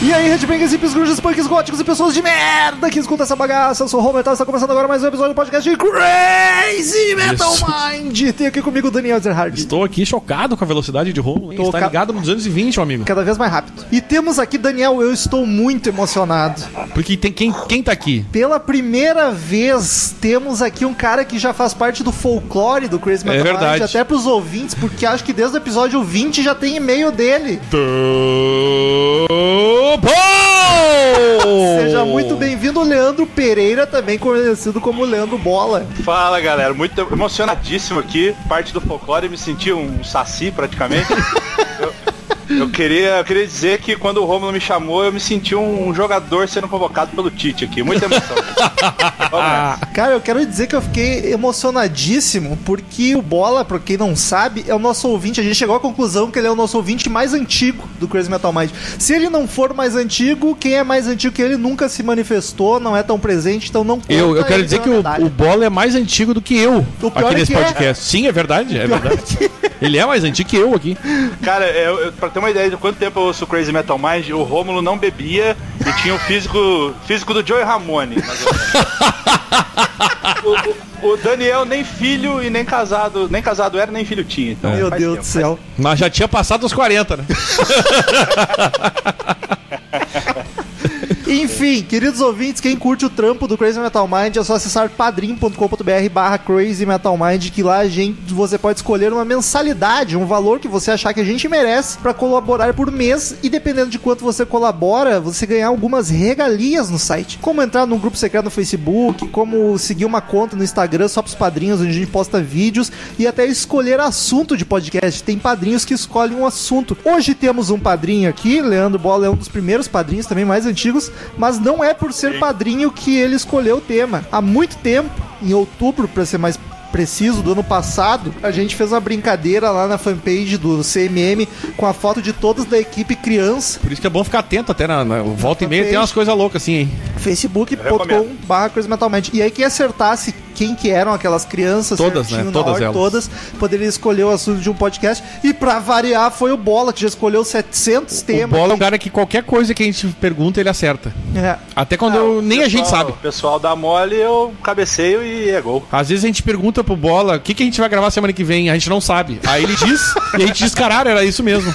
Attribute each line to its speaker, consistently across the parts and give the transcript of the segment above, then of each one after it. Speaker 1: E aí, headbangers, hips, grunges, punks, góticos e pessoas de merda que escuta essa bagaça. Eu sou o Rometal Metal está começando agora mais um episódio do podcast de Crazy Metal
Speaker 2: Isso.
Speaker 1: Mind. Tem aqui comigo o Daniel Zerhard.
Speaker 2: Estou aqui chocado com a velocidade de Romulo. hein?
Speaker 1: Tô
Speaker 2: Está
Speaker 1: ca-
Speaker 2: ligado no 220, meu amigo.
Speaker 1: Cada vez mais rápido. E temos aqui, Daniel, eu estou muito emocionado.
Speaker 2: Porque tem quem, quem tá aqui?
Speaker 1: Pela primeira vez, temos aqui um cara que já faz parte do folclore do Crazy Metal Mind,
Speaker 2: É verdade.
Speaker 1: até pros ouvintes, porque acho que desde o episódio 20 já tem e-mail dele.
Speaker 2: Bom!
Speaker 1: Seja muito bem-vindo, Leandro Pereira, também conhecido como Leandro Bola.
Speaker 3: Fala galera, muito emocionadíssimo aqui, parte do folclore, me senti um saci praticamente. eu, eu queria, eu queria dizer que quando o Romulo me chamou, eu me senti um, jogador sendo convocado pelo Tite aqui, muita emoção. Vamos nessa.
Speaker 1: Cara, eu quero dizer que eu fiquei emocionadíssimo, porque o Bola, pra quem não sabe, é o nosso ouvinte. A gente chegou à conclusão que ele é o nosso ouvinte mais antigo do Crazy Metal Mind. Se ele não for mais antigo, quem é mais antigo que ele nunca se manifestou, não é tão presente, então não
Speaker 2: Eu, eu
Speaker 1: conta
Speaker 2: quero
Speaker 1: ele
Speaker 2: dizer
Speaker 1: pela
Speaker 2: que o,
Speaker 1: medalha.
Speaker 2: o Bola é mais antigo do que eu
Speaker 1: O pior
Speaker 2: aqui
Speaker 1: é
Speaker 2: nesse
Speaker 1: que é.
Speaker 2: podcast. Sim, é verdade, é verdade. Ele é mais antigo que eu aqui.
Speaker 3: Cara, eu, eu, pra ter uma ideia de quanto tempo eu ouço Crazy Metal Mind, o Romulo não bebia e tinha o físico, físico do Joey Ramone. mais ou menos. O, o- o Daniel nem filho e nem casado, nem casado era, nem filho tinha. Então
Speaker 1: Meu
Speaker 3: faz
Speaker 1: Deus
Speaker 3: tempo.
Speaker 1: do céu.
Speaker 2: Mas já tinha passado os 40, né?
Speaker 1: Enfim, queridos ouvintes, quem curte o trampo do Crazy Metal Mind é só acessar padrim.com.br barra Crazy Metal Mind, que lá a gente, você pode escolher uma mensalidade, um valor que você achar que a gente merece pra colaborar por mês e dependendo de quanto você colabora, você ganhar algumas regalias no site. Como entrar num grupo secreto no Facebook, como seguir uma conta no Instagram só pros padrinhos, onde a gente posta vídeos e até escolher assunto de podcast. Tem padrinhos que escolhem um assunto. Hoje temos um padrinho aqui, Leandro Bola é um dos primeiros padrinhos também mais antigos, mas não é por ser padrinho que ele escolheu o tema. Há muito tempo, em outubro, para ser mais preciso, do ano passado, a gente fez uma brincadeira lá na fanpage do CMM com a foto de todos da equipe criança,
Speaker 2: Por isso que é bom ficar atento até na, na- volta e meia,
Speaker 1: Também.
Speaker 2: tem umas coisas loucas assim, hein?
Speaker 1: facebook.com barra Crazy Metal Mind. E aí quem acertasse quem que eram aquelas crianças,
Speaker 2: Todas,
Speaker 1: certinho
Speaker 2: né?
Speaker 1: na
Speaker 2: Todas
Speaker 1: hora,
Speaker 2: elas.
Speaker 1: todas, poderia escolher o assunto de um podcast. E pra variar, foi o Bola, que já escolheu 700
Speaker 2: O
Speaker 1: temas.
Speaker 2: Bola é um cara que qualquer coisa que a gente pergunta, ele acerta.
Speaker 1: É.
Speaker 2: Até quando
Speaker 3: Ah,
Speaker 2: eu-
Speaker 3: o
Speaker 2: nem a gente
Speaker 3: pessoal-
Speaker 2: sabe.
Speaker 3: O pessoal dá mole, eu cabeceio e é gol.
Speaker 2: Às vezes a gente pergunta pro Bola o que, que a gente vai gravar semana que vem, a gente não sabe. Aí ele diz, e a gente diz, caralho, era isso mesmo.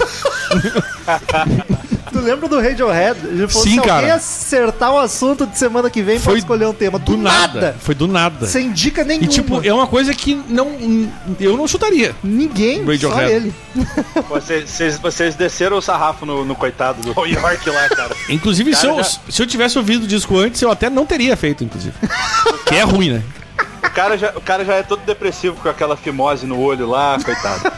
Speaker 1: Tu lembra do Radiohead? Ele falou, assim,
Speaker 2: Sim,
Speaker 1: se alguém
Speaker 2: cara.
Speaker 1: acertar o assunto de semana que vem,
Speaker 2: Foi
Speaker 1: pode escolher um tema.
Speaker 2: Do nada. Foi do nada.
Speaker 1: Sem dica nenhuma.
Speaker 2: E tipo, é uma coisa que não. Eu não chutaria.
Speaker 1: Ninguém, só
Speaker 2: Radiohead.
Speaker 1: ele.
Speaker 3: Vocês, vocês- vocês desceram o sarrafo no, no coitado do Paul York lá, cara.
Speaker 2: Inclusive, se,
Speaker 3: Cara,
Speaker 2: eu, se eu tivesse ouvido o disco antes, eu até não teria feito, inclusive. que é ruim, né?
Speaker 3: O cara, já, o cara já é todo depressivo com aquela fimose no olho lá, coitado.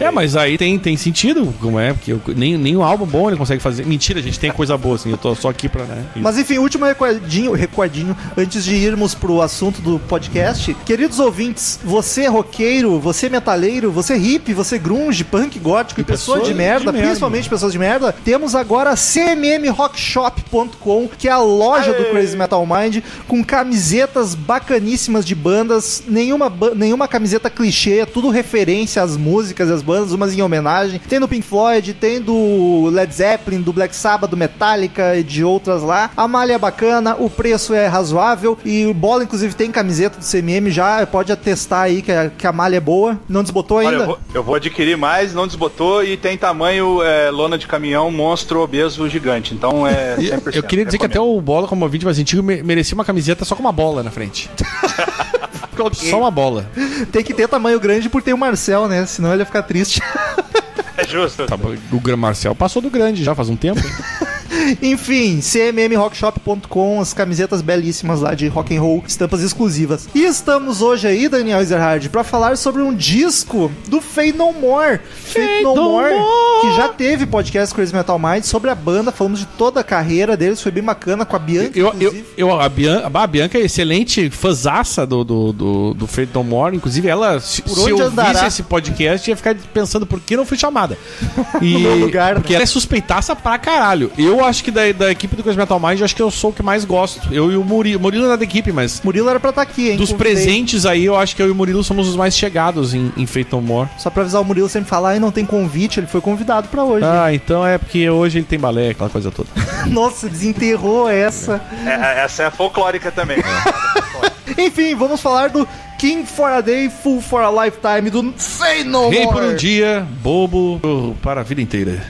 Speaker 2: É, mas aí tem, tem sentido, como é, porque eu- nem, nem um álbum bom ele consegue fazer. Mentira, gente, tem coisa boa, assim. Eu tô só aqui pra. Né?
Speaker 1: Mas enfim, último recordinho, recordinho, antes de irmos pro assunto do podcast. Queridos ouvintes, você é roqueiro, você metaleiro, você é hippie, você grunge, punk gótico e, pessoa,
Speaker 2: pessoa
Speaker 1: de
Speaker 2: de
Speaker 1: merda,
Speaker 2: merda.
Speaker 1: principalmente pessoas de merda, temos agora a cmmrockshop.com, que é a loja do Crazy Metal Mind, com camisetas bacaníssimas de bandas, nenhuma, ba- nenhuma camiseta clichê, é tudo referência às músicas e às bandas, umas em homenagem. Tem do Pink Floyd, tem do Led Zeppelin, do Black Sabbath, do Metallica e de outras lá. A malha é bacana, o preço é razoável e o Bola, inclusive, tem camiseta do CMM já, pode atestar aí que a, que a malha é boa. Não desbotou
Speaker 3: Olha, eu
Speaker 1: ainda?
Speaker 3: vou, eu vou adquirir mais, não desbotou e tem tamanho é, lona de caminhão, monstro, obeso, gigante. Então é 100%.
Speaker 2: Eu queria dizer que até
Speaker 3: recomendo.
Speaker 2: o Bola, como ouvinte mais antigo, me- merecia uma camiseta só com uma bola na frente. só uma bola.
Speaker 1: Tem que ter tamanho grande por ter o Marcel, né? Senão ele ia ficar triste.
Speaker 3: É justo.
Speaker 2: Tá, o Gran Marcel passou do grande já faz um tempo. hein?
Speaker 1: Enfim, cmmrockshop.com, as camisetas belíssimas lá de rock and roll, estampas exclusivas. E estamos hoje aí, Daniel Ezerhard, pra falar sobre um disco do Fey No More. Fey No,
Speaker 2: No
Speaker 1: More,
Speaker 2: More.
Speaker 1: que já teve podcast Crazy Metal Mind sobre a banda, falamos de toda a carreira deles, foi bem bacana com a Bianca,
Speaker 2: Eu,
Speaker 1: inclusive.
Speaker 2: eu, eu, a, Bian- a Bianca é excelente fãzaça do, do, do, do Fred More. Inclusive, ela, se,
Speaker 1: Por
Speaker 2: se
Speaker 1: onde
Speaker 2: eu
Speaker 1: andará?
Speaker 2: visse esse podcast, ia ficar pensando por que não fui chamada. E,
Speaker 1: No meu lugar, né?
Speaker 2: Porque ela é suspeitaça pra caralho. Eu eu acho que da, da equipe do Crazy Metal Mind, eu acho que eu sou o que mais gosto. Eu e o Murilo. Murilo não é da equipe, mas.
Speaker 1: Murilo era pra estar aqui, hein?
Speaker 2: Dos
Speaker 1: convidei.
Speaker 2: presentes aí, eu acho que eu e o Murilo somos os mais chegados em, em Fate No More.
Speaker 1: Só pra avisar o Murilo sempre falar, ai, não tem convite, ele foi convidado pra hoje.
Speaker 2: Ah, então é porque hoje ele tem balé, aquela coisa toda.
Speaker 1: Nossa, desenterrou essa.
Speaker 3: É, essa é folclórica também.
Speaker 1: Enfim, vamos falar do King for a Day, Full for a Lifetime, do Say No
Speaker 2: Rei
Speaker 1: More.
Speaker 2: por um dia, bobo para a vida inteira.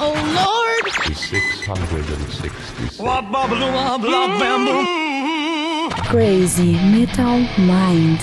Speaker 4: Oh Lord!
Speaker 5: 666.
Speaker 6: Crazy Metal Mind.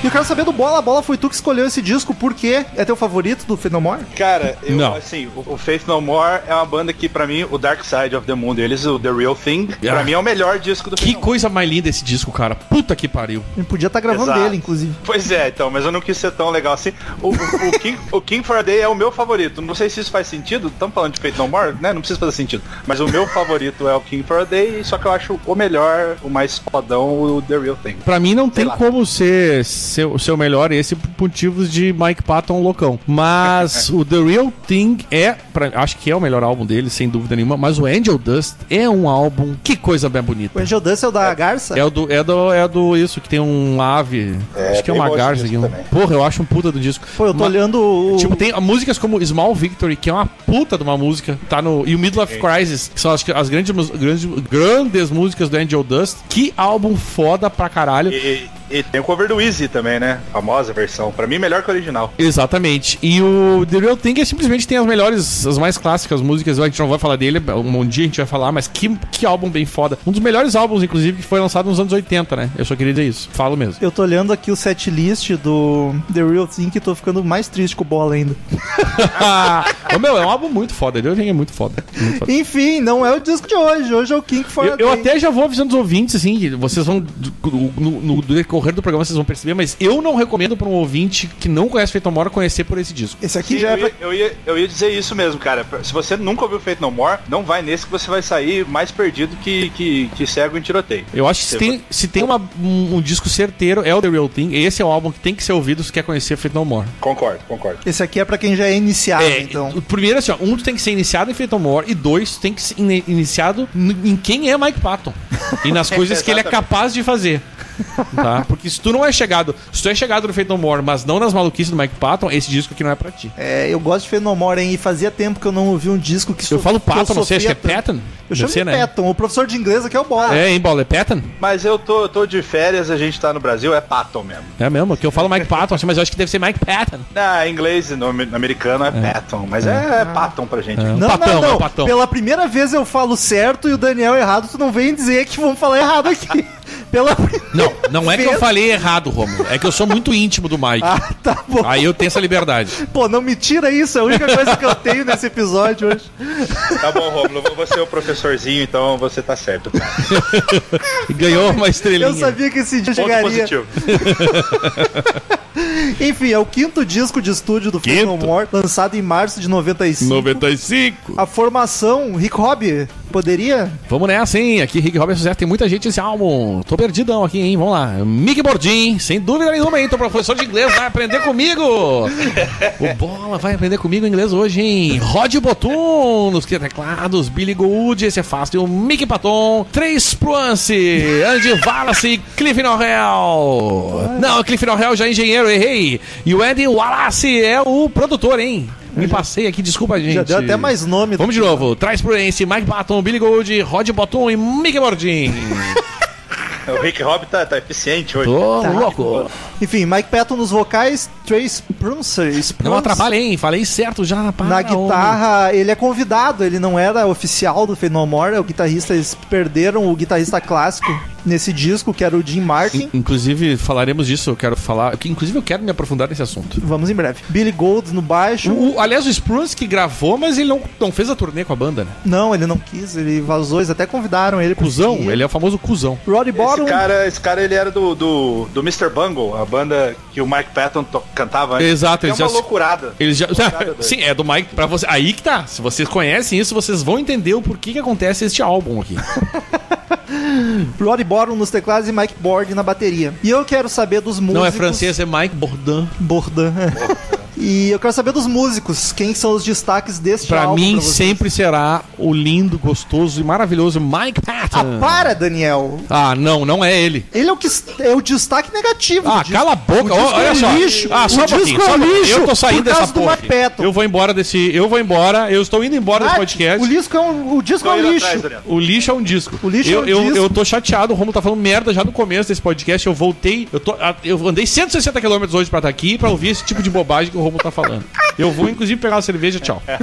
Speaker 1: E eu quero saber do Bola. Bola, foi tu que escolheu esse disco, por quê? É teu favorito do Fenomore?
Speaker 3: Cara, eu,
Speaker 2: Não.
Speaker 3: assim, o, o Faith No More é uma banda que, pra mim, o Dark Side of the Moon deles, o The Real Thing, pra
Speaker 2: Ah.
Speaker 3: mim é o melhor disco do
Speaker 2: Que
Speaker 3: Faith No More.
Speaker 2: coisa mais linda esse disco, cara. Puta que pariu.
Speaker 1: Ele podia estar gravando
Speaker 3: Exato.
Speaker 1: dele, inclusive.
Speaker 3: Pois é, então, mas eu não quis ser tão legal assim. O, o- o King, o King for a Day é o meu favorito. Não sei se isso faz sentido, estamos falando de Faith No More, né? Não precisa fazer sentido. Mas o meu favorito é o King for a Day, só que eu acho o melhor, o mais fodão, o The Real Thing.
Speaker 2: Pra mim não tem
Speaker 3: lá.
Speaker 2: como ser seu, seu melhor esse é por motivos de Mike Patton loucão. Mas o The Real Thing é, pra- acho que é o melhor álbum dele, sem dúvida nenhuma. Mas o Angel Dust é um álbum, que coisa bem
Speaker 1: O
Speaker 2: bonita.
Speaker 1: Angel Dance é o da Garça?
Speaker 2: É o do, é do, é do isso, que tem um ave.
Speaker 3: É,
Speaker 2: acho que é
Speaker 3: bem
Speaker 2: uma
Speaker 3: bom esse
Speaker 2: garça aqui.
Speaker 3: disco
Speaker 2: um-
Speaker 3: também.
Speaker 2: Porra, eu acho um puta do disco.
Speaker 1: Pô, eu tô
Speaker 2: Ma-
Speaker 1: olhando o...
Speaker 2: Tipo, tem músicas como Small Victory, que é uma puta de uma música, tá no. E o Midlife Crisis, que são as, as grandes, mus- grandes, grandes músicas do Angel Dust. Que álbum foda pra caralho.
Speaker 3: E, e tem o cover do Easy também, né? Famosa versão. Pra mim, melhor que o original.
Speaker 2: Exatamente. E o The Real Thing é, simplesmente tem as melhores, as mais clássicas músicas. A gente não vai falar dele, um dia a gente vai falar, mas que, que álbum bem foda. Um dos melhores álbuns, inclusive, que foi lançado nos anos 80, né? Eu só queria dizer isso. Falo mesmo.
Speaker 1: Eu tô olhando aqui o setlist do The Real Thing e tô ficando mais triste com o Bola ainda.
Speaker 2: Ô, meu, é um álbum muito foda. The Real Thing é muito foda. Muito foda.
Speaker 1: Enfim, não é o disco de hoje. Hoje é o King for a
Speaker 2: Eu, eu
Speaker 1: Day.
Speaker 2: até já vou avisando os ouvintes, assim, que vocês vão. No, no decorrer do programa vocês vão perceber, mas eu não recomendo pra um ouvinte que não conhece Feito Mora conhecer por esse disco.
Speaker 1: Esse aqui
Speaker 3: Sim,
Speaker 1: já é
Speaker 3: eu,
Speaker 1: pra...
Speaker 3: ia, eu, ia, eu ia dizer isso mesmo, cara. Se você nunca ouviu Feito No More, não vai nesse que você vai sair mais perdido que, que, que cego em tiroteio.
Speaker 2: Eu acho que se
Speaker 3: Você
Speaker 2: tem, se tem uma- um, um disco certeiro, é o The Real Thing. Esse é o álbum que tem que ser ouvido se quer conhecer Feito No More.
Speaker 3: Concordo, concordo.
Speaker 1: Esse aqui é pra quem já é iniciado,
Speaker 2: É,
Speaker 1: então.
Speaker 2: o primeiro assim, ó, um tu tem que ser iniciado em Phantom War e dois tu tem que ser in- iniciado n- em quem é Mike Patton e nas coisas que ele é
Speaker 3: Exatamente.
Speaker 2: capaz de fazer. Tá? Porque se tu não é chegado, se tu é chegado no Phantom War, mas não nas maluquices do Mike Patton, esse disco aqui não é pra ti.
Speaker 1: É, eu gosto de Fenomore, hein? E fazia tempo que eu não ouvi um disco que...
Speaker 2: Eu
Speaker 1: so-
Speaker 2: falo
Speaker 1: que eu
Speaker 2: Patton, não sei, acho que é
Speaker 1: sofria tanto.
Speaker 2: Patton.
Speaker 1: Eu
Speaker 2: Deve
Speaker 1: chamo
Speaker 2: ser, né?
Speaker 1: de Patton. O professor de inglês aqui é o Bola.
Speaker 2: É, hein, Bola? É Patton?
Speaker 3: Mas eu tô, eu tô de férias, a gente tá no Brasil, é Patton mesmo.
Speaker 2: É mesmo, que eu falo Mike Patton, assim, mas eu acho que deve ser Mike Patton.
Speaker 3: Na em inglês, no, am- no americano é, Patton, mas é, é Patton pra gente.
Speaker 2: É um
Speaker 1: Não,
Speaker 2: patão,
Speaker 1: não,
Speaker 2: é um
Speaker 1: não.
Speaker 2: patão.
Speaker 1: Pela primeira vez eu falo certo e o Daniel errado, tu não vem dizer que vamos falar errado aqui. Pela primeira...
Speaker 2: Não, não é que eu
Speaker 1: Fez-
Speaker 2: falei errado, Romulo. É que eu sou muito íntimo do Mike.
Speaker 1: Ah, tá bom.
Speaker 2: Aí eu tenho essa liberdade.
Speaker 1: Pô, não me tira isso, é a única coisa que eu tenho nesse episódio hoje.
Speaker 3: Tá bom, Romulo, eu vou ser o professorzinho, então você tá certo. cara.
Speaker 2: Ganhou uma estrelinha.
Speaker 1: Eu sabia que esse dia
Speaker 3: Ponto
Speaker 1: chegaria.
Speaker 3: positivo.
Speaker 1: Enfim, é o quinto disco de estúdio do Faith No
Speaker 2: Quinto?
Speaker 1: More, lançado em março de 95.
Speaker 2: 95.
Speaker 1: A formação Rick Hobby poderia?
Speaker 2: Vamos nessa, hein? Aqui, Rick Roberts José, tem muita gente nesse álbum. Tô perdidão aqui, hein? Vamos lá. Mick Bordim, sem dúvida nenhuma, hein? Tô professor de inglês, vai aprender comigo. O Bola vai aprender comigo inglês hoje, hein? Rod Botun nos teclados, Billy Gould, esse é fácil. Mick Paton, Três Proance, Andy Wallace e Cliff Norrell. Não, Cliff Norrell já é engenheiro, errei. E o Andy Wallace é o produtor, hein? Me passei aqui, desculpa, gente.
Speaker 1: Já deu até mais nome.
Speaker 2: Vamos de novo. Traz Prudence, Mike Patton, Billy Gold, Rod Bottom e Mickey Bordin.
Speaker 3: O Rick Hobby tá, tá eficiente hoje.
Speaker 2: Tô louco.
Speaker 1: Enfim, Mike Patton nos vocais, Trace Prunser. Spruance.
Speaker 2: Não atrapalha, hein? Falei certo já. para,
Speaker 1: Na
Speaker 2: Ah, homem.
Speaker 1: guitarra, ele é convidado, ele não era oficial do Fenomore, é o guitarrista, eles perderam o guitarrista clássico, nesse disco, que era o Jim Martin.
Speaker 2: Inclusive, falaremos disso, eu quero falar. que, Inclusive, eu quero me aprofundar nesse assunto.
Speaker 1: Vamos em breve. Billy Gold no baixo.
Speaker 2: O, o- aliás, o Spruance que gravou, mas ele não, não fez a turnê com a banda, né?
Speaker 1: Não, ele não quis, ele vazou, eles até convidaram ele. pra
Speaker 2: Cusão,
Speaker 1: seguir.
Speaker 2: ele é o famoso cuzão.
Speaker 1: Roddy Bottom.
Speaker 3: Esse cara, esse cara, ele era do, do, do Mr. Bungle, a banda que o Mike Patton to- cantava antes.
Speaker 2: Exato,
Speaker 3: é
Speaker 2: ele
Speaker 3: uma
Speaker 2: já se-
Speaker 3: loucurada.
Speaker 2: Ele já...
Speaker 3: Coitado dele.
Speaker 2: Sim, é do Mike pra você. Aí que tá. Se vocês conhecem isso, vocês vão entender o porquê que acontece este álbum aqui.
Speaker 1: Roddy Bottom nos teclados e Mike Borg na bateria. E eu quero saber dos músicos.
Speaker 2: Não é francês, é Mike Bourdin.
Speaker 1: Bourdain. e eu quero saber dos músicos, quem são os destaques deste
Speaker 2: Pra
Speaker 1: álbum.
Speaker 2: mim,
Speaker 1: vocês.
Speaker 2: sempre será o lindo, gostoso e maravilhoso Mike
Speaker 1: Ah,
Speaker 2: Patton.
Speaker 1: para, Daniel.
Speaker 2: Ah, não, não é ele.
Speaker 1: Ele é o, que, é o destaque negativo.
Speaker 2: Ah,
Speaker 1: do disco.
Speaker 2: cala a boca.
Speaker 1: O
Speaker 2: ó,
Speaker 1: disco
Speaker 2: olha
Speaker 1: é
Speaker 2: só.
Speaker 1: lixo.
Speaker 2: Ah, só
Speaker 1: O
Speaker 2: um pouquinho,
Speaker 1: disco é
Speaker 2: só um pouquinho.
Speaker 1: lixo
Speaker 2: Eu tô saindo
Speaker 1: por causa
Speaker 2: dessa
Speaker 1: do
Speaker 2: porra. aqui.
Speaker 1: Mapeto.
Speaker 2: Eu vou embora desse, eu vou embora. Eu estou indo embora desse
Speaker 1: Ah,
Speaker 2: podcast.
Speaker 1: O disco é um, o disco é um
Speaker 3: Tô indo
Speaker 1: lixo.
Speaker 3: atrás, Daniel.
Speaker 2: O lixo é um disco.
Speaker 1: O lixo é
Speaker 2: eu,
Speaker 1: um
Speaker 2: eu,
Speaker 1: disco.
Speaker 2: Eu tô chateado, o Romulo tá falando merda já no começo desse podcast. Eu voltei, eu, tô, a- eu andei 160 km hoje pra estar aqui pra ouvir esse tipo de bobagem que o Romulo tá falando. Eu vou, inclusive, pegar uma cerveja, tchau.
Speaker 1: É.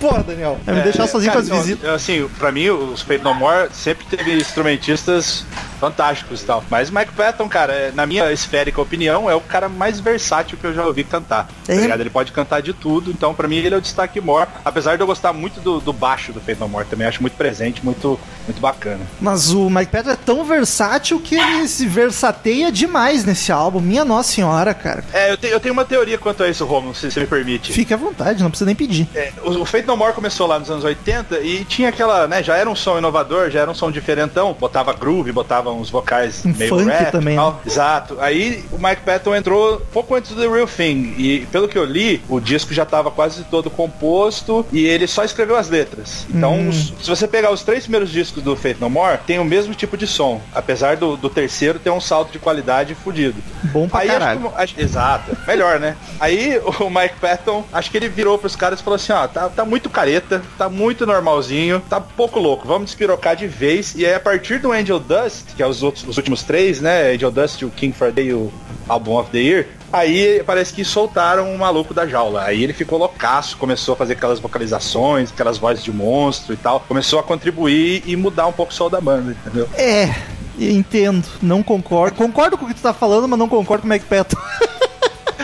Speaker 1: Porra, Daniel. Vai É, me deixar Tá sozinho
Speaker 3: É, Cara,
Speaker 1: com
Speaker 3: não,
Speaker 1: as visitas.
Speaker 3: Assim, pra mim, os Faith No More sempre teve instrumentistas fantásticos e tal. Mas o Mike Patton, cara, é, na minha esférica opinião, é o cara mais versátil que eu já ouvi cantar. Tá
Speaker 1: É.
Speaker 3: ligado? Ele pode cantar de tudo, então pra mim ele é o destaque maior. Apesar de eu gostar muito do, do baixo do Faith No More também, acho muito presente, muito, muito bacana.
Speaker 1: Mas o Mike Patton é tão versátil que ele se versateia demais nesse álbum. Minha Nossa Senhora, cara.
Speaker 3: É, eu, te- eu tenho uma teoria quanto a isso, Romulo, se você me permite.
Speaker 1: Fique à vontade, não precisa nem pedir.
Speaker 3: É, o, o Faith No More começou lá nos anos 80 e tinha aquela, né, já era um som inovador, já era um som diferentão, botava groove, botava uns vocais
Speaker 1: Um
Speaker 3: meio
Speaker 1: funk
Speaker 3: rap
Speaker 1: também,
Speaker 3: e tal.
Speaker 1: né?
Speaker 3: Exato. Aí o Mike Patton entrou pouco antes do The Real Thing e pelo que eu li, o disco já tava quase todo composto e ele só escreveu as letras. Então,
Speaker 1: Hum.
Speaker 3: os- se você pegar os três primeiros discos do Faith No More, tem o mesmo tipo de som, apesar do, do terceiro ter um salto de qualidade fudido.
Speaker 1: Bom pra
Speaker 3: Aí acho
Speaker 1: caralho.
Speaker 3: que o- acho- exato. Melhor, né? Aí o Mike Patton, acho que ele virou pros caras e falou assim, ó, tá, tá muito careta, tá muito normalzinho, tá pouco louco, vamos despirocar de vez. E aí a partir do Angel Dust, que é os, outros, os últimos três, né? Angel Dust, o King Friday e o Album of the Year, Aí parece que soltaram o maluco da jaula. Aí ele ficou loucaço, começou a fazer aquelas vocalizações, aquelas vozes de monstro e tal. Começou a contribuir e mudar um pouco o sol da banda, entendeu?
Speaker 1: É, entendo. Não concordo. Concordo com o que tu tá falando, mas não concordo com o Mike Patton.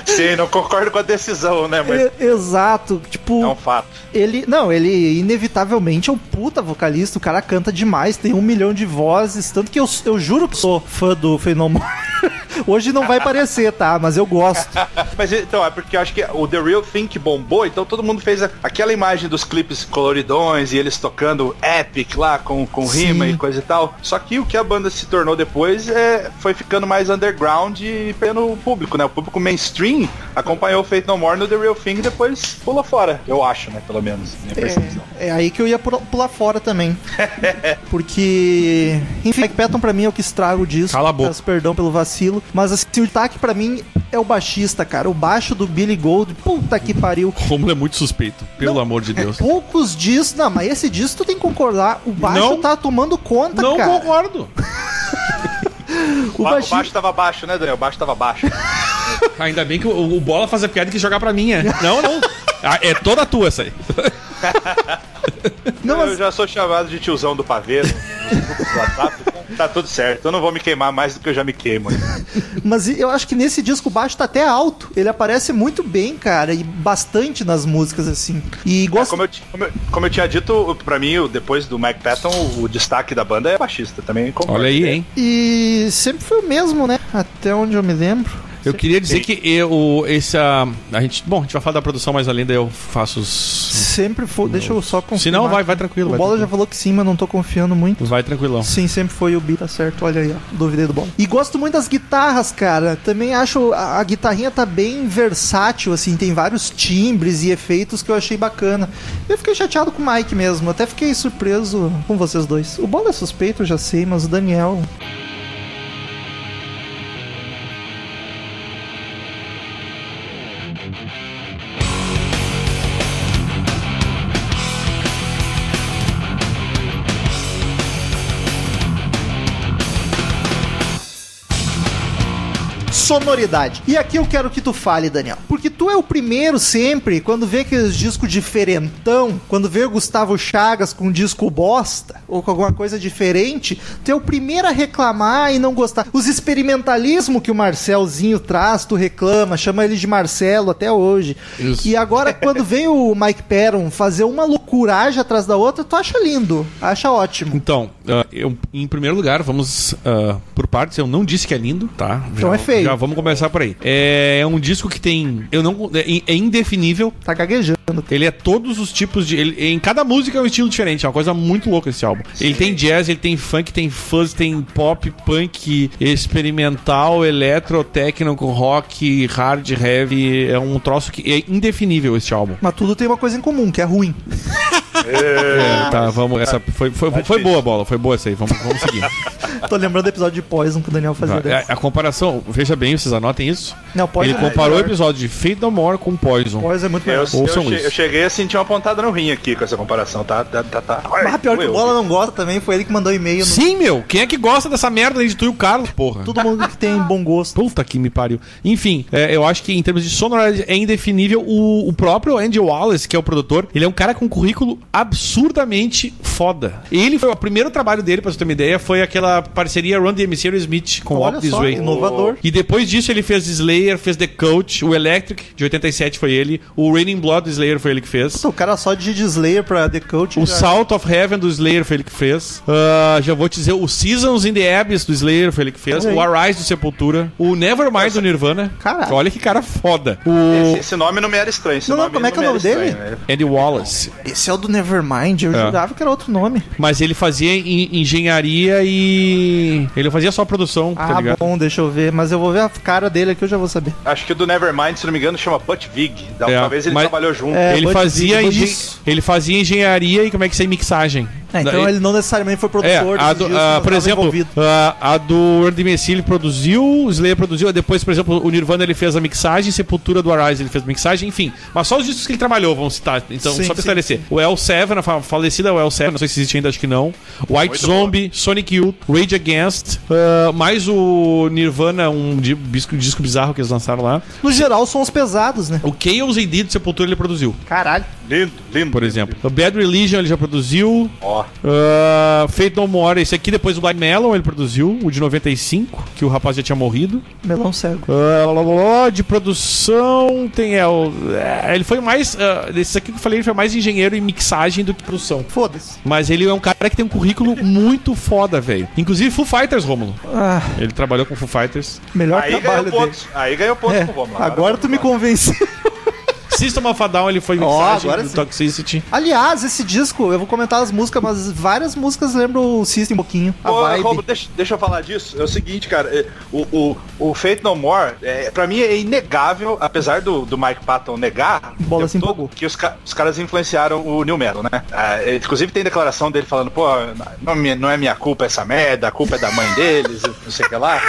Speaker 3: Sim, não concordo com a decisão, né? Mas
Speaker 1: E- Exato. Tipo,
Speaker 3: é um fato.
Speaker 1: ele. Não, ele inevitavelmente é um puta vocalista. O cara canta demais, tem um milhão de vozes. Tanto que eu, eu juro que sou fã do Fenômeno. Hoje não vai parecer, tá? Mas eu gosto.
Speaker 3: Mas então, é porque eu acho que o The Real Thing que bombou, então todo mundo fez a- aquela imagem dos clipes coloridões e eles tocando epic lá com, com
Speaker 1: Sim.
Speaker 3: rima e coisa e tal. Só que o que a banda se tornou depois é, foi ficando mais underground e pelo público, né? O público mainstream acompanhou o Faith No More no The Real Thing e depois pulou fora, eu acho, né? Pelo menos, minha percepção.
Speaker 1: É aí que eu ia pula- pular fora também. Porque. Enfim, Mike Patton pra mim é o que estraga o disco.
Speaker 2: Cala a boca.
Speaker 1: Peço perdão pelo vacilo. Mas assim, o destaque pra mim é o baixista, cara. O baixo do Billy Gold. Puta que pariu.
Speaker 2: O Romulo é muito suspeito, pelo
Speaker 1: Não.
Speaker 2: amor de Deus.
Speaker 1: Poucos discos. Não, mas esse disco tu tem que concordar. O baixo
Speaker 2: Não.
Speaker 1: tá tomando conta,
Speaker 2: Não
Speaker 1: cara.
Speaker 2: concordo.
Speaker 1: O
Speaker 3: Ba-
Speaker 1: baixista.
Speaker 3: O baixo tava baixo, né, Daniel? O baixo tava baixo.
Speaker 2: Ainda bem que o, o Bola faz a piada que jogar pra mim, é. Não, não. Ah, É toda tua essa aí.
Speaker 1: Não,
Speaker 3: Eu
Speaker 1: mas
Speaker 3: já sou chamado de tiozão do pavê. no- nos grupos do WhatsApp, então Tá tudo certo, eu não vou me queimar mais do que eu já me queimo. né?
Speaker 1: Mas eu acho que nesse disco o baixo tá até alto. Ele aparece muito bem, cara, e bastante nas músicas, assim. E
Speaker 3: É,
Speaker 1: gosto.
Speaker 3: como, eu, ti- como eu- como eu tinha dito, pra mim, o- depois do Mike Patton, o, o destaque da banda é baixista também. concordo.
Speaker 2: Olha aí, hein?
Speaker 1: E sempre foi o mesmo, né? Até onde eu me lembro.
Speaker 2: Eu queria dizer que eu, esse. ah, A, gente, bom, a gente vai falar da produção, mas além daí eu faço os.
Speaker 1: Sempre foi. Deixa eu só confirmar.
Speaker 2: Se não, vai, vai tranquilo.
Speaker 1: O
Speaker 2: vai
Speaker 1: Bola já
Speaker 2: tranquilo.
Speaker 1: falou que sim, mas não tô confiando muito.
Speaker 2: Vai tranquilão.
Speaker 1: Sim, sempre foi o B, tá certo. Olha aí, ó. Duvidei do Bola. E gosto muito das guitarras, cara. Também acho. A, a guitarrinha tá bem versátil, assim. Tem vários timbres e efeitos que eu achei bacana. Eu fiquei chateado com o Mike mesmo. Até fiquei surpreso com vocês dois. O Bola é suspeito, eu já sei, mas o Daniel. sonoridade. E aqui eu quero que tu fale, Daniel. Porque tu é o primeiro sempre, quando vê aqueles discos diferentão, quando vê o Gustavo Chagas com um disco bosta, ou com alguma coisa diferente, tu é o primeiro a reclamar e não gostar. Os experimentalismo que o Marcelzinho traz, tu reclama, chama ele de Marcelo até hoje.
Speaker 2: Isso.
Speaker 1: E agora, quando vem o Mike Perron fazer uma loucuragem atrás da outra, tu acha lindo, acha ótimo.
Speaker 2: Então, ah, eu, em primeiro lugar, vamos ah, por partes. Eu não disse que é lindo, tá? Já-
Speaker 1: Então é feio.
Speaker 2: Já vamos começar por aí. É, é um disco que tem. Eu não, é, é indefinível.
Speaker 1: Tá gaguejando.
Speaker 2: Ele é todos os tipos de. ele- em cada música é um estilo diferente, é uma coisa muito louca esse álbum. Ele tem jazz, ele tem funk, tem fuzz, tem pop, punk, experimental, eletro, técnico, rock, hard, heavy. É um troço que é indefinível esse álbum.
Speaker 1: Mas tudo tem uma coisa em comum, que é ruim.
Speaker 2: Tá, vamos. Essa foi, foi, foi, foi boa a bola, foi boa essa aí. Vamos, vamos seguir.
Speaker 1: Tô lembrando do episódio de Poison que o Daniel fazia
Speaker 2: Tá,
Speaker 1: dessa.
Speaker 2: a, a comparação, veja bem, vocês anotem isso.
Speaker 1: Não, Poison
Speaker 2: Ele
Speaker 1: é
Speaker 2: comparou o
Speaker 1: melhor.
Speaker 2: episódio de Fate No More com Poison.
Speaker 1: Poison é muito
Speaker 3: Eu,
Speaker 1: melhor.
Speaker 3: eu,
Speaker 2: Ouçam
Speaker 3: che-
Speaker 2: isso.
Speaker 3: eu cheguei a sentir uma pontada no rim aqui com essa comparação, tá? tá, tá, tá.
Speaker 1: Ah, Mas pior que o Bola não gosta também, foi ele que mandou e-mail. no-
Speaker 2: Sim, meu! Quem é que gosta dessa merda aí de tu e o Carlos, porra?
Speaker 1: Todo mundo que tem bom gosto.
Speaker 2: Puta que me pariu. Enfim, é, eu acho que em termos de sonoridade é indefinível. O, o próprio Andy Wallace, que é o produtor, ele é um cara com um currículo absurdamente foda. Ele foi o primeiro trabalho dele, pra você ter uma ideia, foi aquela parceria Run DMC e Smith com Walk
Speaker 1: Olha
Speaker 2: This
Speaker 1: só,
Speaker 2: Way.
Speaker 1: inovador.
Speaker 2: E depois disso ele fez Slayer, fez The Coach, o Electric, de 87 foi ele, o Raining Blood do Slayer foi ele que fez.
Speaker 1: Nossa, o cara só de Slayer pra The Coach.
Speaker 2: O
Speaker 1: já-
Speaker 2: Salt of Heaven do Slayer foi ele que fez. Ah, já vou te dizer, o Seasons in the Abyss do Slayer foi ele que fez.
Speaker 1: Olha aí.
Speaker 2: O Arise do Sepultura. O Nevermind do Nirvana.
Speaker 1: Caralho.
Speaker 2: Olha que cara foda. O
Speaker 3: Esse, esse nome não me era estranho. Esse
Speaker 1: Não, não,
Speaker 3: nome
Speaker 1: como é que é o
Speaker 3: me
Speaker 1: nome
Speaker 3: era
Speaker 1: dele?
Speaker 3: estranho, né?
Speaker 2: Andy Wallace.
Speaker 1: Esse é o do Nevermind, eu
Speaker 2: É.
Speaker 1: jurava que era outro nome.
Speaker 2: Mas ele fazia em- engenharia e. Ele fazia só produção, tá
Speaker 1: Ah,
Speaker 2: ligado?
Speaker 1: bom, deixa eu ver. Mas eu vou ver a cara dele aqui, eu já vou saber.
Speaker 3: Acho que o do Nevermind, se não me engano, chama Butt Vig. Da última
Speaker 2: É,
Speaker 3: vez ele
Speaker 2: mas-
Speaker 3: trabalhou junto.
Speaker 1: É,
Speaker 2: ele,
Speaker 1: Bud
Speaker 2: fazia
Speaker 1: Vig, Bud
Speaker 2: engen-
Speaker 1: Vig.
Speaker 2: ele fazia engenharia e como é que isso é mixagem.
Speaker 1: É, então
Speaker 2: Daí-
Speaker 1: ele não necessariamente foi
Speaker 2: É,
Speaker 1: produtor.
Speaker 2: a
Speaker 1: desses
Speaker 2: do-
Speaker 1: discos,
Speaker 2: ah,
Speaker 1: mas
Speaker 2: por
Speaker 1: tava
Speaker 2: exemplo,
Speaker 1: envolvido.
Speaker 2: ah, a do Erdemessi ele produziu, o Slayer produziu, depois, por exemplo, o Nirvana ele fez a mixagem, Sepultura do Arise ele fez a mixagem, enfim. Mas só os discos que ele trabalhou, vamos citar, então,
Speaker 1: Sim,
Speaker 2: só pra
Speaker 1: sim.
Speaker 2: esclarecer. O L7, a fa- falecida L7, não sei se existe ainda, acho que não. White
Speaker 3: Muito
Speaker 2: Zombie, Sonic Youth, Rage Against, ah, mais o Nirvana, um di- disco, disco bizarro que eles lançaram lá.
Speaker 1: No geral, são os pesados, né?
Speaker 2: O Chaos AD do Sepultura ele produziu,
Speaker 1: Caralho.
Speaker 3: Lindo, lindo.
Speaker 2: por exemplo. O Bad Religion ele já produziu,
Speaker 3: Ó,
Speaker 2: Uh, Fate No More, esse aqui depois do Blind Melon ele produziu, o de 95, que o rapaz já tinha morrido.
Speaker 1: Melão cego.
Speaker 2: Ah, lá, lá, lá, lá, de produção tem é, o, é, ele foi mais ah, desse aqui que eu falei, ele foi mais engenheiro em mixagem do que produção.
Speaker 1: Foda-se.
Speaker 2: Mas ele é um cara que tem um currículo muito foda, velho. Inclusive Foo Fighters, Romulo.
Speaker 1: Ah,
Speaker 2: Ele trabalhou com Foo Fighters.
Speaker 1: melhor
Speaker 3: aí ganhou
Speaker 1: é trabalho dele.
Speaker 3: pontos. Aí ganhou pontos
Speaker 1: É,
Speaker 3: pro Romulo.
Speaker 1: agora tu me convenceu.
Speaker 2: System of a Down, ele foi
Speaker 1: Ó,
Speaker 2: mixagem
Speaker 1: agora
Speaker 2: do
Speaker 1: sim.
Speaker 2: Toxicity.
Speaker 1: Aliás, esse disco, eu vou comentar as músicas, mas várias músicas lembram o System um pouquinho. A
Speaker 3: Pô, Romulo,
Speaker 1: vibe.
Speaker 3: deixa, deixa eu falar disso. É o seguinte, cara. é, O, o, o Fate No More, é, pra mim, é inegável, apesar do, do Mike Patton negar,
Speaker 1: Bola
Speaker 3: eu
Speaker 1: se
Speaker 3: tô-
Speaker 1: empolgou.
Speaker 3: que os, ca- os caras influenciaram o New Metal, né? Ah, é, inclusive tem declaração dele falando, pô, não, é minha- não é minha culpa essa merda, a culpa é da mãe deles, não sei o que lá.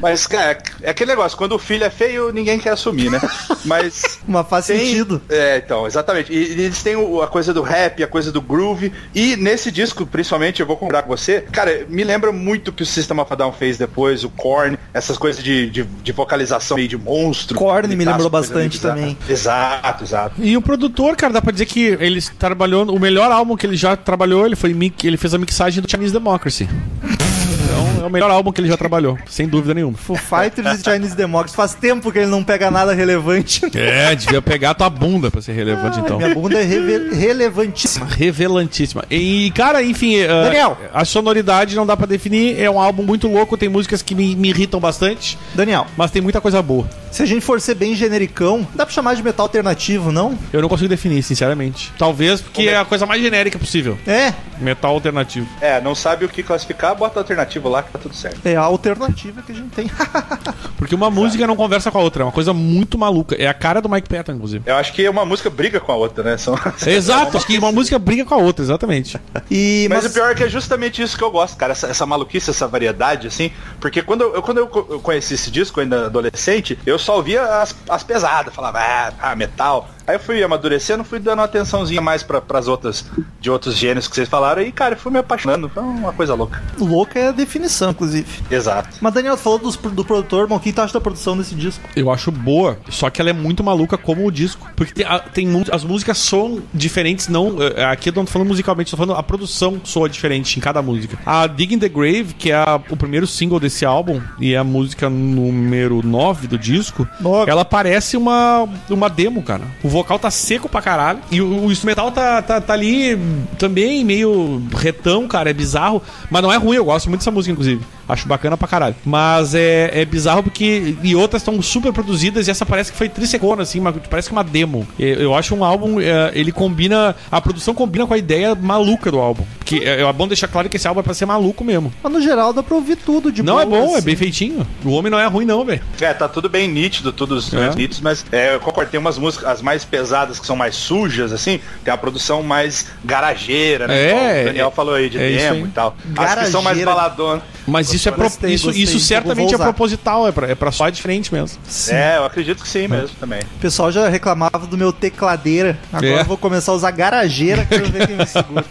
Speaker 3: Mas, cara, é aquele negócio, quando o filho é feio, ninguém quer assumir, né? Mas.
Speaker 1: Mas faz
Speaker 3: Tem-
Speaker 1: sentido.
Speaker 3: É, então, exatamente. E, e eles têm o- a coisa do rap, a coisa do groove. E nesse disco, principalmente, eu vou comprar com você. Cara, me lembra muito o que o System of a Down fez depois, o Korn, essas coisas de, de, de vocalização meio de monstro.
Speaker 1: Korn me
Speaker 3: Guitarra,
Speaker 1: lembrou
Speaker 3: coisa meio
Speaker 1: bastante
Speaker 3: bizarra.
Speaker 1: também.
Speaker 3: Exato, exato.
Speaker 2: E o produtor, cara, dá pra dizer que ele trabalhou. O melhor álbum que ele já trabalhou, ele, foi, mi- ele fez a mixagem do Chinese Democracy. Então é o melhor álbum que ele já trabalhou, sem dúvida nenhuma.
Speaker 1: Foo Fighters e Chinese Democracy. Faz tempo que ele não pega nada relevante.
Speaker 2: É, devia pegar a tua bunda pra ser relevante então.
Speaker 1: Minha bunda é reve- relevantíssima.
Speaker 2: Revelantíssima. E, cara, enfim. ah,
Speaker 1: Daniel.
Speaker 2: A sonoridade não dá pra definir. É um álbum muito louco, tem músicas que me, me irritam bastante,
Speaker 1: Daniel,
Speaker 2: mas tem muita coisa boa.
Speaker 1: se a gente for ser bem genericão, dá pra chamar de metal alternativo, não?
Speaker 2: Eu não consigo definir, sinceramente. Talvez porque é a coisa mais genérica possível.
Speaker 1: É,
Speaker 2: Metal alternativo.
Speaker 3: É, não sabe o que classificar, bota a alternativa lá que tá tudo certo.
Speaker 1: é a alternativa que a gente tem.
Speaker 2: Porque uma música não conversa com a outra, é uma coisa muito maluca. É a cara do Mike Patton, inclusive.
Speaker 3: Eu acho que uma música briga com a outra, né? São...
Speaker 2: Exato, acho que É, uma música briga com a outra, exatamente.
Speaker 1: E,
Speaker 3: Mas, o pior é que é justamente isso que eu gosto, cara, essa, essa maluquice, essa variedade, assim, porque quando eu, quando eu co- eu conheci esse disco, ainda adolescente, eu só ouvia as, as pesadas, falava, ah, ah, metal, Aí eu fui amadurecendo, fui dando uma atençãozinha mais pra, pras outras, de outros gêneros que vocês falaram, e cara, eu fui me apaixonando, foi uma coisa louca.
Speaker 1: Louca é a definição, inclusive.
Speaker 3: Exato.
Speaker 1: Mas Daniel, tu falou dos- do produtor, irmão, o que tu acha da produção desse disco?
Speaker 2: Eu acho boa, só que ela é muito maluca como o disco. Porque tem, a- tem mu- as músicas são diferentes, não. eh, Aqui eu não tô falando musicalmente, tô falando a produção soa diferente em cada música. A Dig in the Grave, que é a- o primeiro single desse álbum, e é a música número 9 do disco, é
Speaker 1: Nove.
Speaker 2: ela parece uma, uma demo, cara. O vocal tá seco pra caralho. E o, o instrumental tá, tá, tá ali também meio retão, cara. É bizarro. Mas não é ruim, eu gosto muito dessa música, inclusive. Acho bacana pra caralho. Mas é, é bizarro porque. E outras estão super produzidas e essa parece que foi trissecona, assim. Uma, parece que é uma demo. E- Eu acho um álbum. é, Ele combina. A produção combina com a ideia maluca do álbum. Porque é é bom deixar claro que esse álbum é pra ser maluco mesmo.
Speaker 1: Mas no geral dá pra ouvir tudo de
Speaker 2: não
Speaker 1: boa,
Speaker 2: é bom, é
Speaker 1: assim.
Speaker 2: bem feitinho. O homem não é ruim, não, velho.
Speaker 3: É, tá tudo bem nítido, tudo os instrumentos
Speaker 2: É.
Speaker 3: nítidos, mas é, eu concordo, tem umas músicas, as mais pesadas que são mais sujas, assim, tem a produção mais garageira, né?
Speaker 2: É,
Speaker 3: Igual o Daniel
Speaker 2: é,
Speaker 3: falou aí de
Speaker 2: é isso
Speaker 3: demo
Speaker 2: aí.
Speaker 3: e tal. As que são mais
Speaker 1: Garageira.
Speaker 3: baladonas.
Speaker 2: Mas isso é pro-
Speaker 1: Gostei,
Speaker 2: isso,
Speaker 1: gostei.
Speaker 2: isso
Speaker 1: Vou
Speaker 2: certamente é
Speaker 1: usar.
Speaker 2: proposital, é pra, é pra só é diferente mesmo.
Speaker 1: Sim.
Speaker 3: É, eu acredito que sim mesmo também.
Speaker 1: O pessoal já reclamava do meu tecladeira. Agora
Speaker 2: É.
Speaker 1: eu vou começar a usar garageira, quero ver quem me segura.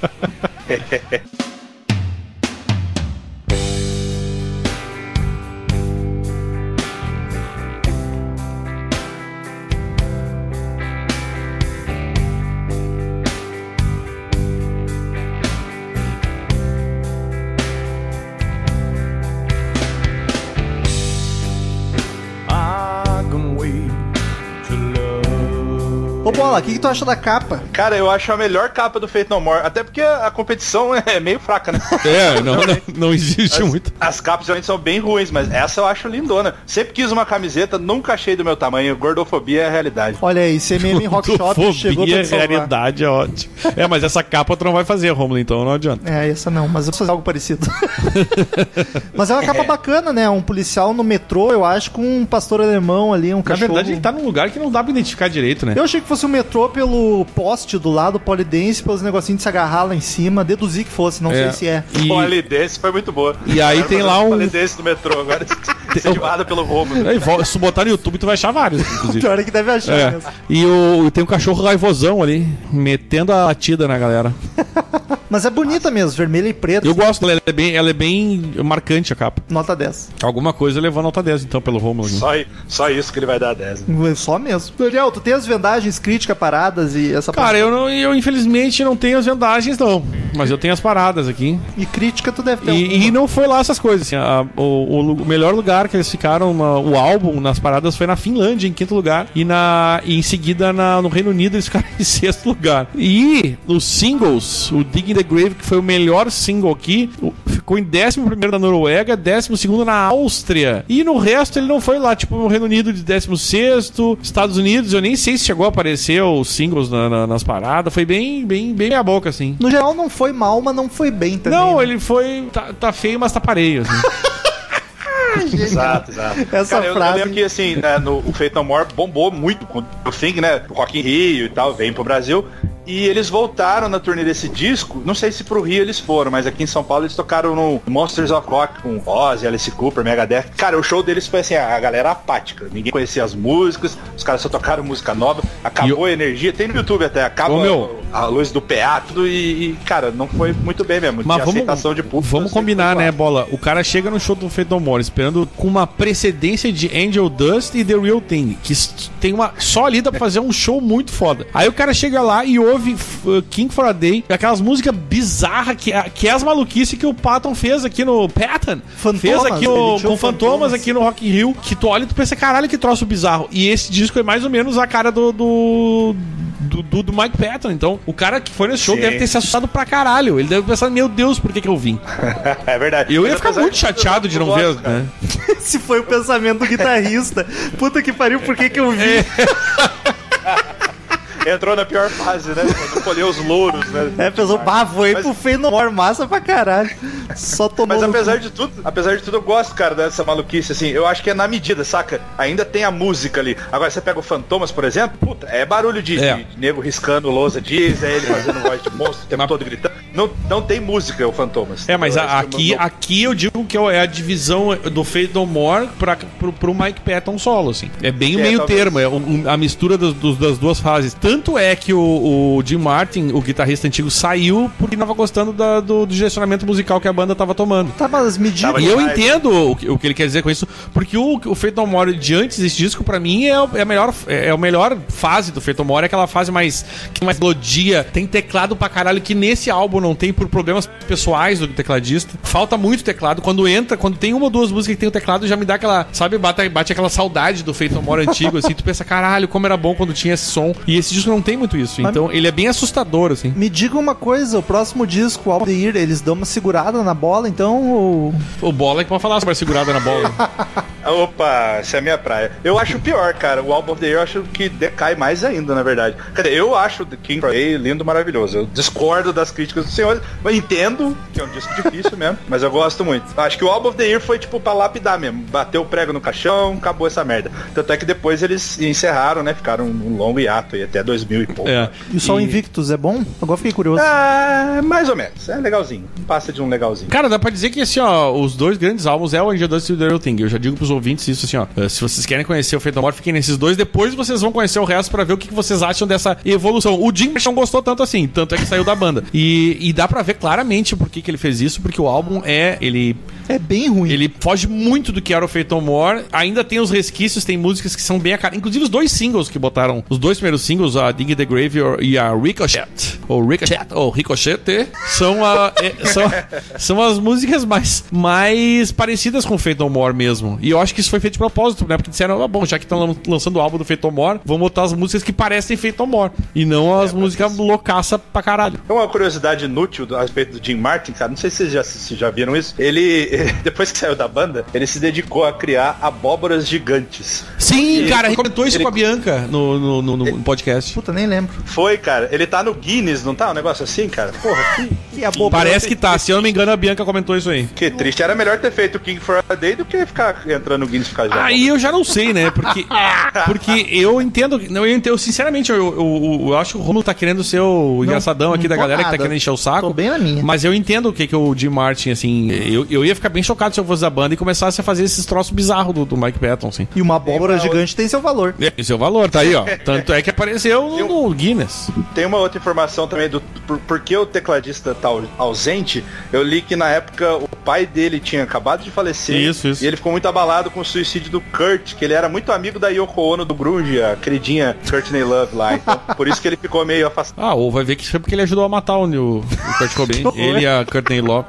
Speaker 1: Ô Bola, o que, que tu acha da capa?
Speaker 3: Cara, eu acho a melhor capa do Fate No More, até porque a competição é meio fraca, né?
Speaker 2: É, não, não, não existe muito.
Speaker 3: As capas realmente são bem ruins, mas essa eu acho lindona. Sempre quis uma camiseta, nunca achei do meu tamanho. Gordofobia é a realidade.
Speaker 1: Olha aí, CMM Rock Shop chegou pra
Speaker 2: Fobia,
Speaker 1: te salvar.
Speaker 2: realidade é ótimo. É, mas essa capa tu não vai fazer, Romulo, então não adianta.
Speaker 1: É, essa não, mas eu vou fazer algo parecido. mas é uma capa bacana, né? Um policial no metrô, eu acho, com um pastor alemão ali, um
Speaker 2: Na
Speaker 1: cachorro.
Speaker 2: verdade, ele tá num lugar que não dá pra identificar direito, né?
Speaker 1: Eu achei que fosse um metrô pelo poste do lado, polidense, pelos negocinhos de se agarrar lá em cima. Deduzi que fosse, não sei se é.
Speaker 2: E-
Speaker 3: Pô, a Lidense foi muito boa.
Speaker 2: E aí
Speaker 3: Agora
Speaker 2: tem
Speaker 3: eu
Speaker 2: lá
Speaker 3: falei
Speaker 2: um-
Speaker 3: Lidense do metrô, agora incentivada pelo Romulo.
Speaker 2: Aí, vol- se botar no YouTube, tu vai achar vários, inclusive.
Speaker 1: Pior é que deve achar
Speaker 2: É.
Speaker 1: mesmo.
Speaker 2: E o, tem um cachorro raivosão ali, metendo a latida na galera.
Speaker 1: Mas é bonita mesmo, vermelha e preta.
Speaker 2: Eu gosto dela, ela é bem, ela é bem marcante a capa.
Speaker 1: Nota 10.
Speaker 2: Alguma coisa levou nota 10, então, pelo Romulo.
Speaker 3: Só, aí- só isso que ele vai dar 10. né?
Speaker 1: Só mesmo. Daniel, tu tem as vendagens críticas paradas e essa
Speaker 2: Cara, eu, não- eu infelizmente não tenho as vendagens, não. Mas eu tenho as paradas aqui.
Speaker 1: E crítica tu deve ter. um-
Speaker 2: E, e não foi lá essas coisas. assim, a- o, o lu- o melhor lugar que eles ficaram, na- o álbum nas paradas, foi na Finlândia, em quinto lugar. E, na, e em seguida na- no Reino Unido eles ficaram em sexto lugar. E os singles, o Dig in the Grave, que foi o melhor single aqui, o- ficou em décimo primeiro na Noruega, décimo segundo na Áustria. E no resto ele não foi lá. Tipo, no Reino Unido de 16, Estados Unidos, eu nem sei se chegou a aparecer os singles na- na- nas paradas. Foi bem, bem, bem meia boca, assim.
Speaker 1: No geral não foi mal, mas não foi bem também.
Speaker 2: Não,
Speaker 1: né?
Speaker 2: ele foi. Tá, tá feio, mas tá pareio. Assim.
Speaker 3: Exato, exato.
Speaker 1: Essa
Speaker 3: Cara, eu-
Speaker 1: frase-
Speaker 3: Eu, lembro que, assim, né, no, o Fate No More bombou muito com o Thing, né? O Rock in Rio e tal, veio pro Brasil. E eles voltaram na turnê desse disco. Não sei se pro Rio eles foram, mas aqui em São Paulo eles tocaram no Monsters of Rock com Ozzy, Alice Cooper, Megadeth. Cara, o show deles foi assim, a galera apática. Ninguém conhecia as músicas, os caras só tocaram música nova. Acabou a energia. Tem no YouTube até, acaba
Speaker 2: Ô, meu.
Speaker 3: a luz do PA, tudo. E, e, cara, não foi muito bem mesmo.
Speaker 2: Mas
Speaker 3: Tinha
Speaker 2: vamos,
Speaker 3: aceitação de público.
Speaker 2: vamos
Speaker 3: assim,
Speaker 2: combinar,
Speaker 3: foi
Speaker 2: né,
Speaker 3: lá.
Speaker 2: Bola? O cara chega no show do Feito More esperando com uma precedência de Angel Dust e The Real Thing, que s- tem uma só ali dá pra fazer um show muito foda. Aí o cara chega lá e ouve uh, King for a Day, aquelas músicas bizarras que, é- que é as maluquices que o Patton fez aqui no Patton,
Speaker 1: Fantomas,
Speaker 2: fez aqui
Speaker 1: ele
Speaker 2: no,
Speaker 1: tinha
Speaker 2: com
Speaker 1: o
Speaker 2: Fantomas,
Speaker 1: Fantomas.
Speaker 2: aqui no Rock in Rio, que tu olha e tu pensa, caralho, que troço bizarro. E esse disco é mais ou menos a cara do do, do, do- do Mike Patton. Então, o cara que foi nesse show
Speaker 3: Sim.
Speaker 2: deve ter se assustado pra caralho. Ele deve pensar, meu Deus, por que que eu vim?
Speaker 3: É verdade.
Speaker 2: Eu
Speaker 3: Mas
Speaker 2: ia ficar
Speaker 3: apesar
Speaker 2: muito
Speaker 3: de-
Speaker 2: chateado de
Speaker 3: eu
Speaker 2: não
Speaker 3: gosto,
Speaker 2: ver,
Speaker 3: cara.
Speaker 2: né?
Speaker 1: Esse foi o pensamento do guitarrista. Puta que pariu, por que, que eu vi?
Speaker 2: É.
Speaker 3: Entrou na pior fase, né? Quando colheu os louros, né?
Speaker 1: É, pessoal, bah, foi
Speaker 3: Mas-
Speaker 1: pro feio no ar, massa pra caralho. Só tomou.
Speaker 3: Mas
Speaker 1: no
Speaker 3: apesar de tudo, apesar de tudo, eu gosto, cara, dessa maluquice, assim. Eu acho que é na medida, saca? Ainda tem a música ali. Agora você pega o Fantomas, por exemplo, puta, é barulho de,
Speaker 2: É.
Speaker 3: de nego riscando lousa diz, é ele fazendo voz de monstro o tempo
Speaker 2: Mas-
Speaker 3: todo gritando. Não, não tem música, o Fantomas.
Speaker 2: É, mas
Speaker 3: Eu
Speaker 2: a-
Speaker 3: acho que
Speaker 2: aqui,
Speaker 3: eu não-
Speaker 2: aqui eu digo que é a divisão do Faith No More pra, pro, pro Mike Patton solo, assim. É bem o
Speaker 3: É,
Speaker 2: meio
Speaker 3: talvez.
Speaker 2: termo, é um- um- a mistura dos- dos- das duas fases. Tanto é que o, o Jim Martin, o guitarrista antigo, saiu porque não tava gostando da- do, do direcionamento musical que a banda tava tomando.
Speaker 1: Tá, mas me diga.
Speaker 3: Tava
Speaker 2: E eu
Speaker 3: demais. né?
Speaker 2: entendo o que, o que ele quer dizer com isso, porque o, o Feito More de antes desse disco, pra mim, é, o- é, a melhor, é a melhor fase do Feito More, é aquela fase mais que tem mais melodia, tem teclado pra caralho, que nesse álbum não tem por problemas pessoais do tecladista. Falta muito teclado. Quando entra, quando tem uma ou duas músicas que tem o teclado, já me dá aquela, sabe, bate, bate aquela saudade do Feito More antigo, assim, tu pensa, caralho, como era bom quando tinha esse som. E esse disco não tem muito isso,
Speaker 1: Mas-
Speaker 2: então ele é bem assustador, assim.
Speaker 1: Me diga uma coisa, o próximo disco, All the Year, eles dão uma segurada na bola, então. ou-
Speaker 2: O Bola é que pode falar sobre a segurada na bola.
Speaker 3: Opa, essa é a minha praia. Eu acho pior, cara. O álbum dele eu acho que decai mais ainda, na verdade. Quer dizer, eu acho The King Frey lindo, maravilhoso. Eu discordo das críticas dos senhores, mas entendo que é um disco difícil mesmo, mas eu gosto muito. Acho que o álbum of the Year foi tipo pra lapidar mesmo. Bateu o prego no caixão, acabou essa merda. Tanto é que depois eles encerraram, né? Ficaram um longo hiato aí até 2000 e pouco.
Speaker 2: É.
Speaker 1: E só o Invictus é bom? Agora fiquei curioso.
Speaker 3: Ah, mais ou menos. É legalzinho. Passa de um legalzinho.
Speaker 2: Cara, dá pra dizer que assim, ó, os dois grandes álbuns é o Angel Dust e o The Real Thing. Eu já digo pros ouvintes isso assim, ó. eh, Se vocês querem conhecer o Feito Amor, fiquem nesses dois. Depois vocês vão conhecer o resto pra ver o que que vocês acham dessa evolução. O Jim não gostou tanto assim, tanto é que saiu da banda. E, e dá pra ver claramente por que, que ele fez isso, porque o álbum é. Ele
Speaker 1: É bem ruim.
Speaker 2: ele foge muito do que era o Feito More. Ainda tem os resquícios, tem músicas que são bem a cara. Inclusive os dois singles que botaram, os dois primeiros singles, a Dig the Grave e a Ricochet, ou Ricochet, ou Ricochet, são, a, é, são, são as músicas mais, mais parecidas com o Feito More mesmo. E eu acho que isso foi feito de propósito, né? Porque disseram, ah, bom, já que estão lançando o álbum do Feito More, vamos botar as músicas que parecem Feito More. E não as músicas loucaça pra caralho.
Speaker 3: Tem É Uma curiosidade inútil do- a respeito do Jim Martin, cara, não sei se vocês já, se já viram isso. Ele, depois que saiu da banda, ele se dedicou a criar abóboras gigantes.
Speaker 2: Sim, cara, ele comentou isso
Speaker 3: ele-
Speaker 2: com a Bianca no, no, no- no podcast.
Speaker 1: Puta, nem lembro.
Speaker 3: Foi, cara. Ele tá no Guinness, não tá? Um negócio assim, cara. Porra, que,
Speaker 1: E a boba.
Speaker 2: Parece que tá, se eu não me engano, a Bianca comentou isso aí.
Speaker 3: que triste. Era melhor ter feito o King for a Day do que ficar entrando no Guinness e ficar já.
Speaker 2: Aí eu já não sei, né? Porque, porque eu entendo. Não, eu entendo, sinceramente, eu, eu- eu- eu acho que o Romulo tá querendo ser o engraçadão aqui
Speaker 1: não
Speaker 2: da
Speaker 1: tô
Speaker 2: galera que
Speaker 1: nada.
Speaker 2: tá querendo encher o saco.
Speaker 1: Tô bem na minha.
Speaker 2: Mas eu entendo o que, que o Jim Martin, assim. Eu, eu ia ficar bem chocado se eu fosse da banda e começasse a fazer esses troços bizarros do, do Mike Patton, assim.
Speaker 1: E uma abóbora gigante tem seu valor.
Speaker 2: É, Esse é o valor, tá aí, ó. Tanto é que apareceu no Guinness.
Speaker 3: Tem uma outra informação também do por, por que o tecladista tá au- ausente. Eu li que na época o pai dele tinha acabado de falecer.
Speaker 2: Isso, isso.
Speaker 3: E ele ficou muito abalado com o suicídio do Kurt, que ele era muito amigo da Yoko Ono do Grunge, a queridinha Courtney Love lá. Então, por isso que ele ficou meio afastado.
Speaker 2: Ah, ou vai ver que isso foi porque ele ajudou a matar o, o, o Kurt Cobain. ele e a Courtney Love.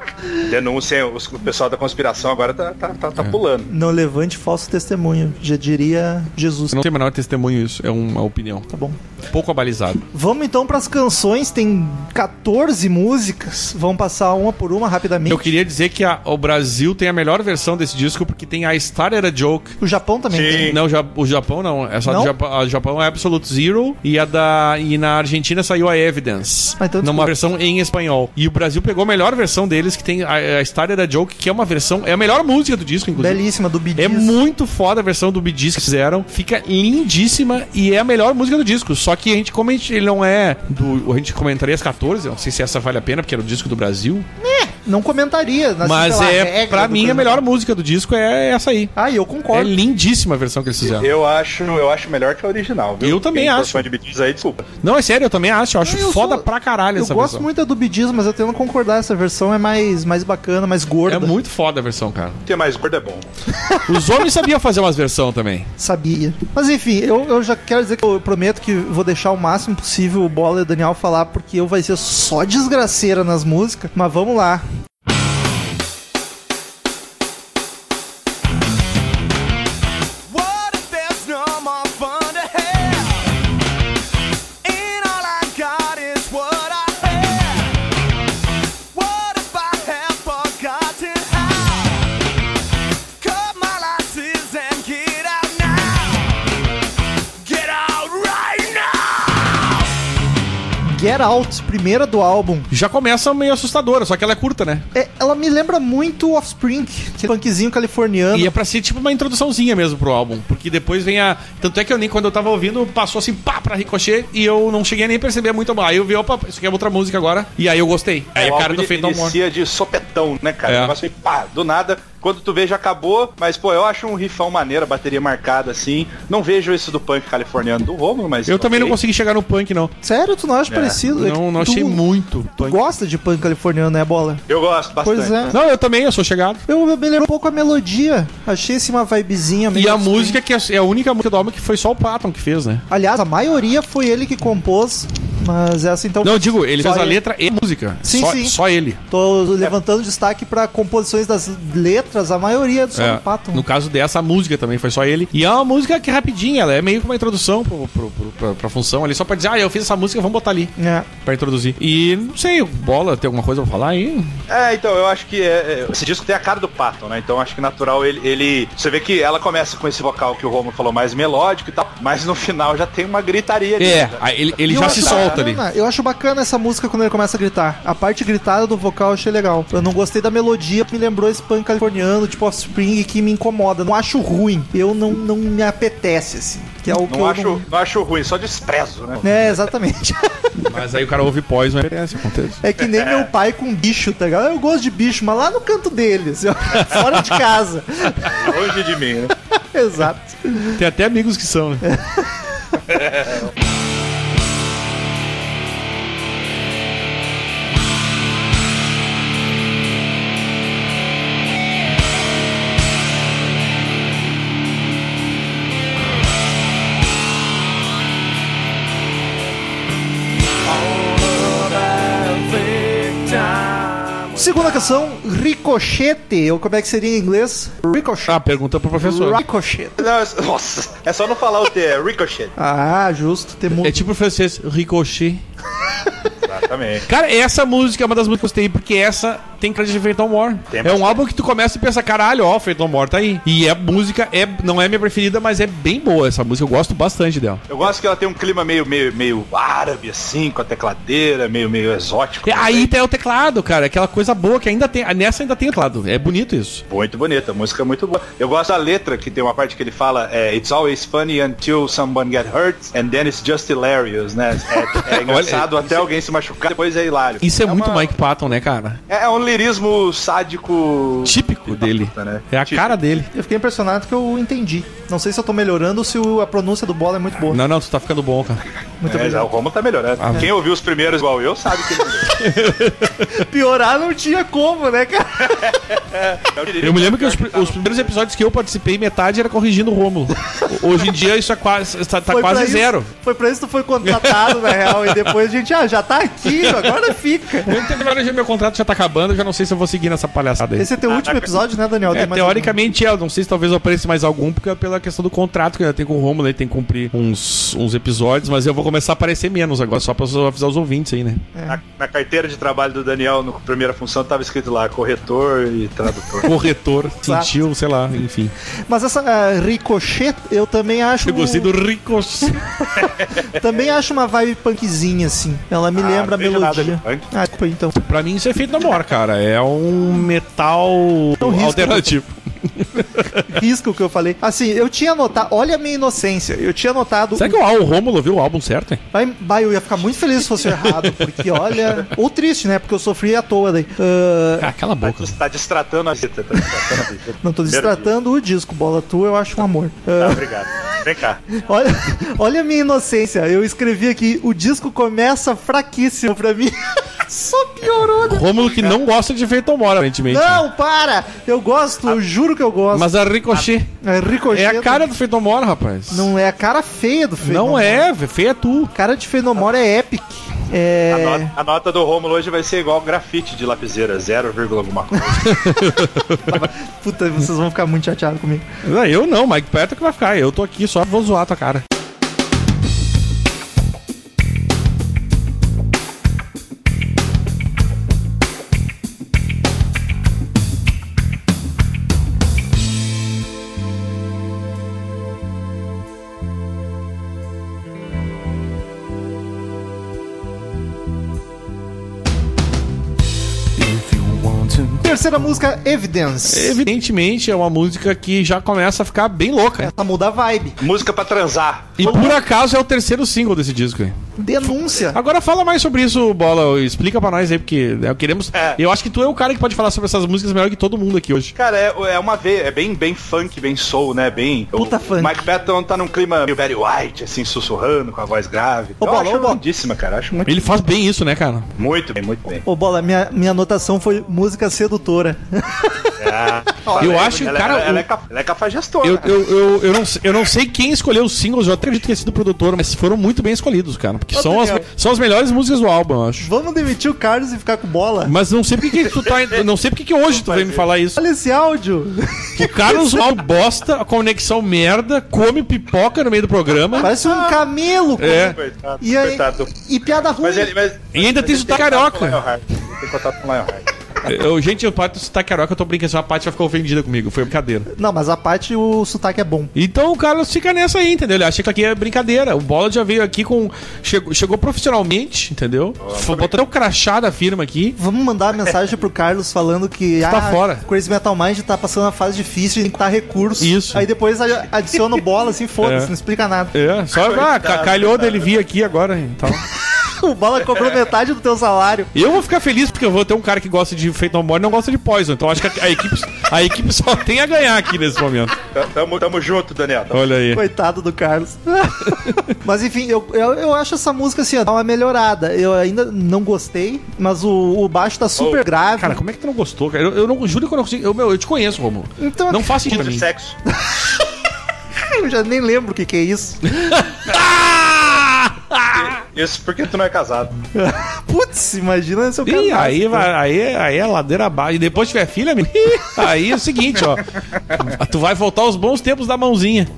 Speaker 3: Denúncia, os- o pessoal da conspiração agora tá, tá, tá,
Speaker 2: É.
Speaker 3: tá pulando.
Speaker 1: Não levante falso testemunho. Já diria Jesus.
Speaker 2: Não tem o menor testemunho isso, é uma opinião.
Speaker 1: Tá bom.
Speaker 2: Pouco abalizado.
Speaker 1: Vamos então pras canções. Tem 14 músicas. Vamos passar uma por uma rapidamente.
Speaker 2: Eu queria dizer que a- o Brasil tem a melhor versão desse disco porque tem a Star Era Joke.
Speaker 1: O Japão também
Speaker 3: Sim.
Speaker 1: tem.
Speaker 2: Não, ja- o Japão não. Essa
Speaker 1: Não?
Speaker 2: Do Japão, a do Japão é Absolute Zero e a da e na Argentina saiu a Evidence.
Speaker 1: Ah, então
Speaker 2: numa
Speaker 1: desculpa.
Speaker 2: versão em espanhol. E o Brasil pegou a melhor versão deles que tem a, a Star Era Joke, que é uma versão é a melhor música do disco inclusive.
Speaker 1: Belíssima, do Bidis.
Speaker 2: É muito foda a versão do Bidis que fizeram. Fica lindíssima e é a melhor música do disco. Só que a gente comente, ele não é do. A gente comentaria as 14, eu não sei se essa vale a pena, porque era o disco do Brasil.
Speaker 1: Não comentaria. assim,
Speaker 2: Mas
Speaker 1: pela
Speaker 2: é,
Speaker 1: regra
Speaker 2: pra
Speaker 1: do
Speaker 2: mim, a
Speaker 1: programa.
Speaker 2: melhor música do disco é essa aí.
Speaker 1: Ah, e eu
Speaker 2: É
Speaker 1: concordo.
Speaker 2: lindíssima a versão que eles fizeram.
Speaker 3: Eu acho, eu acho melhor que a original, viu?
Speaker 2: Tá. Eu também
Speaker 3: Quem for
Speaker 2: acho.
Speaker 3: fã de Beatles aí, desculpa.
Speaker 2: Não, é sério, eu também acho. Eu acho
Speaker 1: Eu
Speaker 2: foda
Speaker 1: sou-
Speaker 2: pra caralho
Speaker 1: Eu
Speaker 2: É essa
Speaker 1: gosto
Speaker 2: versão.
Speaker 1: muito da do Bidis, mas eu tendo a concordar. Essa versão é mais, mais bacana, mais gorda.
Speaker 2: É muito foda a versão, cara.
Speaker 3: Ter mais gordo é bom.
Speaker 2: Os homens sabiam fazer umas versões também.
Speaker 1: Sabia. Mas enfim, eu, eu já quero dizer que eu prometo que vou deixar o máximo possível o Bola e o Daniel falar, porque eu vai ser só desgraceira nas músicas. Mas vamos lá.
Speaker 7: What if there's no more fun to have? And all I got is what I had. What if I have forgotten how? Cut my losses and get out now. Get out right now.
Speaker 1: Get Out, primeira do álbum.
Speaker 2: Já começa meio assustadora, só que ela é curta, né?
Speaker 1: É, ela me lembra muito Offspring, que é punkzinho californiano.
Speaker 2: E é pra ser tipo uma introduçãozinha mesmo pro álbum. Porque depois vem a. Tanto é que eu nem quando eu tava ouvindo, passou assim, pá, pra Ricochet, e eu não cheguei a nem perceber muito. Aí eu vi, opa, isso aqui é outra música agora. E aí eu gostei. Aí
Speaker 3: É, o
Speaker 2: a cara
Speaker 3: álbum
Speaker 2: do Feito Amor.
Speaker 3: inicia de sopetão, né, cara?
Speaker 2: É.
Speaker 3: O negócio aí, pá, do nada. Quando tu vê, já acabou. Mas, pô, eu acho um rifão maneiro, a bateria marcada, assim. Não vejo isso do punk californiano do Romulo, mas...
Speaker 2: Eu também não
Speaker 3: ok.
Speaker 2: consegui chegar no punk, não.
Speaker 1: Sério, tu não acha parecido? É que
Speaker 2: Não, não
Speaker 1: tu-
Speaker 2: achei muito
Speaker 1: Tu
Speaker 2: punk.
Speaker 1: gosta de punk californiano, né, Bola?
Speaker 3: Eu gosto bastante. né?
Speaker 1: Pois é.
Speaker 2: Não, eu também, eu sou chegado.
Speaker 1: Eu eu melhorei um pouco a melodia. Achei assim uma vibezinha
Speaker 2: E
Speaker 1: meio
Speaker 2: a
Speaker 1: Offspring.
Speaker 2: música que é é a única música do álbum que foi só o Patton que fez, né?
Speaker 1: Aliás, a maioria foi ele que compôs, mas essa então.
Speaker 2: Não, eu digo, ele
Speaker 1: Só
Speaker 2: fez a
Speaker 1: ele.
Speaker 2: letra e a música.
Speaker 1: Sim,
Speaker 2: só,
Speaker 1: sim.
Speaker 2: só ele.
Speaker 1: Tô levantando destaque pra composições das letras, a maioria é do Sean
Speaker 2: É,
Speaker 1: Patton.
Speaker 2: No caso dessa, a música também foi só ele. E é uma música que é rapidinha, ela é meio que uma introdução pro, pro, pro- pra, pra função ali, só pra dizer, ah, eu fiz essa música, vamos botar ali
Speaker 1: É.
Speaker 2: pra introduzir. E não sei, bola, tem alguma coisa pra falar aí?
Speaker 3: É, então, eu acho que é, é, esse disco tem a cara do Patton, né? Então acho que natural ele, ele- Você vê que ela começa com esse vocal que o Romulo falou mais melódico e tal, mas no final já tem uma gritaria ali,
Speaker 2: É,
Speaker 3: né?
Speaker 2: aí ele, ele
Speaker 1: E
Speaker 2: já
Speaker 1: eu
Speaker 2: se
Speaker 1: acho
Speaker 2: solta ali.
Speaker 1: bacana, Eu acho bacana essa música quando ele começa a gritar. A parte gritada do vocal eu achei legal. Eu não gostei da melodia, me lembrou esse punk californiano, tipo Offspring, que me incomoda. Não acho ruim. Eu não, não me apetece, assim. Que é o que
Speaker 3: Não
Speaker 1: eu
Speaker 3: acho, não acho ruim, só desprezo, né?
Speaker 1: não- É, exatamente.
Speaker 2: Mas aí o cara ouve pós, não merece, acontece.
Speaker 1: É que nem meu pai com bicho, tá ligado? Eu gosto de bicho, mas lá no canto dele, assim, ó, fora de casa. É.
Speaker 3: Longe de mim, né?
Speaker 1: Exato.
Speaker 2: Tem até amigos que são, né?
Speaker 1: Segunda canção, Ricochete, ou como é que seria em inglês?
Speaker 2: Ah, pergunta pro professor.
Speaker 1: Ricochete.
Speaker 3: Não, é- nossa, é só não falar o T, é Ricochet.
Speaker 1: Ah, justo, tem muito.
Speaker 2: É tipo o francês, ricochet.
Speaker 3: Exatamente.
Speaker 2: Cara, essa música é uma das músicas que eu gostei, porque essa tem crédito de Faith No More.
Speaker 3: Tem
Speaker 2: é um
Speaker 3: bastante.
Speaker 2: álbum que tu começa e pensa, caralho, ó, Faith No More tá aí. E a música é, não é minha preferida, mas é bem boa essa música, eu gosto bastante dela.
Speaker 3: Eu gosto que ela tem um clima meio, meio, meio árabe, assim, com a tecladeira, meio, meio exótico.
Speaker 2: E É, aí
Speaker 3: também.
Speaker 2: tem o teclado, cara, aquela coisa boa que ainda tem, nessa ainda tem teclado, é bonito isso.
Speaker 3: Muito bonita, a música é muito boa. Eu gosto da letra, que tem uma parte que ele fala é, It's always funny until someone get hurt, and then it's just hilarious, né? É, é engraçado até alguém se machucar, depois é hilário.
Speaker 2: Isso é, muito
Speaker 3: uma-
Speaker 2: Mike Patton, né, cara?
Speaker 3: É um lirismo sádico...
Speaker 2: Típico dele.
Speaker 3: tá né?
Speaker 2: É a
Speaker 3: Típico.
Speaker 2: cara dele.
Speaker 1: Eu fiquei impressionado que eu entendi. Não sei se eu tô melhorando ou se o- a pronúncia do bola é muito boa.
Speaker 2: Não, não, tu tá ficando bom, cara.
Speaker 1: Muito
Speaker 3: É, já o Romo tá melhorando.
Speaker 2: Ah.
Speaker 3: Quem ouviu os primeiros igual eu sabe que ele é melhorou.
Speaker 1: Piorar não tinha como, né, cara?
Speaker 3: É
Speaker 2: Eu
Speaker 3: tá
Speaker 2: me lembro que os, os primeiros episódios que eu participei, metade era corrigindo o Rômulo. Hoje em dia isso é quase, tá, tá
Speaker 1: Foi pra
Speaker 2: quase
Speaker 1: isso-
Speaker 2: zero.
Speaker 1: Foi pra isso que tu foi contratado, na real. E depois a gente, ah, já tá aqui, agora fica.
Speaker 2: Eu entendi, agora já- meu contrato já tá acabando, eu já não sei se eu vou seguir nessa palhaçada aí.
Speaker 1: Esse é teu último episódio, né, Daniel?
Speaker 2: É,
Speaker 1: Tem mais
Speaker 2: teoricamente é, eu não sei se talvez eu apareça mais algum, porque é pela questão do contrato que ainda tem com o Romulo, ele tem que cumprir uns, uns episódios, mas eu vou começar a aparecer menos agora, só pra avisar os ouvintes aí, né?
Speaker 3: Na, na carteira de trabalho do Daniel, na primeira função, tava escrito lá corretor e tradutor.
Speaker 2: Corretor, sentiu, sei lá, enfim.
Speaker 1: algum. Mas essa ah, Ricochet, eu também acho.
Speaker 2: Eu gostei do Ricos.
Speaker 1: Também acho uma vibe punkzinha, assim. Ela me
Speaker 3: Ah,
Speaker 1: lembra a
Speaker 3: não vejo nada de
Speaker 1: melodia.
Speaker 3: punk.
Speaker 1: Ah, desculpa, então.
Speaker 2: pra mim isso é feito na mora, cara. É um metal
Speaker 1: risco.
Speaker 2: alternativo.
Speaker 1: Risco que eu falei. Assim, eu tinha notado. Olha a minha inocência. Eu tinha notado.
Speaker 2: Será que o, Al- o Romulo viu o álbum certo, hein?
Speaker 1: Vai, vai, eu ia ficar muito feliz se fosse errado, porque olha. Ou triste, né? Porque eu sofri à toa daí. Ah,
Speaker 2: Ah, cala a boca.
Speaker 3: Você tá destratando a vida. Tá destratando a vida.
Speaker 1: não tô
Speaker 3: Primeiro
Speaker 1: destratando o disco, bola tua, eu acho um amor.
Speaker 3: dia. Tá,
Speaker 1: Ah,
Speaker 3: obrigado. Vem cá.
Speaker 1: olha, olha a minha inocência. Eu escrevi aqui, o disco começa fraquíssimo pra mim. Só piorou, né?
Speaker 2: Rômulo que não gosta de feito na mora, aparentemente.
Speaker 1: Não, para! Eu gosto, eu juro que eu gosto.
Speaker 2: Mas a Ricochet
Speaker 1: é, Ricochet
Speaker 2: é a cara do feito na mora, rapaz.
Speaker 1: Não é a cara feia do Fenomora.
Speaker 2: Não é, velho, feio é tu.
Speaker 1: A cara de Fenomora é epic. É.
Speaker 3: A, nota, a nota do Romulo hoje vai ser igual grafite de lapiseira, 0, alguma coisa.
Speaker 1: Puta, vocês vão ficar muito chateados comigo.
Speaker 2: Não, eu não, Mike Perto que vai ficar. Eu tô aqui só vou zoar tua cara.
Speaker 1: terceira música, Evidence.
Speaker 2: Evidentemente é uma música que já começa a ficar bem louca.
Speaker 1: Essa muda a vibe.
Speaker 3: Música pra transar.
Speaker 2: E por acaso é o terceiro single desse disco aí.
Speaker 1: Denúncia.
Speaker 2: Agora fala mais sobre isso, Bola. Explica pra nós aí, porque né, queremos.
Speaker 3: É.
Speaker 2: Eu acho que tu é o cara que pode falar sobre essas músicas melhor que todo mundo aqui hoje.
Speaker 3: Cara, é, é uma vez, é bem, bem funk, bem soul, né? Bem.
Speaker 1: Puta
Speaker 3: o,
Speaker 1: funk.
Speaker 3: Mike Patton tá num clima meio Barry White, assim, sussurrando, com a voz grave.
Speaker 1: Ô,
Speaker 3: Eu
Speaker 1: Bola, ô,
Speaker 3: acho
Speaker 1: Bola.
Speaker 3: lindíssima, cara. Acho muito,
Speaker 2: Ele faz bem isso, né, cara?
Speaker 3: muito bem, muito bem.
Speaker 1: Ô, Bola, minha, minha anotação foi música sedutora.
Speaker 3: Ela é-
Speaker 2: acho,
Speaker 3: ela,
Speaker 2: cara,
Speaker 3: Ela, ela,
Speaker 2: o-
Speaker 3: é, caf- ela é cafajestona.
Speaker 2: Eu, eu, eu, eu, não, sei- eu não sei quem escolheu os singles, eu até acredito que tenha sido o produtor, mas foram muito bem escolhidos, cara. Porque
Speaker 1: Ô,
Speaker 2: são as,
Speaker 1: Daniel.
Speaker 2: são as melhores músicas do álbum, eu acho.
Speaker 1: Vamos demitir o Carlos e ficar com bola?
Speaker 2: Mas não sei porque que tu tá. Não sei porque que hoje tu veio me falar isso.
Speaker 1: Olha esse áudio.
Speaker 2: O Carlos mal bosta, a conexão merda, come pipoca no meio do programa.
Speaker 1: Parece um camelo. cara.
Speaker 2: É.
Speaker 3: Coitado,
Speaker 1: E, aí,
Speaker 3: coitado.
Speaker 1: e piada ruim.
Speaker 3: Mas ele, mas,
Speaker 2: E ainda
Speaker 3: mas
Speaker 2: tem
Speaker 3: ele
Speaker 2: sotaque
Speaker 3: contato
Speaker 2: carioca.
Speaker 3: com o Lionheart. Ele Tem contato com o Lionheart.
Speaker 2: Eu, gente, eu pato sotaque carioca, eu tô brincando, senão a Paty vai ficar ofendida comigo. Foi brincadeira.
Speaker 1: Não, mas a parte o sotaque é bom.
Speaker 2: Então o Carlos fica nessa aí, entendeu? Ele acha que aqui é brincadeira. O Bola já veio aqui com. Chegou, chegou profissionalmente, entendeu? Foi- Botou até o crachá da firma aqui.
Speaker 1: Vamos mandar uma mensagem pro Carlos falando que ah,
Speaker 2: Tá fora.
Speaker 1: Crazy Metal Mind tá passando uma fase difícil, tem que tá recurso.
Speaker 2: Isso.
Speaker 1: Aí depois a- adiciona o bola assim, foda-se,
Speaker 2: É.
Speaker 1: não explica nada.
Speaker 2: É, só ah, ca- calhou dele vir aqui agora e tal.
Speaker 1: O bola cobrou metade do teu salário.
Speaker 2: Eu vou ficar feliz porque eu vou ter um cara que gosta de Feito More e não gosta de Poison. Então acho que a, a equipe, a equipe só tem a ganhar aqui nesse momento.
Speaker 3: Tá- Tamo, tamo junto, Daniel. Tamo-
Speaker 2: Olha aí.
Speaker 1: Coitado do Carlos. mas enfim, eu, eu, eu acho essa música assim, ó, dá uma melhorada. Eu ainda não gostei, mas o, o baixo tá super
Speaker 3: Oh,
Speaker 1: grave.
Speaker 2: Cara, como é que tu não gostou, cara? Eu, eu não juro que eu não consigo. Eu, meu, eu te conheço, Romulo.
Speaker 1: Então-
Speaker 2: não faz sentido pra
Speaker 3: de
Speaker 2: mim.
Speaker 3: sexo.
Speaker 1: eu já nem lembro o que, que é isso.
Speaker 3: Isso porque tu não é casado.
Speaker 1: Putz, imagina se eu
Speaker 2: Ih,
Speaker 1: casasse,
Speaker 2: aí,
Speaker 1: cara.
Speaker 2: vai, aí, aí é ladeira abaixo. E depois tiver filha, amigo, ih, aí é o seguinte, ó. Tu vai voltar aos bons tempos da mãozinha.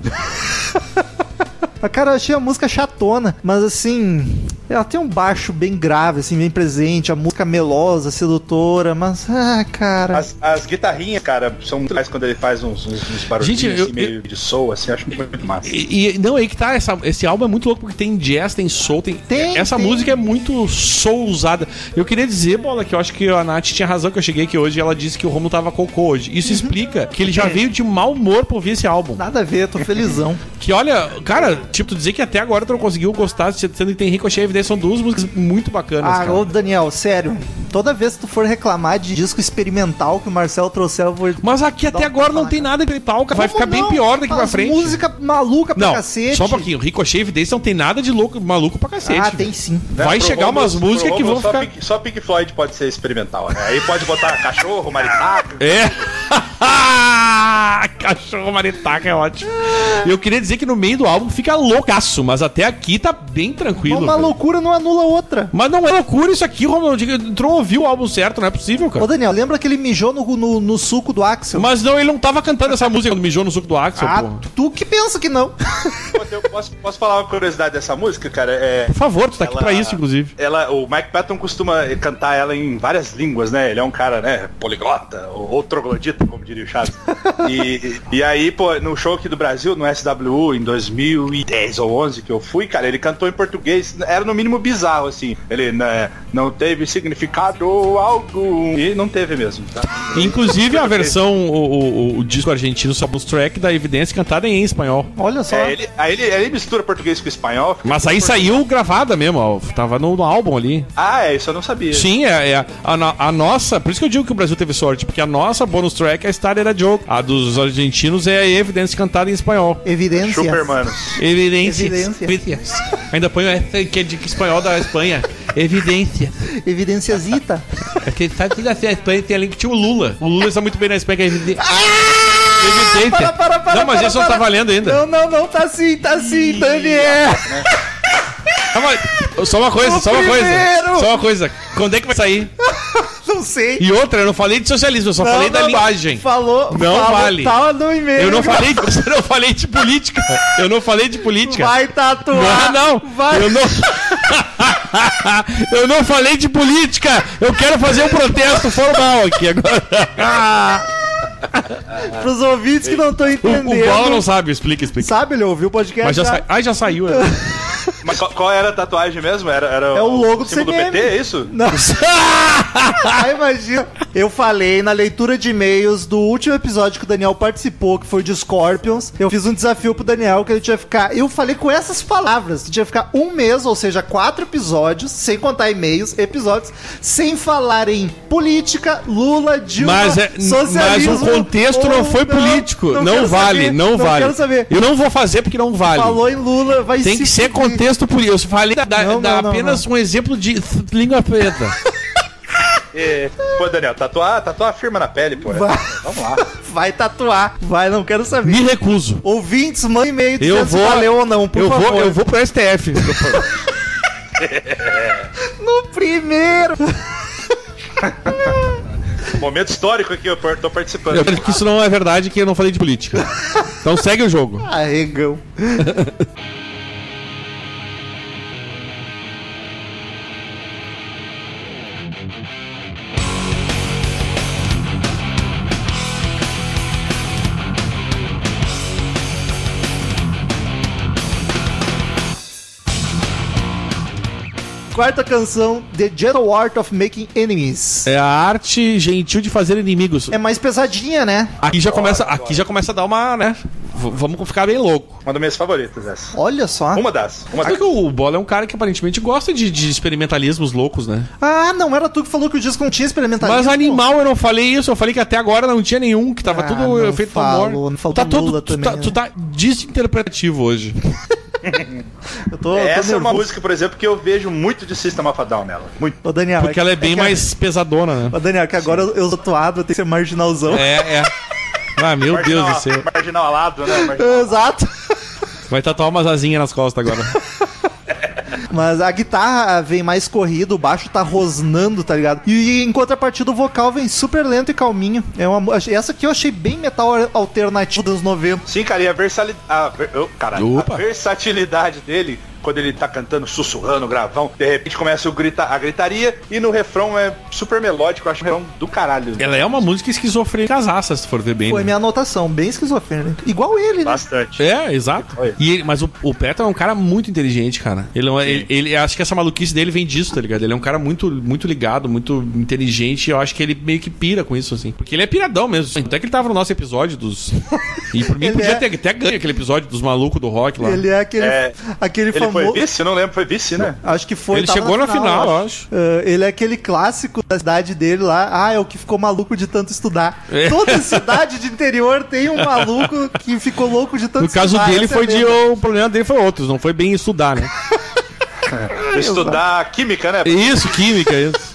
Speaker 1: Mas, cara, eu achei a música chatona, mas assim. Ela tem um baixo bem grave, assim, bem presente, a música melosa, sedutora, mas. Ah, cara.
Speaker 3: As, as guitarrinhas, cara, são muito legais quando ele faz uns, uns, uns barulhinhos
Speaker 2: Gente, eu-
Speaker 3: assim, meio de soul, assim, acho muito massa.
Speaker 2: E, e- não, aí que tá, essa- esse álbum é muito louco porque tem jazz, tem soul, tem.
Speaker 1: Tem,
Speaker 2: essa
Speaker 1: tem.
Speaker 2: música é muito soulzada. Eu queria dizer, bola, que eu acho que a Nath tinha razão que eu cheguei aqui hoje e ela disse que o Romulo tava cocô hoje.
Speaker 1: Uhum.
Speaker 2: Isso explica que ele
Speaker 1: É.
Speaker 2: já veio de mau humor por ouvir esse álbum.
Speaker 1: Nada a ver, tô felizão.
Speaker 2: Que olha, cara, tipo, tu dizer que até agora tu não conseguiu gostar, sendo que tem Ricochet e Evidência são duas músicas muito bacanas.
Speaker 1: ah,
Speaker 2: cara.
Speaker 1: ô Daniel, sério, toda vez que tu for reclamar de disco experimental que o Marcel trouxer, eu vou.
Speaker 2: Mas aqui até
Speaker 1: Dá um
Speaker 2: agora não
Speaker 1: falar,
Speaker 2: tem nada grital, cara. Vai
Speaker 1: Como
Speaker 2: ficar bem
Speaker 1: não?
Speaker 2: pior daqui pra
Speaker 1: As
Speaker 2: frente.
Speaker 1: Música maluca pra
Speaker 2: Não,
Speaker 1: cacete.
Speaker 2: só um pouquinho. Ricochet e Evidência não tem nada de louco, maluco pra cacete.
Speaker 1: Ah,
Speaker 2: velho.
Speaker 1: tem sim.
Speaker 2: Vai
Speaker 3: Pro
Speaker 2: chegar
Speaker 3: Romulo-
Speaker 2: umas músicas
Speaker 3: pro
Speaker 2: que vão
Speaker 3: Romulo um- só
Speaker 2: ficar.
Speaker 3: Pink- só Pink Floyd pode ser experimental, né? Aí pode botar cachorro, maritaca.
Speaker 2: É. Cachorro maritaca é ótimo. Eu queria dizer que no meio do álbum fica loucaço, mas até aqui tá bem tranquilo.
Speaker 1: Uma
Speaker 2: velho.
Speaker 1: loucura não anula outra.
Speaker 2: Mas não é loucura isso aqui, Romulo. Diga, Tu não ouviu o álbum certo, não é possível, cara.
Speaker 1: Ô, Daniel, lembra que ele mijou no, no, no suco do Axel?
Speaker 2: Mas não, ele não tava cantando essa música do mijou no suco do Axel,
Speaker 1: Ah,
Speaker 2: porra.
Speaker 1: tu que pensa que não.
Speaker 3: Eu posso, posso falar uma curiosidade dessa música, cara? É,
Speaker 2: Por favor, tu tá aqui
Speaker 3: Ela-
Speaker 2: pra isso, inclusive.
Speaker 3: Ela, o Mike Patton costuma cantar ela em várias línguas, né? Ele é um cara, né, poliglota, ou, ou troglodita, como diria o Chaves. E, e aí, pô, no show aqui do Brasil, no SWU, em 2010 ou 11 que eu fui, cara, ele cantou em português, era no mínimo bizarro, assim. Ele, né, não teve significado algum. E não teve mesmo, tá?
Speaker 2: Inclusive a versão, o, o- o disco argentino sob os track da Evidência cantada em espanhol.
Speaker 1: Olha só.
Speaker 3: É, ele, aí, ele, ele mistura português com espanhol. fica-
Speaker 2: Mas aí saiu gravada mesmo, ó. Tava no, no álbum ali.
Speaker 3: Ah, é, isso eu não sabia.
Speaker 2: Sim, é, é a, no- a nossa. Por isso que eu digo que o Brasil teve sorte, porque a nossa bonus track é Star Era Joke. A dos argentinos é a Evidência cantada em espanhol.
Speaker 3: é
Speaker 1: Evidências.
Speaker 3: Supermanos.
Speaker 2: Evidência.
Speaker 1: Evidências.
Speaker 2: Ainda põe o F que é de espanhol da Espanha. Evidência.
Speaker 1: Evidênciasita.
Speaker 2: É que sabe tudo assim, a Espanha tem ali que tinha o Lula. O Lula está muito bem na Espanha, que é eviden- evidente.
Speaker 1: Ah! Para, para, para,
Speaker 2: não, mas
Speaker 1: para,
Speaker 2: esse não tá
Speaker 1: para.
Speaker 2: valendo ainda.
Speaker 1: Não, não, não, tá sim, tá sim, Daniel.
Speaker 2: Calma, Tá Só uma coisa,
Speaker 1: O
Speaker 2: só uma
Speaker 1: primeiro.
Speaker 2: coisa. Só uma coisa. Quando é que vai sair?
Speaker 1: Não sei.
Speaker 2: E outra, eu não falei de socialismo, eu só
Speaker 1: Não,
Speaker 2: falei da
Speaker 1: não, não.
Speaker 2: linguagem.
Speaker 1: Falou,
Speaker 2: Não
Speaker 1: falou,
Speaker 2: vale.
Speaker 1: Tá no e-mail.
Speaker 2: Eu não falei, de, eu não falei de política. Eu não falei de política.
Speaker 1: Vai tatuar.
Speaker 2: Não, não.
Speaker 1: Vai.
Speaker 2: Eu não. eu não falei de política. Eu quero fazer um protesto formal aqui agora.
Speaker 1: Pros ouvintes que não estão
Speaker 2: o o
Speaker 1: entendendo.
Speaker 2: Paulo não sabe, explica, explica.
Speaker 1: Sabe, ele ouviu o podcast.
Speaker 2: Mas já
Speaker 1: já.
Speaker 2: saiu. Ah, já saiu. é.
Speaker 3: Mas qual, qual era a tatuagem mesmo? Era, era
Speaker 1: É o logo do
Speaker 3: símbolo
Speaker 1: CMM.
Speaker 3: PT, é isso?
Speaker 1: Não. Ah, imagina. Eu falei na leitura de e-mails do último episódio que o Daniel participou, que foi de Scorpions. Eu fiz um desafio pro Daniel que ele tinha que ficar. Eu falei com essas palavras: que tinha que ficar um mês, ou seja, quatro episódios, sem contar e-mails, episódios, sem falar em política, Lula, Dilma,
Speaker 2: Mas, é, mas
Speaker 1: socialismo.
Speaker 2: o contexto
Speaker 1: ou
Speaker 2: não foi político. Não,
Speaker 1: quero
Speaker 2: vale,
Speaker 1: saber,
Speaker 2: não vale.
Speaker 1: quero saber.
Speaker 2: Eu não vou fazer porque não vale.
Speaker 1: Falou em Lula, vai
Speaker 2: Tem que
Speaker 1: se
Speaker 2: ser
Speaker 1: fuder.
Speaker 2: contexto político. Eu falei da, da-
Speaker 1: Não,
Speaker 2: da
Speaker 1: não, não,
Speaker 2: apenas um exemplo de th- língua preta.
Speaker 3: É, pô, Daniel, tatua, tatua a firma na pele, pô.
Speaker 1: Vai.
Speaker 3: Vamos lá.
Speaker 1: Vai tatuar. Vai, não quero saber.
Speaker 2: Me recuso.
Speaker 1: Ouvintes, manda e-mail
Speaker 2: Eu
Speaker 1: dizendo se
Speaker 2: vou.
Speaker 1: valeu ou não, por
Speaker 2: eu,
Speaker 1: favor.
Speaker 2: vou eu vou pro STF.
Speaker 1: No primeiro.
Speaker 3: Momento histórico aqui, eu par- tô participando.
Speaker 2: eu acho que isso não é verdade, que eu não falei de política. Então segue o jogo.
Speaker 1: Arregão. Quarta canção, The Gentle Art of Making Enemies. É.
Speaker 2: É a arte gentil de fazer inimigos.
Speaker 1: mais pesadinha, né?
Speaker 2: Aqui já começa, aqui já começa a dar uma, né? V- vamos ficar bem louco.
Speaker 3: Uma das minhas favoritas, essa.
Speaker 1: Olha só.
Speaker 3: Uma das. Uma
Speaker 2: Sabe
Speaker 3: das.
Speaker 2: que o Bola é um cara que aparentemente gosta de, de experimentalismos loucos, né?
Speaker 1: Ah, não era tu que falou que o disco não tinha experimentalismo?
Speaker 2: Mas animal eu não falei isso, eu falei que até agora não tinha nenhum, que tava
Speaker 1: Ah,
Speaker 2: tudo
Speaker 1: não
Speaker 2: feito
Speaker 1: falo,
Speaker 2: amor.
Speaker 1: não falou
Speaker 2: tá
Speaker 1: do
Speaker 2: todo,
Speaker 1: Lula
Speaker 2: tu,
Speaker 1: também,
Speaker 2: tá,
Speaker 1: né?
Speaker 2: tu tá desinterpretativo hoje.
Speaker 1: Eu tô, eu tô
Speaker 3: Essa é uma
Speaker 1: nervoso.
Speaker 3: música, por exemplo, que eu vejo muito de System of a Down nela. Muito.
Speaker 1: Ô, Daniel,
Speaker 2: Porque ela é bem
Speaker 1: que-
Speaker 2: mais pesadona, né?
Speaker 1: Ô, Daniel, é que agora eu, eu sou atuado, eu tenho que ser marginalzão.
Speaker 2: É, é. Ah, meu Deus do céu.
Speaker 3: Marginal alado, né? Marginal.
Speaker 1: Exato.
Speaker 2: Vai tatuar umas asinhas nas costas agora.
Speaker 1: Mas a guitarra vem mais corrida, o baixo tá rosnando, tá ligado? E em contrapartida, o vocal vem super lento e calminho. É uma, mu- essa aqui eu achei bem metal alternativo dos 90.
Speaker 3: Sim, cara, e a versatilidade. A, ver- eu- caralho,
Speaker 2: Opa.
Speaker 3: a versatilidade dele, quando ele tá cantando, sussurrando, gravão, de repente começa o grita, a gritaria e no refrão é super melódico, eu acho um refrão do caralho.
Speaker 2: Ela é uma música esquizofrênica casaça, se for ver bem.
Speaker 1: Foi
Speaker 2: né?
Speaker 1: minha anotação, bem esquizofrênico. Igual ele, né?
Speaker 3: Bastante.
Speaker 2: É, exato.
Speaker 3: Olha.
Speaker 2: E ele- mas o, o Patton é um cara muito inteligente, cara. Ele, é um- ele, ele- acho que essa maluquice dele vem disso, tá ligado? Ele é um cara muito, muito ligado, muito inteligente. E eu acho que ele meio que pira com isso, assim. Porque ele é piradão mesmo. Até que ele tava no nosso episódio dos. E por mim
Speaker 1: Ele
Speaker 2: podia
Speaker 1: é-
Speaker 2: ter até ganho aquele episódio dos malucos do rock lá. Ele,
Speaker 1: Ele é aquele,
Speaker 3: É,
Speaker 1: aquele
Speaker 3: Ele foi
Speaker 1: famoso.
Speaker 3: vice? Eu não lembro, foi vice, né?
Speaker 1: Acho que foi. tava
Speaker 2: chegou na final, eu acho.
Speaker 1: Ah, ele é aquele clássico da cidade dele lá. Ah, é o que ficou maluco de tanto estudar.
Speaker 2: É.
Speaker 1: Toda cidade de interior tem um maluco que ficou louco de tanto
Speaker 2: No caso
Speaker 1: estudar.
Speaker 2: dele
Speaker 1: essa é
Speaker 2: foi
Speaker 1: a
Speaker 2: de. um,
Speaker 1: lenda.
Speaker 2: O problema dele foi outros, não foi bem estudar, né?
Speaker 3: Estudar química, né?
Speaker 2: É Isso, química, isso.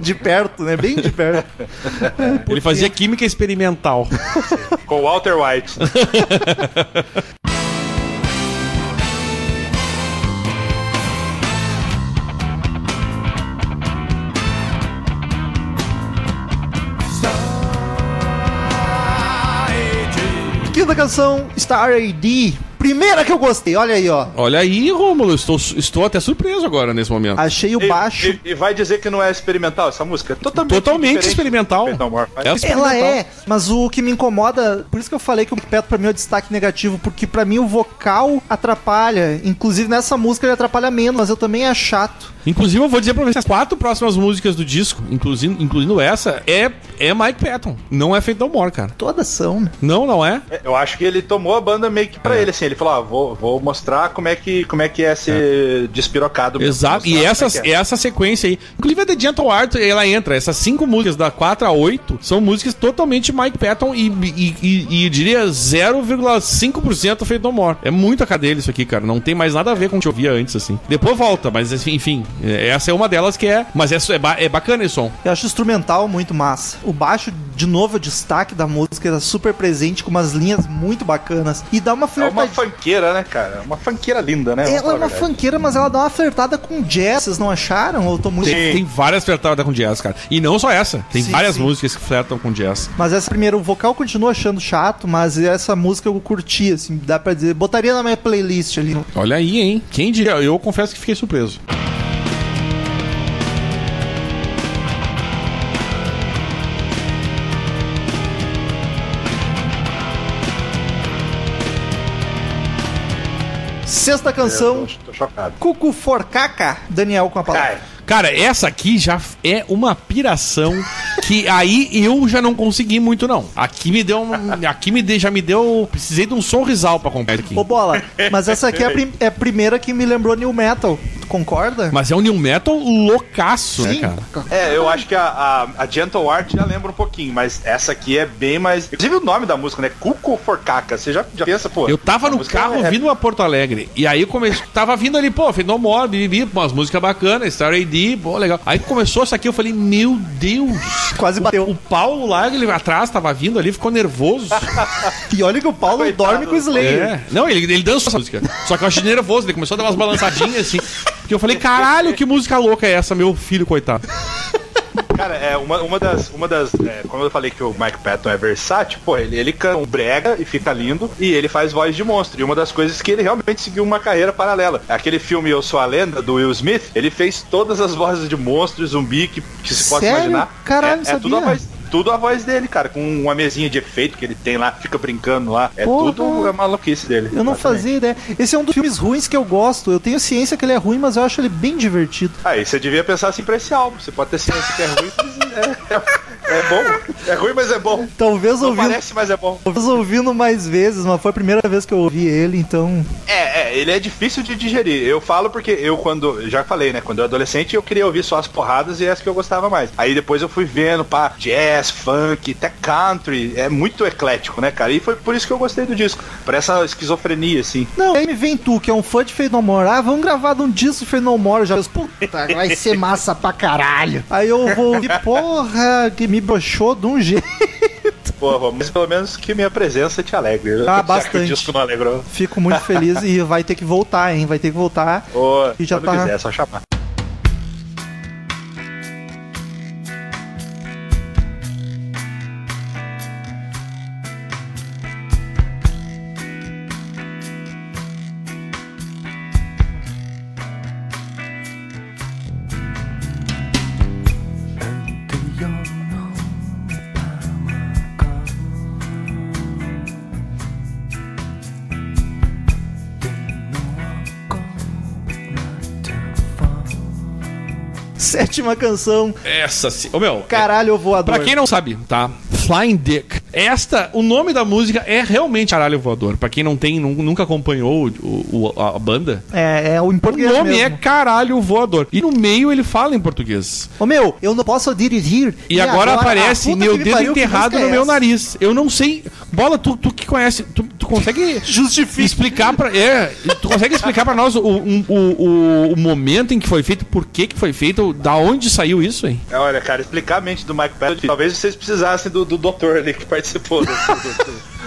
Speaker 1: de perto, né? Bem de perto. É,
Speaker 2: Ele fazia química experimental.
Speaker 3: Com o Walter White.
Speaker 1: Quinta canção, Star AD. Primeira que eu gostei, olha aí, ó.
Speaker 2: Olha aí, Rômulo, estou, estou até surpreso agora nesse momento.
Speaker 1: Achei o
Speaker 3: E-
Speaker 1: baixo.
Speaker 3: E, e vai dizer que não é experimental essa música? É Totalmente,
Speaker 2: Totalmente
Speaker 3: diferente.
Speaker 2: experimental.
Speaker 3: Então, Mor, faz-
Speaker 2: É
Speaker 1: Ela
Speaker 2: experimental.
Speaker 1: é, mas o que me incomoda, por isso que eu falei que o Peto pra mim é o destaque negativo, porque pra mim o vocal atrapalha. Inclusive nessa música ele atrapalha menos, mas eu também acho chato.
Speaker 2: Inclusive, eu vou dizer pra vocês, as quatro próximas músicas do disco, inclusive, incluindo essa, é, é Mike Patton. Não é Feito No More, cara.
Speaker 1: Toda ação, né?
Speaker 2: Não, não é.
Speaker 3: Eu acho que ele tomou a banda meio que pra ele, assim. Ele falou, ah, vou, vou mostrar como é que, como é, que é ser despirocado. mesmo,
Speaker 2: Exato. E
Speaker 3: mostrar
Speaker 2: essa,
Speaker 3: como é que é.
Speaker 2: essa sequência aí. Inclusive, a The Gentle Art, ela entra. Essas cinco músicas, da 4 a 8, são músicas totalmente Mike Patton e, e, e, e eu diria 0,5% Feito No More. É muito a cara dele isso aqui, cara. Não tem mais nada a ver com o que eu via antes, assim. Depois volta, mas assim, enfim. é- Essa é uma delas que é. Mas é, é, ba- é bacana esse som.
Speaker 1: Eu acho o instrumental muito massa. O baixo, de novo, é o destaque da música, tá super presente, com umas linhas muito bacanas. E dá uma
Speaker 3: É uma
Speaker 1: flertadinha.
Speaker 3: fanqueira, né, cara? Uma fanqueira linda, né?
Speaker 1: Ela
Speaker 3: Vamos
Speaker 1: é
Speaker 3: falar a
Speaker 1: uma
Speaker 3: verdade.
Speaker 1: fanqueira, mas ela dá uma flertada com jazz, vocês não acharam? Ou eu tô muito.
Speaker 3: Sim.
Speaker 2: Tem várias flertadas com jazz, cara. E não só essa. Tem
Speaker 1: Sim,
Speaker 2: várias
Speaker 1: sim.
Speaker 2: músicas que flertam com jazz.
Speaker 1: Mas essa primeira, o vocal continua achando chato, mas essa música eu curti, assim, dá pra dizer. Botaria na minha playlist ali.
Speaker 2: Olha aí, hein? Quem diria? Eu confesso que fiquei surpreso.
Speaker 1: Sexta
Speaker 3: Eu
Speaker 1: canção,
Speaker 3: Tô, tô chocado.
Speaker 1: Cucu Forcaca, Daniel com a palavra.
Speaker 3: Cara,
Speaker 2: Cara, essa aqui já f- é uma piração que aí eu já não consegui muito, não. Aqui me deu. um- Aqui me de- já me deu. Precisei de um sorrisal pra comprar aqui.
Speaker 1: Ô, Bola, mas essa aqui é a, prim- é a primeira que me lembrou New Metal. Tu concorda?
Speaker 2: Mas é um new metal loucaço, né, cara?
Speaker 3: É, eu acho que a, a, a Gentle Art já lembra um pouquinho, mas essa aqui é bem mais. Inclusive o nome da música, né? Cuco Forcaca. Você já, já pensa, pô.
Speaker 2: Eu tava
Speaker 3: a
Speaker 2: no
Speaker 3: música
Speaker 2: carro
Speaker 3: é-
Speaker 2: vindo pra Porto Alegre. E aí eu comecei. Tava vindo ali, pô, Fenô Mor, Bibi, umas músicas bacanas, Star AD, pô, legal. Aí começou isso aqui, eu falei, meu Deus!
Speaker 1: Quase
Speaker 2: O
Speaker 1: bateu.
Speaker 2: Paulo lá, ele atrás tava vindo ali, ficou nervoso.
Speaker 1: E olha que o Paulo
Speaker 3: Coitado
Speaker 1: dorme com o
Speaker 3: do
Speaker 1: Slayer.
Speaker 2: É. Não, ele, ele dançou essa música. Só que eu achei nervoso, ele começou a dar umas balançadinhas assim. Que eu falei, caralho, que música louca é essa, meu filho, coitado?
Speaker 3: Cara, é uma, uma das. Uma das é, como eu falei que o Mike Patton é versátil, pô, ele, ele canta um brega e fica lindo. E ele faz voz de monstro. E uma das coisas que ele realmente seguiu uma carreira paralela. Aquele filme Eu Sou a Lenda, do Will Smith, ele fez todas as vozes de monstro e zumbi que, que se pode
Speaker 1: Sério?
Speaker 3: imaginar.
Speaker 1: Caralho,
Speaker 3: é, é tudo a
Speaker 1: sabia?
Speaker 3: voz. Tudo a voz dele, cara, com uma mesinha de efeito que ele tem lá, fica brincando lá. É
Speaker 1: Porra.
Speaker 3: tudo a maluquice dele.
Speaker 1: Eu não
Speaker 3: Exatamente.
Speaker 1: fazia ideia. Esse é um dos filmes ruins que eu gosto. Eu tenho ciência que ele é ruim, mas eu acho ele bem divertido.
Speaker 3: Aí você devia pensar assim pra esse álbum. Você pode ter ciência que é ruim, mas é, é- é bom. É ruim, mas é bom.
Speaker 1: Talvez
Speaker 3: Não
Speaker 1: ouvindo,
Speaker 3: parece, mas é bom.
Speaker 1: talvez ouvindo mais vezes, mas foi a primeira vez que eu ouvi ele, então.
Speaker 3: É, é, ele é difícil de digerir. Eu falo porque eu quando, eu já falei, né, quando eu era adolescente, eu queria ouvir só as porradas e as que eu gostava mais. Aí depois eu fui vendo, pá, jazz, funk, até country, é muito eclético, né, cara? E foi por isso que eu gostei do disco, por essa esquizofrenia assim.
Speaker 1: Não, aí me vem tu, que é um fã de Fade No More. Ah, vamos gravar de um disco de Fade No More. Eu Já penso, puta, vai ser massa pra caralho. Aí eu vou ouvir, porra, que me broxou de um jeito.
Speaker 3: Porra, mas pelo menos que minha presença te alegre.
Speaker 1: Ah,
Speaker 3: né? Já Que o
Speaker 1: bastante.
Speaker 3: disco não alegrou.
Speaker 1: Fico muito feliz e vai ter que voltar, hein? Vai ter que voltar.
Speaker 3: Ô,
Speaker 1: E já
Speaker 3: quando
Speaker 1: tá-
Speaker 3: quiser, é só chamar.
Speaker 1: Sétima canção,
Speaker 2: Essa sim. Ô meu. é,
Speaker 1: caralho, eu voador.
Speaker 2: Pra quem não sabe, tá? Flying Dick. Esta, o nome da música é realmente Caralho Voador. Pra quem não tem, nu- nunca acompanhou o- o- a banda,
Speaker 1: É, é o em
Speaker 2: o
Speaker 1: português
Speaker 2: nome
Speaker 1: mesmo.
Speaker 2: é Caralho Voador. E no meio ele fala em português.
Speaker 1: Ô meu, eu não posso dirigir.
Speaker 2: E, agora, aparece
Speaker 1: Ah, puta
Speaker 2: meu
Speaker 1: que me
Speaker 2: dedo
Speaker 1: pariu, que
Speaker 2: enterrado
Speaker 1: música
Speaker 2: no
Speaker 1: é
Speaker 2: meu
Speaker 1: essa?
Speaker 2: nariz. Eu não sei. Bola, tu, tu que conhece, tu, tu consegue
Speaker 1: Justifica.
Speaker 2: explicar pra. É, tu consegue explicar pra nós o, um- o- o- o momento em que foi feito, por que, que foi feito, da onde saiu isso, hein?
Speaker 3: Olha, cara, explicar a mente do Mike Patton, talvez vocês precisassem do, do doutor ali que participou do, do, do-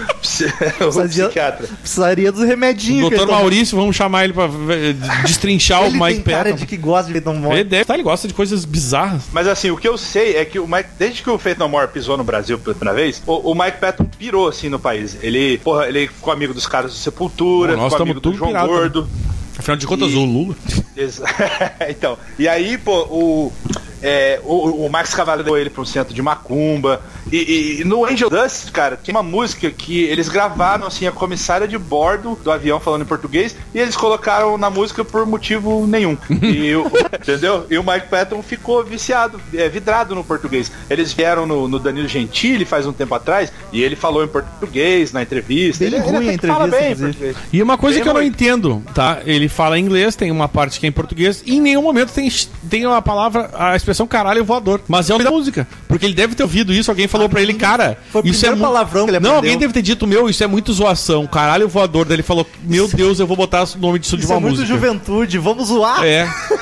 Speaker 3: o
Speaker 1: Fazia-
Speaker 3: psiquiatra.
Speaker 1: Precisaria dos remedinhos.
Speaker 2: Doutor
Speaker 1: ele toma.
Speaker 2: Maurício, vamos chamar ele pra eh, destrinchar o
Speaker 1: Ele
Speaker 2: Mike
Speaker 1: tem cara
Speaker 2: Patton.
Speaker 1: de que gosta de Tom
Speaker 2: Ele
Speaker 1: Morte.
Speaker 2: deve, tá, ele gosta de coisas bizarras.
Speaker 3: Mas assim, o que eu sei é que o Mike, desde que o Faith No More pisou no Brasil pela primeira vez, o, o Mike Patton pirou assim no país. Ele, porra, ele ficou amigo dos caras do Sepultura,
Speaker 2: Pô, nós
Speaker 3: ficou
Speaker 2: tamo
Speaker 3: amigo do
Speaker 2: tudo
Speaker 3: João
Speaker 2: pirata, né?
Speaker 3: Gordo.
Speaker 2: Afinal de contas,
Speaker 3: E-
Speaker 2: o Lula.
Speaker 3: Ex- então, e aí, pô, o, é, o, o Max Cavalli levou ele pra um centro de macumba. E, e- e no Angel Dust, cara, tem uma música que eles gravaram, assim, a comissária de bordo do avião falando em português. E eles colocaram na música por motivo nenhum. E o- entendeu? E o Mike Patton ficou viciado, é, vidrado no português. Eles vieram no, no Danilo Gentili faz um tempo atrás. E ele falou em português na entrevista.
Speaker 1: Bem
Speaker 3: ele, ele
Speaker 1: ruim
Speaker 3: até
Speaker 1: a
Speaker 3: que fala
Speaker 1: entrevista,
Speaker 3: bem
Speaker 1: inclusive.
Speaker 3: português.
Speaker 2: E uma coisa
Speaker 3: Bem
Speaker 2: que eu não
Speaker 3: ruim.
Speaker 2: entendo, tá? Ele fala em inglês, tem uma parte que é em português, e em nenhum momento tem, tem a palavra, a expressão caralho voador. Mas é o nome da música. Porque ele deve ter ouvido isso, alguém falou pra ele, cara.
Speaker 1: Ah, Foi o
Speaker 2: isso é
Speaker 1: primeiro
Speaker 2: mu-
Speaker 1: palavrão que ele
Speaker 2: Não,
Speaker 1: aprendeu.
Speaker 2: alguém deve ter dito, meu, isso é muito zoação, caralho voador. Daí ele falou, meu Deus, eu vou botar o nome disso de
Speaker 1: é Isso
Speaker 2: uma
Speaker 1: é muito
Speaker 2: música.
Speaker 1: juventude, vamos zoar.
Speaker 2: É.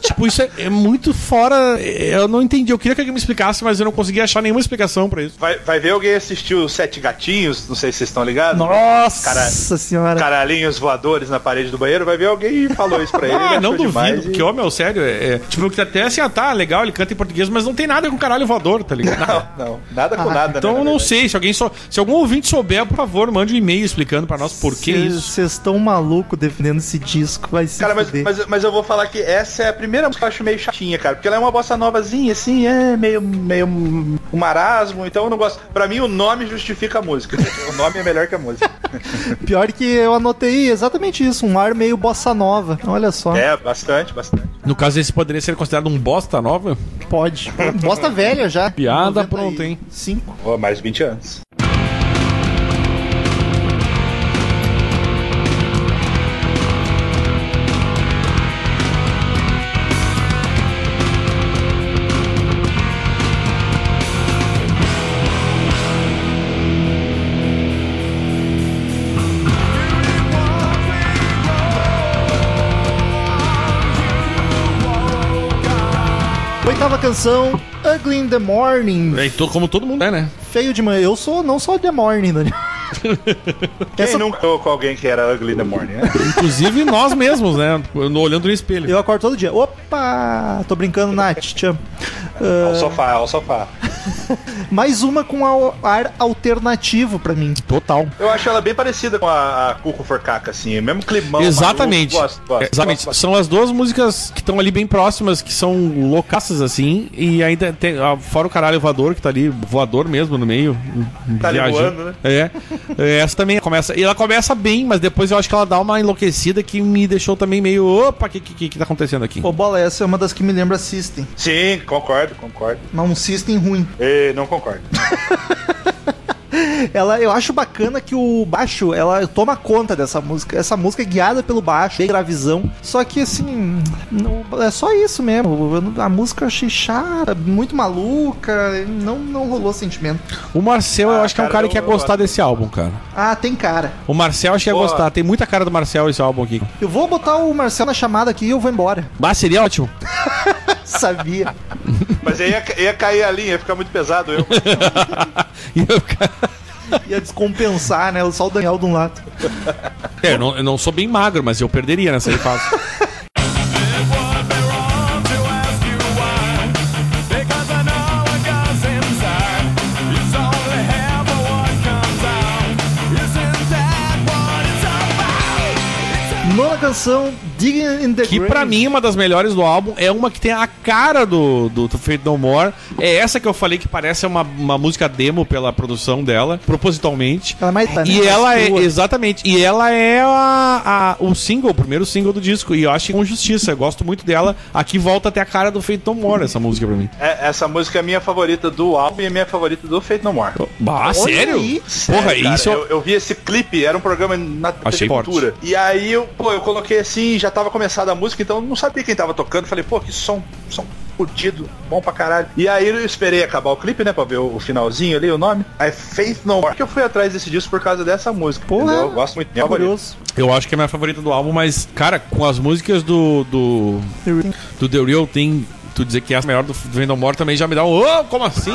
Speaker 2: tipo, isso é, é muito fora. Eu não entendi. Eu queria que alguém me explicasse, mas eu não consegui achar nenhuma explicação pra isso.
Speaker 3: Vai, vai ver alguém assistiu os Sete Gatinhos, não sei se vocês estão ligados.
Speaker 2: Nossa!
Speaker 3: Cara,
Speaker 1: Nossa senhora.
Speaker 3: caralhinhos voadores na parede do banheiro, vai ver alguém e falou isso pra ele.
Speaker 2: Ah,
Speaker 3: ele
Speaker 2: não
Speaker 3: achou
Speaker 2: duvido,
Speaker 3: demais e-
Speaker 2: porque, ô, meu, sério, é, é, tipo, que até assim, ah, tá, legal, ele canta em português, mas não tem nada com caralho voador, tá ligado?
Speaker 3: Não, não, nada com nada, né,
Speaker 2: Então
Speaker 3: na
Speaker 2: eu não
Speaker 3: verdade.
Speaker 2: sei, se alguém só, se algum ouvinte souber, por favor, mande um e-mail explicando pra nós por que
Speaker 1: Vocês-
Speaker 2: isso.
Speaker 1: Vocês estão maluco defendendo esse disco, vai se
Speaker 3: Cara, mas,
Speaker 1: fuder.
Speaker 3: mas, mas eu vou falar que essa é a primeira música que eu acho meio chatinha, cara. Porque ela é uma bossa novazinha, assim, é meio, meio um marasmo, então eu não gosto. Pra mim, o nome justifica a música. O nome é melhor que a música.
Speaker 1: Pior que eu anotei exatamente isso, um ar meio bossa nova. Olha só.
Speaker 2: Ah.
Speaker 3: é, bastante, bastante.
Speaker 2: No caso, esse poderia ser considerado um bosta nova?
Speaker 1: Pode. Bosta velha já.
Speaker 2: Piada pronta, hein?
Speaker 1: Cinco.
Speaker 3: Ó, mais 20 anos.
Speaker 1: Oitava canção, Ugly in the Morning.
Speaker 2: É, to- como todo mundo é, né?
Speaker 1: Feio de manhã. Eu sou, não sou The Morning, Daniel.
Speaker 3: Quem
Speaker 1: Essa-
Speaker 3: nunca falou com alguém que era ugly in the morning, né?
Speaker 2: Inclusive nós mesmos, né? No- Olhando no espelho.
Speaker 1: Eu acordo todo dia. Opa! Tô brincando, Nath. Te amo.
Speaker 2: É.
Speaker 3: Ao sofá, ao sofá.
Speaker 1: Mais uma com ao- ar alternativo pra mim.
Speaker 2: Total.
Speaker 3: Eu acho ela bem parecida com a, a Cuco Forcaca, assim, mesmo climão.
Speaker 2: Exatamente. É,
Speaker 3: maluco. Gosto, gosto,
Speaker 2: Exatamente.
Speaker 3: gosto
Speaker 2: São as duas músicas que estão ali bem próximas, que são loucaças assim, e ainda tem. ah, Fora o caralho voador, que tá ali, voador mesmo no meio.
Speaker 3: Tá ali
Speaker 2: viajando.
Speaker 3: voando, né?
Speaker 2: É. É, Essa também começa. E ela começa bem, mas depois eu acho que ela dá uma enlouquecida que me deixou também meio. Opa, o que, que, que tá acontecendo aqui?
Speaker 1: Ô, bola, essa é uma das que me lembra System.
Speaker 3: bastante. Sim, concordo, concordo.
Speaker 1: Mas um System ruim.
Speaker 3: E não concordo.
Speaker 1: Ela, eu acho bacana que o baixo, ela toma conta dessa música. Essa música é guiada pelo baixo, tem gravizão. Só que assim, não- é só isso mesmo. Eu não- A música eu achei chata, muito maluca. Não, não rolou sentimento.
Speaker 2: O Marcel, eu
Speaker 3: Ah,
Speaker 2: acho que é um
Speaker 3: cara,
Speaker 2: cara que ia
Speaker 3: eu-
Speaker 2: gostar desse álbum, cara.
Speaker 1: Ah, tem cara.
Speaker 2: O Marcel acho que ia
Speaker 3: Porra.
Speaker 2: gostar. Tem muita cara do Marcel esse álbum aqui.
Speaker 1: Eu vou botar o Marcel na chamada aqui e eu vou embora.
Speaker 2: Bah, seria ótimo.
Speaker 1: Sabia.
Speaker 3: Mas aí ia, ia cair a linha, ia ficar muito pesado eu.
Speaker 2: E eu, cara,
Speaker 1: Ia descompensar, né? Só o Daniel de um lado.
Speaker 2: é, eu, não, eu não sou bem magro, mas eu perderia nessa aí fácil.
Speaker 1: Nona canção, Digging in the
Speaker 2: Que
Speaker 1: Grave.
Speaker 2: pra mim, uma das melhores do álbum é uma que tem a cara do, do, do Faith No More. É essa que eu falei que parece uma, uma música demo pela produção dela, propositalmente.
Speaker 1: Ela é mais tá, né?
Speaker 2: E
Speaker 1: Mais
Speaker 2: ela é,
Speaker 1: crua.
Speaker 2: exatamente, e ela é a, a- o single, o primeiro single do disco. E eu acho que com justiça, eu gosto muito dela. Aqui volta até a cara do Feito No More essa música pra mim.
Speaker 3: É, essa música é minha favorita do álbum e é minha favorita do Feito No More.
Speaker 2: Bah, sério?
Speaker 1: aí.
Speaker 2: Porra,
Speaker 3: Sério, cara,
Speaker 2: isso é
Speaker 3: eu, eu vi esse clipe, era um programa na TV
Speaker 2: Achei
Speaker 3: Cultura. E aí eu, pô, eu coloquei assim, já tava começada a música, então eu não sabia quem tava tocando. Falei, pô, que som, som curtido, bom pra caralho. E aí eu esperei acabar o clipe, né, pra ver o, o finalzinho ali, o nome. Aí Faith No More. Que eu fui atrás desse disco por causa dessa música.
Speaker 1: Porra.
Speaker 3: entendeu? Eu gosto muito. Minha
Speaker 2: é
Speaker 3: favorita.
Speaker 1: Curioso.
Speaker 2: Eu acho que é a minha favorita do álbum, mas, cara, com as músicas do. do. do The Real Thing, tu dizer que é a melhor do Vendomore também já me dá um. Ô, como assim?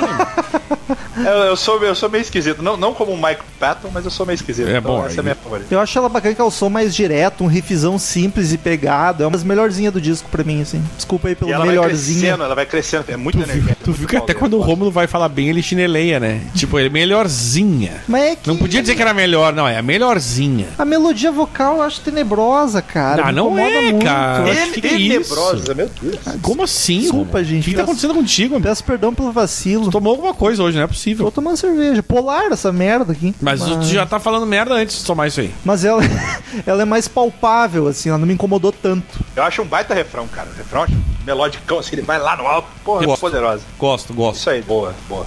Speaker 3: Eu, eu sou, eu sou meio esquisito. Não, não como o Michael Patton, mas eu sou meio esquisito.
Speaker 2: É bom,
Speaker 3: Essa
Speaker 2: aí-
Speaker 3: é minha favorita.
Speaker 1: Eu acho ela bacana que é o som mais direto, um riffzão simples e pegado. É uma das melhorzinhas do disco pra mim, assim. Desculpa aí pelo
Speaker 3: E ela vai
Speaker 1: melhorzinho.
Speaker 3: crescendo, ela vai crescendo. É muito energia.
Speaker 2: tu viu que é? até quando o Rômulo vai falar bem, ele chineleia, né? Tipo, ele é melhorzinha.
Speaker 1: Mas é que
Speaker 2: Não podia dizer que era melhor, não, é a melhorzinha.
Speaker 1: a melodia vocal eu acho tenebrosa, cara.
Speaker 2: Ah,
Speaker 1: Me
Speaker 2: não
Speaker 1: incomoda
Speaker 2: é, cara.
Speaker 1: Eu acho-
Speaker 2: Que que é
Speaker 3: Tenebrosa, meu Deus.
Speaker 2: Como assim?
Speaker 1: Desculpa,
Speaker 2: Rômulo?
Speaker 1: gente,
Speaker 2: O que, que tá
Speaker 1: peço-
Speaker 2: acontecendo contigo, amigo?
Speaker 1: Peço perdão pelo vacilo. Tô,
Speaker 2: Tomou alguma coisa hoje, não é possível.
Speaker 1: tomando cerveja. Polar essa merda aqui.
Speaker 2: Mas tu já tá falando merda antes de tomar isso aí.
Speaker 1: Mas ela, ela é mais palpável, assim. Ela não me incomodou tanto.
Speaker 3: Eu acho um baita refrão, cara. O refrão eu acho melodicão, assim, ele vai lá no alto. Porra,
Speaker 2: Eu gosto.
Speaker 3: poderosa.
Speaker 2: Gosto, gosto.
Speaker 3: Isso aí, boa, boa.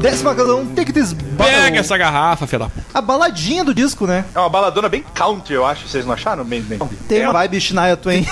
Speaker 1: Décima canção, um Take This
Speaker 2: Pega
Speaker 1: Bottle.
Speaker 2: essa garrafa, filha da puta.
Speaker 1: A baladinha do disco, né?
Speaker 3: É uma baladona bem country, eu acho. Vocês não acharam? Bem, bem.
Speaker 1: Tem uma vibe Shania Twain.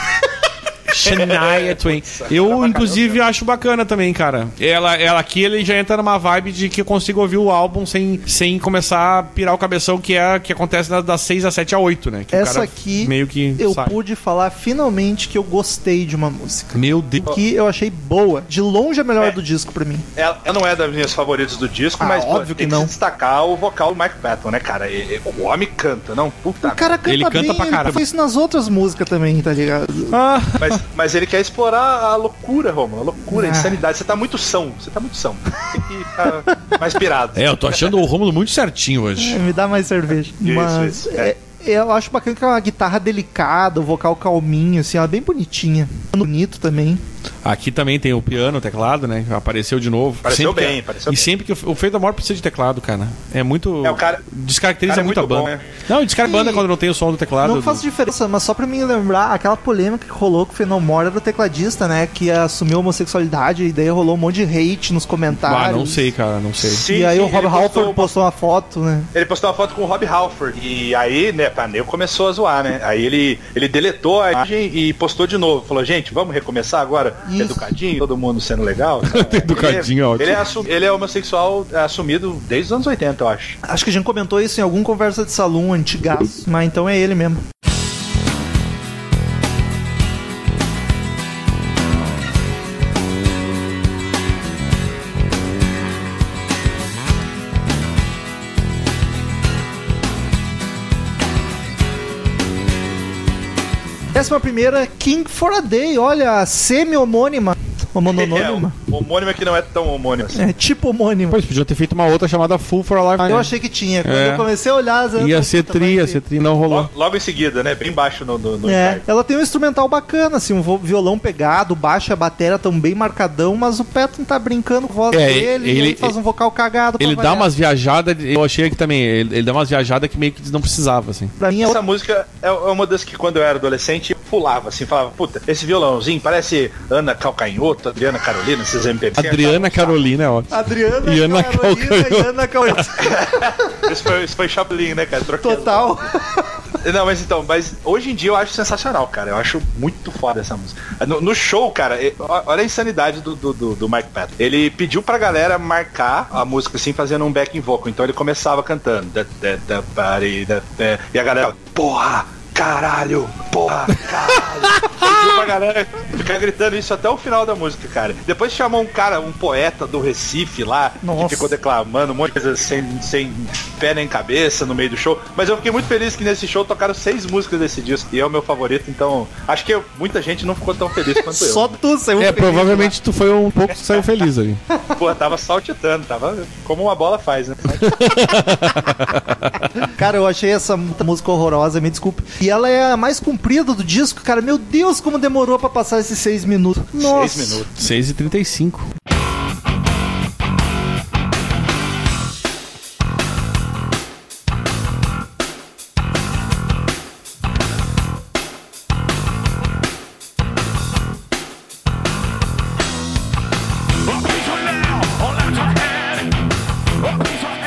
Speaker 3: É,
Speaker 2: Shania Twain. Eu, inclusive, acho bacana também, cara. Ela, ela aqui, ele já entra numa vibe de que eu consigo ouvir o álbum sem, sem começar a pirar o cabeção, que é que acontece na- das 6 às 7 a 8, né? Que o
Speaker 1: Essa
Speaker 2: cara
Speaker 1: aqui
Speaker 2: Meio que.
Speaker 1: eu
Speaker 2: sai.
Speaker 1: pude falar finalmente que eu gostei de uma música.
Speaker 2: Meu Deus.
Speaker 1: Que eu achei boa. De longe a melhor
Speaker 3: É.
Speaker 1: do disco pra mim.
Speaker 3: Ela, ela não é das minhas favoritas do disco,
Speaker 1: Ah,
Speaker 3: mas pô,
Speaker 1: óbvio
Speaker 3: tem
Speaker 1: que não.
Speaker 3: se destacar o vocal do Mike Patton, né, cara? E- e- o homem canta, não? Puta.
Speaker 1: O cara canta
Speaker 2: Tá. Ele canta
Speaker 1: bem,
Speaker 2: pra
Speaker 1: ele
Speaker 2: caramba.
Speaker 1: faz isso nas outras músicas também, tá ligado?
Speaker 2: Ah,
Speaker 3: Mas Mas ele quer explorar a loucura, Romulo. A loucura,
Speaker 1: Ah.
Speaker 3: a insanidade. Você tá muito são. Você tá muito são. Tem que tá mais pirado.
Speaker 5: É, eu tô achando o Rômulo muito certinho hoje.
Speaker 1: Me dá mais cerveja. Mas
Speaker 3: isso, é.
Speaker 1: é- eu acho bacana que é uma guitarra delicada, o vocal calminho, assim, ela é bem bonitinha. Bonito também.
Speaker 5: Aqui também tem o piano, o teclado, né? Apareceu de novo.
Speaker 3: Apareceu
Speaker 5: Sempre que-
Speaker 3: bem, apareceu
Speaker 5: E
Speaker 3: bem.
Speaker 5: sempre que o o Feito da Maior precisa de teclado, cara. É muito.
Speaker 3: É, o cara-
Speaker 5: Descaracteriza
Speaker 3: cara é
Speaker 5: muito a
Speaker 3: muito
Speaker 5: banda.
Speaker 3: bom, né?
Speaker 5: Não, descarga a banda quando não tem o som do teclado.
Speaker 1: Não faz
Speaker 5: do...
Speaker 1: diferença, mas só pra me lembrar, aquela polêmica que rolou que o Fenomore era o tecladista, né? Que assumiu a homossexualidade e daí rolou um monte de hate nos comentários.
Speaker 5: Ah, não sei, cara, não sei.
Speaker 1: e aí o Rob
Speaker 3: ele postou
Speaker 1: Halford
Speaker 3: uma-
Speaker 1: postou uma foto, né?
Speaker 3: Ele postou uma foto com o Rob Halford. E aí, né, a Neu começou a zoar, né? Aí ele, ele deletou a imagem e postou de novo. Falou, gente, vamos recomeçar agora?
Speaker 1: Isso.
Speaker 3: Educadinho, todo mundo sendo legal.
Speaker 5: Educadinho,
Speaker 3: ele,
Speaker 5: ótimo.
Speaker 3: Ele é, assu- ele é homossexual assumido desde os anos 80, eu acho.
Speaker 1: Acho que a gente comentou isso em algum conversa de salão antigaço, mas então é ele mesmo. Décima é primeira, King for a Day, olha, semi-homônima. Homononônima?
Speaker 3: É, homônima que não é tão homônima assim.
Speaker 1: É, tipo homônima.
Speaker 2: Pô, eles podiam ter feito uma outra chamada Full for a Life.
Speaker 1: Ah,
Speaker 2: né?
Speaker 1: Eu achei que tinha. Quando
Speaker 5: É.
Speaker 1: eu comecei a olhar... as-
Speaker 2: Ia ser
Speaker 1: Puta,
Speaker 2: tri,
Speaker 1: vai
Speaker 2: ia
Speaker 1: ter.
Speaker 2: ser tri, não rolou.
Speaker 3: Logo, logo em seguida, né? Bem baixo no. no, no
Speaker 1: É,
Speaker 3: ensaio.
Speaker 1: ela tem um instrumental bacana, assim, um vo- violão pegado, baixo e a bateria tão bem marcadão, mas o Patton tá brincando com a voz
Speaker 2: É,
Speaker 1: dele e
Speaker 2: ele-
Speaker 1: ele faz um vocal cagado. pra
Speaker 2: Ele dá
Speaker 1: variar.
Speaker 2: umas viajadas, eu achei que também, ele, ele dá umas viajadas que meio que não precisava, assim.
Speaker 1: Pra mim é outra...
Speaker 3: Essa música é uma das que quando eu era adolescente eu pulava assim, falava, puta, esse violãozinho parece Ana Calcanhoto, Adriana Carolina, esses MPB.
Speaker 2: Adriana Carolina é ótimo.
Speaker 1: Adriana,
Speaker 2: E Ana
Speaker 1: Carolina e
Speaker 2: Calcanhoto.
Speaker 1: Ana Calcanhoto.
Speaker 3: Isso foi, isso foi Chaplin, né, cara? Troquei.
Speaker 1: Total.
Speaker 3: Não, mas então, mas hoje em dia eu acho sensacional, cara. Eu acho muito foda essa música. No, no show, cara, e- ó- olha a insanidade do, do, do, do Mike Patton. Ele pediu pra galera marcar a música assim, fazendo um backing vocal. Então ele começava cantando. Da, da, da, pari, da, da. E a galera, porra, caralho, porra, caralho. Pediu pra galera ficar gritando isso até o final da música, cara. Depois chamou um cara, um poeta do Recife lá,
Speaker 1: Nossa.
Speaker 3: que ficou declamando um monte de coisa sem, sem pé nem cabeça no meio do show. Mas eu fiquei muito feliz que nesse show tocaram seis músicas desse disco. E é o meu favorito, então acho que eu- muita gente não ficou tão feliz quanto eu.
Speaker 1: Só tu um saiu
Speaker 2: É,
Speaker 1: feliz,
Speaker 2: provavelmente tu foi um pouco, saiu feliz ali.
Speaker 3: Pô, tava saltitando, tava como uma bola faz, né?
Speaker 1: né? Cara, eu achei essa muita música horrorosa, me desculpe. E ela é a mais comprida do disco, cara. Meu Deus, como demorou pra passar esses seis minutos. Nossa.
Speaker 3: Seis minutos.
Speaker 2: 6h35.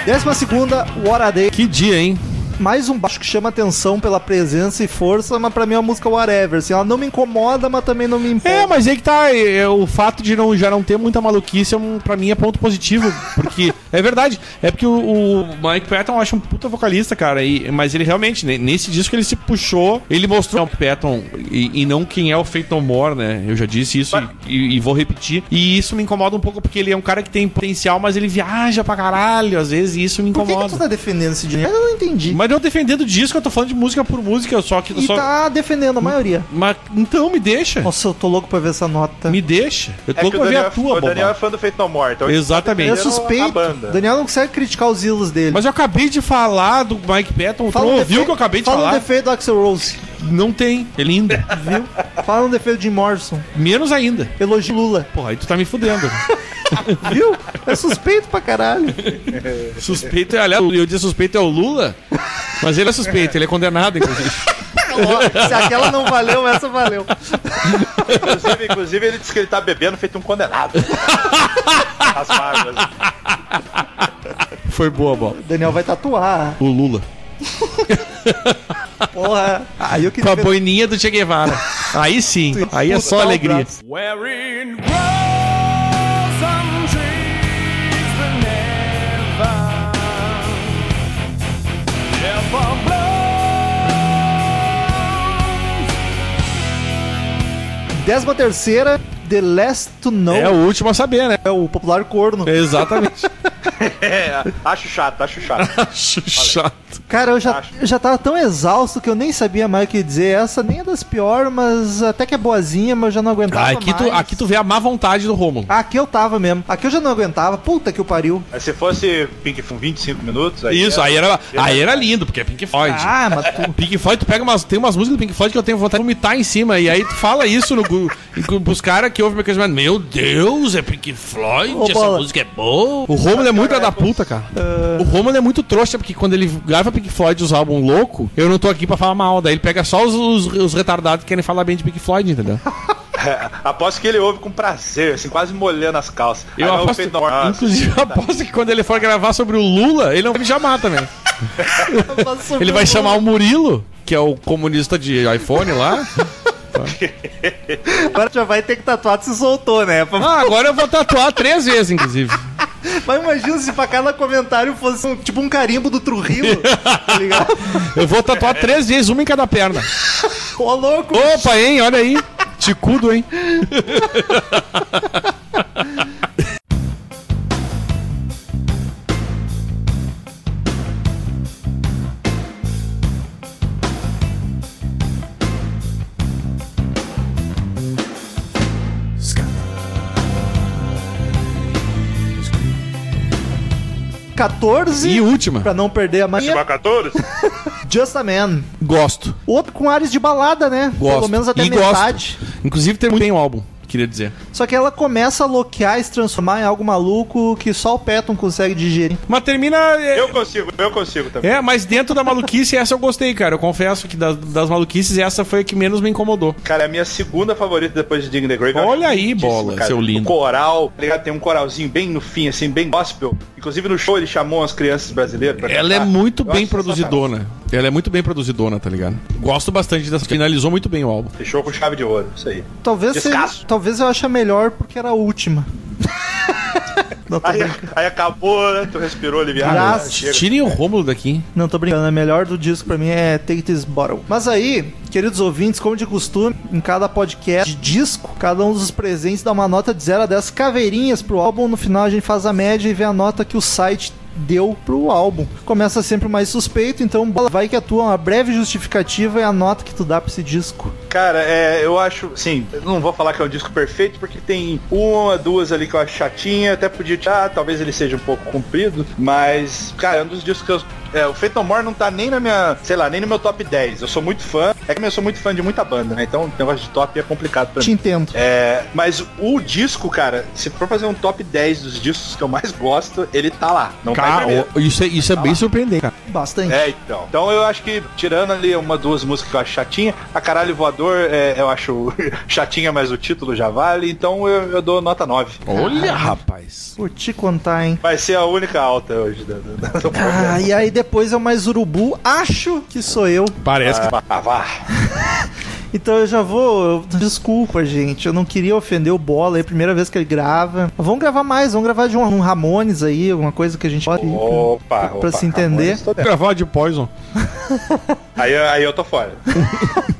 Speaker 1: Décima segunda, What a Day.
Speaker 2: Que dia, hein?
Speaker 1: Mais um baixo que chama atenção pela presença e força, mas pra mim é uma música whatever. Assim, ela não me incomoda, mas também não me importa.
Speaker 2: É, mas aí que tá. é, o fato de não, já não ter muita maluquice, é um, pra mim, é ponto positivo. Porque é verdade. É porque o, o Mike Patton eu acho um puta vocalista, cara. e- mas ele realmente, né, nesse disco, ele se puxou. Ele mostrou o Patton e, e não quem é o Faith No More, né? Eu já disse isso e, e- e vou repetir. E isso me incomoda um pouco, porque ele é um cara que tem potencial, mas ele viaja pra caralho às vezes. E isso me
Speaker 1: Por que, que
Speaker 2: incomoda.
Speaker 1: tu tá defendendo esse dinheiro? Eu não entendi.
Speaker 2: Mas não defendendo o disco, eu tô falando de música por música. Eu só que. eu
Speaker 1: e
Speaker 2: só...
Speaker 1: tá defendendo a maioria.
Speaker 2: Mas então me deixa.
Speaker 1: Nossa, eu tô louco pra ver essa nota.
Speaker 2: Me deixa. Eu tô
Speaker 3: É que
Speaker 2: louco
Speaker 3: o
Speaker 2: pra ver
Speaker 3: Daniel,
Speaker 2: a tua,
Speaker 3: o Daniel é
Speaker 2: boba.
Speaker 3: fã do Feito No More, então ele
Speaker 1: Eu
Speaker 2: Exatamente.
Speaker 3: defendendo a
Speaker 1: suspeito.
Speaker 3: banda.
Speaker 1: Daniel não consegue criticar os ídolos dele. um
Speaker 2: Mas eu acabei de falar do Mike Patton. tu não ouviu o que eu acabei de
Speaker 1: fala
Speaker 2: falar?
Speaker 1: um defeito do Axel Rose,
Speaker 2: Não tem. Ele ainda.
Speaker 1: viu? fala um defeito de Jim Morrison.
Speaker 2: Menos ainda.
Speaker 1: Elogio Lula,
Speaker 2: Porra, aí tu tá me fudendo.
Speaker 1: viu? É suspeito pra caralho.
Speaker 2: Suspeito é, aliás, eu disse suspeito é o Lula. Mas ele é suspeito, ele é condenado, inclusive.
Speaker 1: É Se aquela não valeu, essa valeu.
Speaker 3: Inclusive, inclusive, ele disse que ele tá bebendo feito um condenado. As mágoas.
Speaker 2: Foi boa, bola.
Speaker 1: Daniel vai tatuar.
Speaker 2: O Lula.
Speaker 1: Porra. Aí eu
Speaker 2: Com
Speaker 1: queria
Speaker 2: a
Speaker 1: ver-
Speaker 2: boininha do Che Guevara. Aí sim. Aí é só
Speaker 1: Botar o
Speaker 2: alegria.
Speaker 1: braço.
Speaker 7: Wherein grow some trees that never, never bloom.
Speaker 1: Décima terceira, The Last to Know.
Speaker 2: É o É último a saber, né?
Speaker 1: É o popular corno.
Speaker 2: Exatamente.
Speaker 3: É, acho chato, acho chato.
Speaker 2: Chato.
Speaker 1: Cara, eu já,
Speaker 3: Acho.
Speaker 1: eu já tava tão exausto que eu nem sabia mais o que dizer. Essa nem é das piores, mas até que é boazinha, mas eu já não aguentava
Speaker 2: Ah, aqui, tu,
Speaker 1: mais.
Speaker 2: aqui tu vê a má vontade do Romulo.
Speaker 1: Aqui eu tava mesmo. Aqui eu já não aguentava. Puta que o pariu.
Speaker 3: Mas se fosse Pink com 25 minutos, aí.
Speaker 2: Isso,
Speaker 3: é-
Speaker 2: aí era, aí era lindo, porque é Pink Floyd.
Speaker 1: Ah, mas tu...
Speaker 2: Pink Floyd, tu pega umas, tem umas músicas do Pink Floyd que eu tenho vontade de vomitar em cima. E aí tu fala isso no, gu- e cu- pros caras que ouvem meu coisa, meu Deus, é Pink Floyd,
Speaker 1: Ô,
Speaker 2: essa
Speaker 1: Bola. Ah.
Speaker 2: música é boa. O Romulo é muito da puta, cara. O Romulo é muito trouxa, porque quando ele grava Pink Floyd, os álbuns louco, eu não tô aqui pra falar mal. Daí ele pega só os, os, os retardados que querem falar bem de Pink Floyd, entendeu?
Speaker 3: Aposto que ele ouve com prazer, assim, quase molhando as calças.
Speaker 2: Eu
Speaker 1: Ah, é
Speaker 3: Aí vai o
Speaker 2: aposto,
Speaker 3: Fade No More.
Speaker 2: inclusive, eu aposto que quando ele for gravar sobre o Lula, ele não vai me chamar também. Ele vai chamar o Murilo, que é o comunista de iPhone lá. um-
Speaker 1: Agora já vai ter que tatuar se soltou, né?
Speaker 2: Ah, agora eu vou tatuar três vezes, inclusive.
Speaker 1: Mas imagina se pra cada comentário fosse um- tipo um carimbo do Trujillo, tá ligado?
Speaker 2: Eu vou tatuar três vezes, uma em cada perna.
Speaker 1: Ô, louco!
Speaker 2: Opa, hein? Olha aí. Ticudo, hein? E
Speaker 1: 14,
Speaker 2: última.
Speaker 1: pra não perder a
Speaker 3: Esse
Speaker 1: manhã,
Speaker 3: vai 14?
Speaker 1: Just a Man.
Speaker 2: Gosto.
Speaker 1: Outro com áreas de balada, né?
Speaker 2: Gosto.
Speaker 1: Pelo menos até
Speaker 2: E gosto.
Speaker 1: metade.
Speaker 2: Inclusive, tem muito bem o álbum, queria dizer.
Speaker 1: Só que ela começa a loquear e se transformar em algo maluco que só o Patton consegue digerir.
Speaker 2: Mas termina. é-
Speaker 3: Eu consigo, eu consigo também.
Speaker 2: É, mas dentro da maluquice, essa eu gostei, cara. Eu confesso que das, das maluquices, essa foi a que menos me incomodou.
Speaker 3: Cara, é a minha segunda favorita depois de Dig the Grave.
Speaker 2: Olha
Speaker 3: Eu acho
Speaker 2: aí,
Speaker 3: lindíssima,
Speaker 2: bola, seu lindo.
Speaker 3: O coral, tá ligado? Tem um coralzinho bem no fim, assim, bem gospel. Inclusive no show ele chamou umas crianças brasileiras pra
Speaker 2: Ela é
Speaker 3: cantar.
Speaker 2: muito
Speaker 3: Ah, Eu
Speaker 2: bem
Speaker 3: acho sensacional.
Speaker 2: produzidona. Ela é muito bem produzidona, tá ligado? Gosto bastante dessa. Finalizou muito bem o álbum.
Speaker 3: Fechou com chave de ouro, isso aí.
Speaker 1: Talvez seja,
Speaker 3: Descasso.
Speaker 1: talvez eu ache a melhor porque era a última. não, tô
Speaker 3: Aí,
Speaker 1: brincando.
Speaker 3: aí acabou, né? Tu respirou aliviado.
Speaker 1: Graças.
Speaker 3: né? Chega.
Speaker 2: Tirem o Rômulo daqui.
Speaker 1: não tô brincando, a melhor do disco pra mim é Take This Bottle. Mas aí, queridos ouvintes, como de costume, em cada podcast de disco, cada um dos presentes dá uma nota de 0 a 10 caveirinhas pro álbum. No final a gente faz a média e vê a nota que o site deu pro álbum. Começa sempre o mais suspeito, então bola, vai que atua uma breve justificativa e a nota que tu dá pra esse disco.
Speaker 3: Cara, é, eu acho, sim, eu não vou falar que é um disco perfeito, porque tem uma, duas ali que eu acho chatinha, até podia tirar, talvez ele seja um pouco comprido, mas, cara, é um dos discos que eu. É, o Fate No More não tá nem na minha, sei lá, nem no meu top 10. Eu sou muito fã, é que eu sou muito fã de muita banda, né? Então o negócio de top é complicado pra
Speaker 1: Te
Speaker 3: mim.
Speaker 1: entendo.
Speaker 3: É, mas o disco, cara, se for fazer um top 10 dos discos que eu mais gosto, ele tá lá. Não tá em
Speaker 2: Cara,
Speaker 3: primeiro.
Speaker 2: ó, isso é, isso é bem surpreendente, cara.
Speaker 1: Bastante.
Speaker 3: É, então. Então eu acho que, tirando ali uma, duas músicas que eu acho chatinha, a Caralho Voador é, eu acho chatinha, mas o título já vale, então eu, eu dou nota 9.
Speaker 2: Olha, rapaz.
Speaker 1: Vou te contar, hein?
Speaker 3: Vai ser a única alta hoje. Da, da, da- do
Speaker 1: Ah,
Speaker 3: programa.
Speaker 1: e aí depois é o mais urubu. Acho que sou eu.
Speaker 2: Parece que.
Speaker 1: Tá.
Speaker 3: Ah, vá.
Speaker 1: Então eu já vou. eu- Desculpa, gente. Eu não queria ofender o Bola. É a primeira vez que ele grava. Mas Vamos gravar mais. Vamos gravar de um, um Ramones aí, alguma coisa que a gente pode.
Speaker 3: Opa, opa.
Speaker 1: Pra se entender.
Speaker 3: Ramones, tô dentro.
Speaker 2: Gravar de Poison.
Speaker 3: Aí, aí eu tô fora.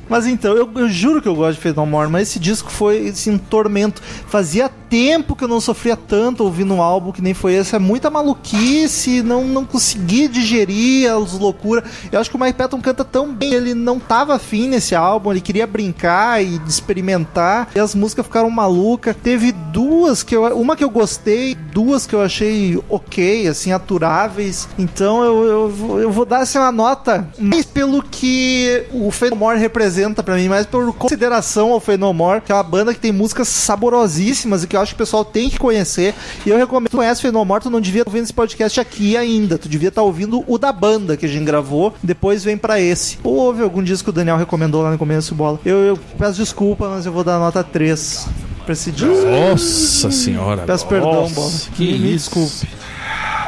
Speaker 1: Mas então, eu, eu juro que eu gosto de Fade No More, mas esse disco foi assim, um tormento. Fazia tempo que eu não sofria tanto ouvindo um álbum que nem foi esse. É muita maluquice, não, não consegui digerir as loucuras. Eu acho que o Mike Patton canta tão bem, ele não tava afim nesse álbum, ele queria brincar e experimentar. E as músicas ficaram malucas. Teve duas que eu. Uma que eu gostei, duas que eu achei ok, assim, aturáveis. Então eu, eu, vou- eu vou dar assim, uma nota mais pelo que o Fenomore representa pra mim, mais por consideração ao Fenomore, que é uma banda que tem músicas saborosíssimas e que eu acho que o pessoal tem que conhecer. E eu recomendo, tu conhece Fenomore, tu não devia estar ouvindo esse podcast aqui ainda. Tu devia estar ouvindo o da banda que a gente gravou, depois vem pra esse. Ou houve algum disco que o Daniel recomendou lá no começo, bola. Eu, eu peço desculpa, mas eu vou dar nota 3 pra esse disco.
Speaker 2: Nossa senhora.
Speaker 1: Peço perdão,
Speaker 2: nossa,
Speaker 1: bola.
Speaker 2: Que
Speaker 1: Me
Speaker 2: isso.
Speaker 1: desculpe.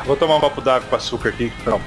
Speaker 3: Vou tomar um copo d'água com açúcar aqui. Não.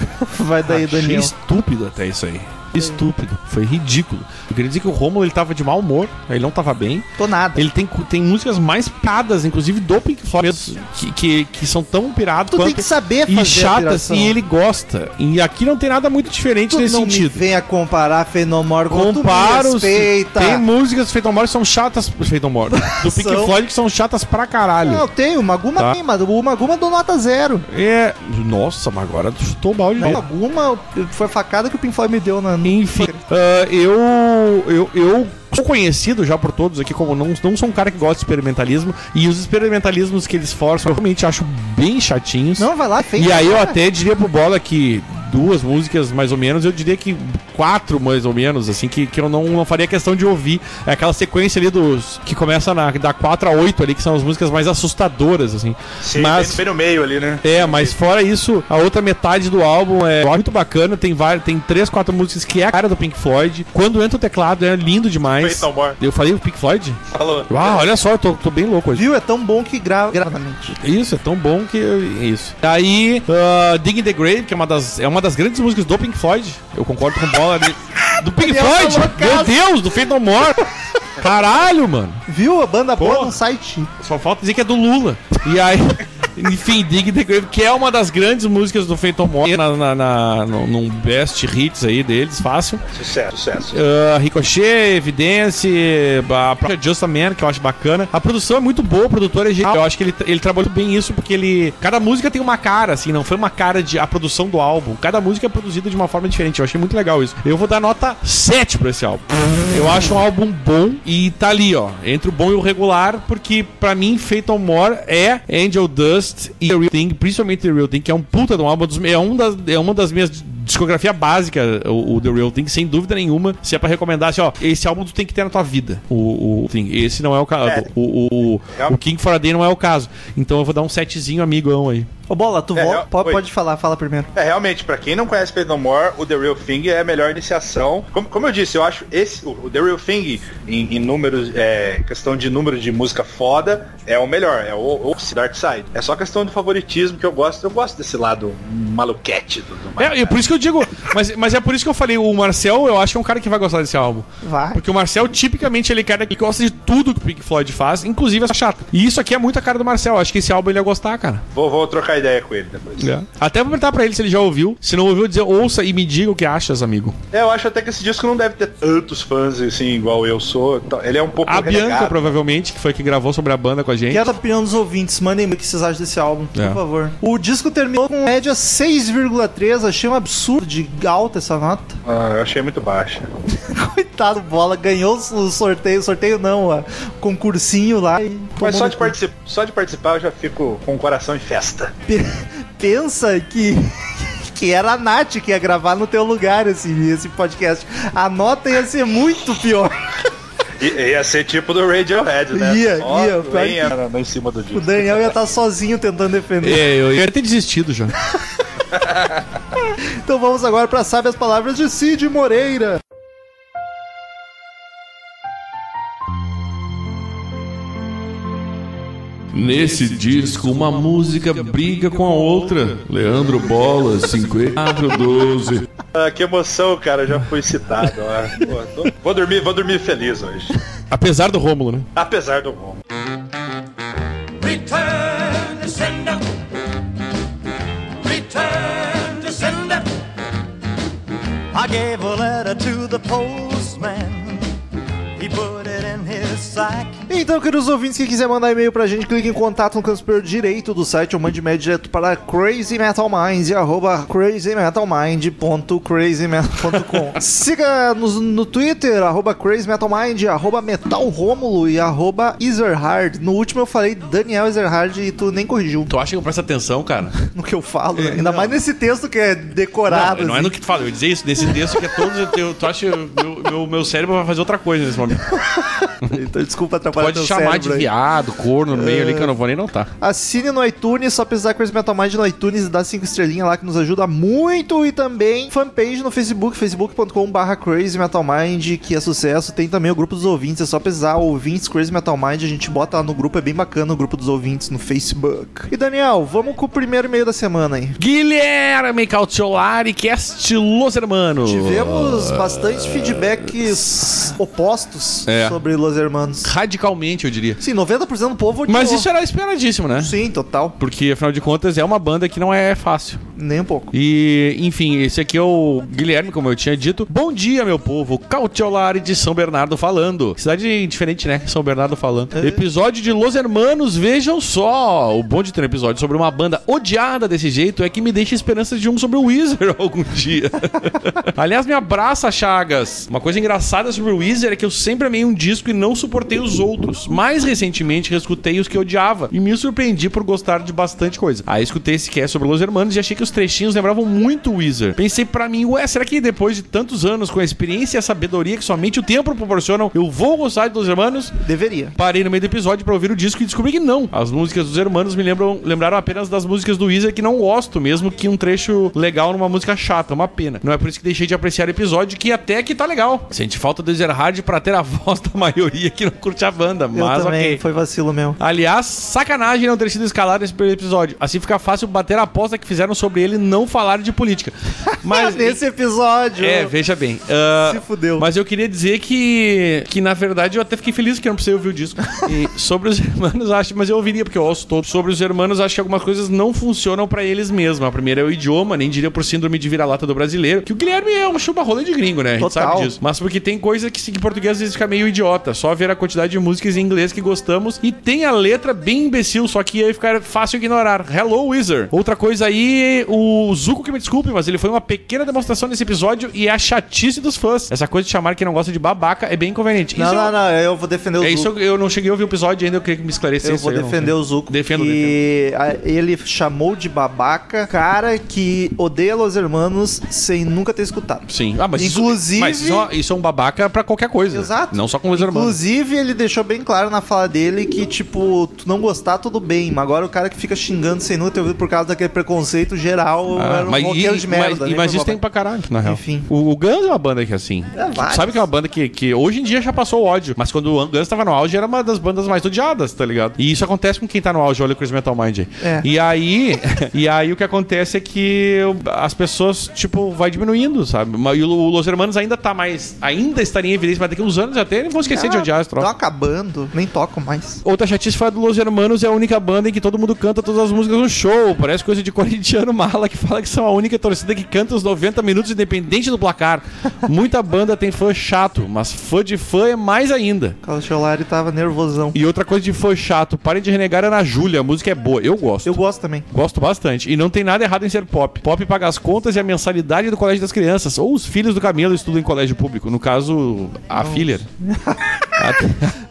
Speaker 1: Vai daí,
Speaker 2: Achei
Speaker 1: Tá Daniel.
Speaker 2: estúpido até isso aí. estúpido, foi ridículo. Eu queria dizer que o Romulo ele tava de mau humor, ele não tava bem.
Speaker 1: Tô nada.
Speaker 2: Ele tem, cu- tem músicas mais piradas, inclusive do Pink Floyd, mesmo, que, que, que são tão piradas
Speaker 1: Tu
Speaker 2: quanto
Speaker 1: tem que saber fazer
Speaker 2: e chatas,
Speaker 1: apiração.
Speaker 2: e ele gosta. E aqui não tem nada muito diferente
Speaker 1: Tu
Speaker 2: nesse
Speaker 1: não me
Speaker 2: sentido.
Speaker 1: venha comparar Fenomor com tu me
Speaker 2: Comparo.
Speaker 1: respeita.
Speaker 2: Tem um músicas do Feito More que são chatas. Feito More. Do Pink
Speaker 1: São.
Speaker 2: Floyd que são chatas pra caralho.
Speaker 1: Não, tem. O Maguma
Speaker 2: Tá.
Speaker 1: tem, mas o Maguma deu nota zero.
Speaker 2: É. Nossa, mas agora tu chutou o balde
Speaker 1: Não, tá
Speaker 2: mesmo.
Speaker 1: Maguma foi a facada que o Pink Floyd me deu na...
Speaker 2: Enfim, ah, eu, eu, eu sou conhecido já por todos aqui como não, não sou um cara que gosta de experimentalismo. E os experimentalismos que eles forçam eu realmente acho bem chatinhos.
Speaker 1: Não, vai lá, feio.
Speaker 2: E aí eu até diria pro Bola que duas músicas mais ou menos, eu diria que quatro mais ou menos, assim, que, que eu não, não faria questão de ouvir. É aquela sequência ali dos. que começa na, da 4 a 8 ali, que são as músas mais assustadoras, assim.
Speaker 3: Sim,
Speaker 2: Mas-
Speaker 3: bem, bem no meio ali, né?
Speaker 2: É, mas fora isso, a outra metade do álbum é muito bacana, tem várias, tem três, quatro músicas que é a cara do Pink Floyd. Quando entra o teclado é lindo demais.
Speaker 3: Feito More.
Speaker 2: Eu falei o Pink Floyd?
Speaker 3: Falou.
Speaker 2: Uau, olha só, eu tô, tô bem louco hoje.
Speaker 1: Viu? É tão bom que grava... Gravamente.
Speaker 2: Isso, é tão bom que. Isso. Aí, ah, Dig in the Grave, que é uma, das, é uma das grandes músicas do Pink Floyd. Eu concordo com o bola ali. Do Pink
Speaker 1: Daniel
Speaker 2: Floyd?
Speaker 1: tá loucaço.
Speaker 2: Meu Deus, do Feito No More. Caralho, mano.
Speaker 1: Viu? A banda boa
Speaker 2: Porra.
Speaker 1: no site.
Speaker 2: Só falta dizer que é do Lula. E aí. Enfim, Dig in the Grave, que é uma das grandes músicas do Phantom More, na, na, na, no- num best hits aí deles, fácil.
Speaker 3: Sucesso, sucesso.
Speaker 2: Ah, Ricochet, Evidence, a própria Just a Man, que eu acho bacana. A produção é muito boa, o produtor é genial. Eu acho que ele, ele trabalhou bem isso, porque ele. Cada música tem uma cara, assim, não foi uma cara de a produção do álbum. Cada música é produzida de uma forma diferente. Eu achei muito legal isso. Eu vou dar nota 7 pra esse álbum. Eu acho um álbum bom e tá ali, ó. Entre o bom e o regular, porque pra mim, Fatal More é Angel Dust e The Real Thing, principalmente The Real Thing, que é um puta de um álbum. dos- É, um das, é uma das minhas discografia básica, o, o The Real Thing, sem dúvida nenhuma. Se é pra recomendar, assim, ó, esse álbum tu tem que ter na tua vida. O, o Thing. Esse não é o caso.
Speaker 3: É.
Speaker 2: O, o, o,
Speaker 3: É.
Speaker 2: o King for a Day não é o caso. Então eu vou dar um setzinho amigão aí.
Speaker 1: Ô, Bola, tu
Speaker 3: É,
Speaker 1: volta,
Speaker 3: eu-
Speaker 1: pode,
Speaker 3: oi.
Speaker 1: pode falar, fala primeiro.
Speaker 3: É, realmente, pra quem não conhece Faith No More, o The Real Thing é a melhor iniciação. Como, como eu disse, eu acho esse, o o The Real Thing, em, em números, é, questão de número de música foda, é o melhor, é o, o Dark Side. É só questão de favoritismo que eu gosto, eu gosto desse lado maluquete do, do
Speaker 2: É, e por isso que eu digo. Mas, mas é por isso que eu falei, o Marcel, eu acho que é um cara que vai gostar desse álbum.
Speaker 1: Vai.
Speaker 2: Porque o Marcel, tipicamente, ele é cara que gosta de tudo que o Pink Floyd faz, inclusive essa chata. E isso aqui é muito a cara do Marcel. eu Acho que esse álbum ele ia gostar, cara.
Speaker 3: Vou, vou trocar ideia com ele depois.
Speaker 2: É. Até vou perguntar pra ele se ele já ouviu. Se não ouviu, dizer ouça e me diga o que achas, amigo.
Speaker 3: É, eu acho até que esse disco não deve ter tantos fãs assim, igual eu sou. Então, Ele é um pouco
Speaker 2: A Bianca,
Speaker 3: renegado.
Speaker 2: provavelmente, que foi que gravou sobre a banda com a gente.
Speaker 1: Quero a opinião dos ouvintes, mandem o que vocês acham desse álbum, por
Speaker 2: É.
Speaker 1: favor. O disco terminou com média 6,3, achei um absurdo de alta essa nota.
Speaker 3: Ah, eu achei muito baixa.
Speaker 1: Coitado, bola, ganhou o sorteio, sorteio não, ó, concursinho lá e.
Speaker 3: Mas
Speaker 1: tomou
Speaker 3: só
Speaker 1: no
Speaker 3: de,
Speaker 1: cu.
Speaker 3: partici- só de participar eu já fico com o coração em festa.
Speaker 1: Pe- Pensa que. Que era a Nath que ia gravar no teu lugar esse, esse podcast. A nota ia ser muito pior.
Speaker 3: I- ia ser tipo do Radiohead, né?
Speaker 1: Ia,
Speaker 3: Ó,
Speaker 1: ia, pior
Speaker 3: bem
Speaker 1: que-
Speaker 3: era no- em cima do
Speaker 1: O
Speaker 3: disco.
Speaker 1: Daniel ia estar sozinho tentando defender.
Speaker 2: É, eu ia ter desistido já.
Speaker 1: Então vamos agora para Sabe as Palavras de Cid Moreira.
Speaker 5: Nesse disco, uma música briga com a outra. Leandro Bola, 5412.
Speaker 3: Ah, que emoção, cara, já fui citado. ó. Pô, tô- vou dormir, vou dormir feliz hoje.
Speaker 2: Apesar do Rômulo, né?
Speaker 3: Apesar do bom.
Speaker 7: Return to sender. Return to sender. I gave a letter to the postman. He put it in his sack.
Speaker 1: Então, queridos ouvintes que quiser mandar e-mail pra gente, clique em contato no canto superior direito do site ou mande e-mail direto para crazymetalminds e arroba crazymetalmind.crazymetal.com Siga-nos no Twitter, arroba crazymetalmind, arroba metalromulo e arroba Ezerhard. No último eu falei Daniel Ezerhard e tu nem corrigiu
Speaker 2: Tu acha que eu presto atenção, cara?
Speaker 1: no que eu falo, né? Ainda mais nesse texto que é decorado.
Speaker 2: É, Não, não é
Speaker 1: assim.
Speaker 2: no que tu fala, eu ia dizer isso nesse texto que é todo. eu- eu- tu acha que meu, meu, meu cérebro vai fazer outra coisa nesse momento?
Speaker 1: Então, desculpa atrapalhar
Speaker 2: Pode
Speaker 1: teu
Speaker 2: chamar
Speaker 1: cérebro
Speaker 2: de
Speaker 1: aí.
Speaker 2: viado, corno no meio ali que eu não vou nem notar.
Speaker 1: Assine no iTunes, só precisar Crazy Metal Mind no iTunes e dá 5 estrelinhas lá que nos ajuda muito. E também fanpage no Facebook, facebook.com.br Crazy Metal Mind, que é sucesso. Tem também o grupo dos ouvintes, é só precisar ouvintes Crazy Metal Mind. A gente bota lá no grupo, é bem bacana o grupo dos ouvintes no Facebook. E Daniel, vamos com o primeiro e-mail da semana aí.
Speaker 2: Guilherme Cautiolari, que é estiloso, hermano.
Speaker 1: Tivemos bastante feedbacks opostos
Speaker 2: É.
Speaker 1: sobre Los Hermanos.
Speaker 2: Radicalmente, eu diria.
Speaker 1: Sim, 90% do povo odiou.
Speaker 2: Mas isso era esperadíssimo, né?
Speaker 1: Sim, total.
Speaker 2: Porque, afinal de contas, é uma banda que não é fácil.
Speaker 1: Nem um pouco.
Speaker 2: E, enfim, esse aqui é o Guilherme, como eu tinha dito. Bom dia, meu povo. Cautiolari de São Bernardo falando. Cidade diferente, né? São Bernardo falando. Episódio de Los Hermanos, vejam só. O bom de ter um episódio sobre uma banda odiada desse jeito é que me deixa esperança de um sobre o Weezer algum dia. Aliás, me abraça, Chagas. Uma coisa engraçada sobre o Weezer é que eu sempre amei um disco e não suportei os outros. Mais recentemente, reescutei os que eu odiava e me surpreendi por gostar de bastante coisa. Aí escutei esse que é sobre Los Hermanos e achei que os trechinhos lembravam muito o Weezer. Pensei pra mim, ué, será que depois de tantos anos com a experiência e a sabedoria que somente o tempo proporcionam, eu vou gostar de Los Hermanos?
Speaker 1: Deveria.
Speaker 2: Parei no meio do episódio pra ouvir o disco e descobri que não. As músicas dos Hermanos me lembram, lembraram apenas das músicas do Weezer que não gosto, mesmo que um trecho legal numa música chata, uma pena. Não é por isso que deixei de apreciar o episódio, que até que tá legal. Sente falta do Ezerhard pra ter a voz da maioria que não curte a banda, mas
Speaker 1: eu também,
Speaker 2: ok.
Speaker 1: foi vacilo meu.
Speaker 2: Aliás, sacanagem não ter sido escalado nesse primeiro episódio. Assim fica fácil bater a aposta que fizeram sobre ele não falar de política. Mas
Speaker 1: Tá Nesse episódio.
Speaker 2: é, veja bem. ah,
Speaker 1: Se fudeu.
Speaker 2: Mas eu queria dizer que, que, na verdade, eu até fiquei feliz que eu não precisei ouvir o disco. E sobre os hermanos, acho, mas eu ouviria, porque eu ouço todos. Sobre os hermanos, acho que algumas coisas não funcionam pra eles mesmos. A primeira é o idioma, nem diria por síndrome de vira-lata do brasileiro, que o Guilherme é um chupa-rolê de gringo, né? A gente
Speaker 1: Total.
Speaker 2: sabe disso. Mas porque tem coisa que, sim, que em português às vezes fica meio idiota. Só ver a quantidade de músicas em inglês que gostamos e tem a letra bem imbecil, só que aí fica fácil ignorar. Hello, Wizard. Outra coisa aí, o Zuko que me desculpe, mas ele foi uma pequena demonstração nesse episódio e é a chatice dos fãs. Essa coisa de chamar quem não gosta de babaca é bem inconveniente.
Speaker 1: Não,
Speaker 2: Isso
Speaker 1: não,
Speaker 2: eu-
Speaker 1: não, eu vou defender o
Speaker 2: É isso,
Speaker 1: Zuko.
Speaker 2: eu eu não cheguei a ouvir o episódio ainda, eu queria que me esclarecesse.
Speaker 1: Eu vou
Speaker 2: aí, não
Speaker 1: defender
Speaker 2: sei.
Speaker 1: o Zuko.
Speaker 2: Defendo,
Speaker 1: que a- ele chamou de babaca cara que odeia Los Hermanos sem nunca ter escutado.
Speaker 2: Sim. Ah, mas
Speaker 1: Inclusive-
Speaker 2: Isso, mas isso é uma- isso é um babaca pra qualquer coisa.
Speaker 1: Exato.
Speaker 2: Não só com os hermanos.
Speaker 1: Inclusive, ele deixou bem claro na fala dele que, tipo, tu não gostar, tudo bem. Mas agora o cara que fica xingando sem nunca ter ouvido por causa daquele preconceito geral
Speaker 2: Ah,
Speaker 1: era um
Speaker 2: mas,
Speaker 1: roqueiro
Speaker 2: e-
Speaker 1: de merda.
Speaker 2: mas,
Speaker 1: né,
Speaker 2: e- mas
Speaker 1: meu
Speaker 2: isso tem
Speaker 1: babaca?
Speaker 2: pra caralho, na real.
Speaker 1: Enfim.
Speaker 2: O, o Guns é uma banda que é assim.
Speaker 1: É, vários.
Speaker 2: Sabe que é uma banda que, que hoje em dia já passou o ódio, mas quando o Guns tava no auge era uma das bandas mais odiadas, tá ligado? E isso acontece com quem tá no auge, olha o Chris Metal Mind aí.
Speaker 1: É.
Speaker 2: E aí, e aí o que acontece é que as pessoas, tipo, vai diminuindo, sabe? Mas E o, o Los Hermanos ainda tá mais, ainda estaria em evidência, mas daqui uns anos até eles vão esquecer de
Speaker 1: Ah,
Speaker 2: odiar esse troço.
Speaker 1: Tô acabando, nem toco mais.
Speaker 2: Outra chatice foi a do Los Hermanos, é a única banda em que todo mundo canta todas as músicas no show. Parece coisa de corintiano mala que fala que são a única torcida que canta os 90 minutos independente do placar. Muita banda tem fã chato, mas fã de fã é mais ainda.
Speaker 1: O Carlos Cholari tava nervosão.
Speaker 2: E outra coisa de fã chato, parem de renegar Ana Júlia, a música é boa, eu gosto.
Speaker 1: Eu gosto também.
Speaker 2: Gosto bastante. E não tem nada errado em ser pop. Pop paga as contas e a mensalidade do colégio das crianças. Ou os filhos do Camilo estudam em colégio público. No caso, a filha.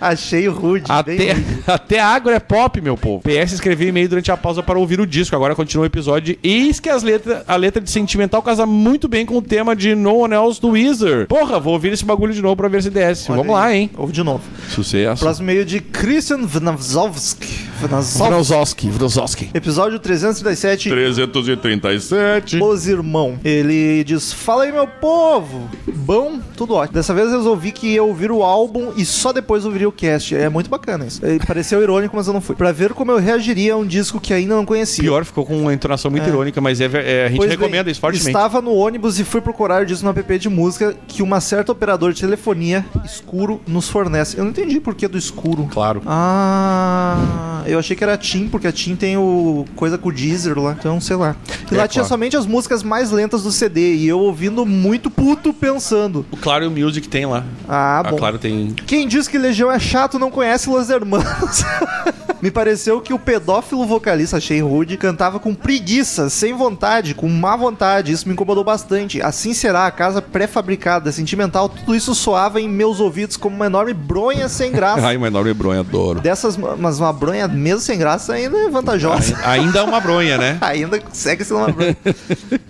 Speaker 1: Achei rude. bem
Speaker 2: Até,
Speaker 1: rude.
Speaker 2: até agro é pop, meu povo. PS escrevi um e-mail durante a pausa para ouvir o disco. Agora continua o episódio. E eis que as letra, a letra de Sentimental casa muito bem com o tema de No One Else do Weezer. Porra, vou ouvir esse bagulho de novo pra ver se desce.
Speaker 1: Olha
Speaker 2: Vamos
Speaker 1: aí.
Speaker 2: lá, hein?
Speaker 1: Ouve de novo.
Speaker 2: Sucesso.
Speaker 1: Próximo meio de Christian Vnazovski. Vnazovski.
Speaker 2: Vrozowski, Vrozowski.
Speaker 1: Episódio 337.
Speaker 5: 337.
Speaker 1: Os irmão. Ele diz: Fala aí, meu povo! Bom, tudo ótimo. Dessa vez eu resolvi que ia ouvir o álbum e só depois ouviria o cast. É muito bacana isso. É, Pareceu irônico, mas eu não fui. Pra ver como eu reagiria a um disco que ainda não conhecia.
Speaker 2: Pior, ficou com uma entonação muito irônica, mas é, ver- é, a gente
Speaker 1: Pois bem,
Speaker 2: recomenda isso fortemente.
Speaker 1: Estava no ônibus e fui procurar disso no app de música que uma certa operadora de telefonia escuro nos fornece. Eu não entendi por que do escuro.
Speaker 2: Claro.
Speaker 1: Ah, eu achei que era Tim, porque a Tim tem o coisa com o Deezer lá, então sei lá. E
Speaker 2: É,
Speaker 1: lá tinha
Speaker 2: claro.
Speaker 1: somente as músicas mais lentas do CD e eu ouvindo muito puto pensando.
Speaker 2: O Claro e o Music tem lá.
Speaker 1: Ah, bom.
Speaker 2: Claro tem.
Speaker 1: Quem diz que Legião é chato não conhece Los Hermanos. Me pareceu que o pedófilo vocalista Shane Hood cantava com preguiça, sem vontade, com má vontade. Isso me incomodou bastante. Assim será, a casa pré-fabricada, sentimental, tudo isso soava em meus ouvidos como uma enorme bronha sem graça.
Speaker 2: Ai, uma enorme bronha, adoro.
Speaker 1: Dessas, mas uma bronha mesmo sem graça ainda é vantajosa.
Speaker 2: Ainda é uma bronha, né?
Speaker 1: Ainda segue sendo uma bronha.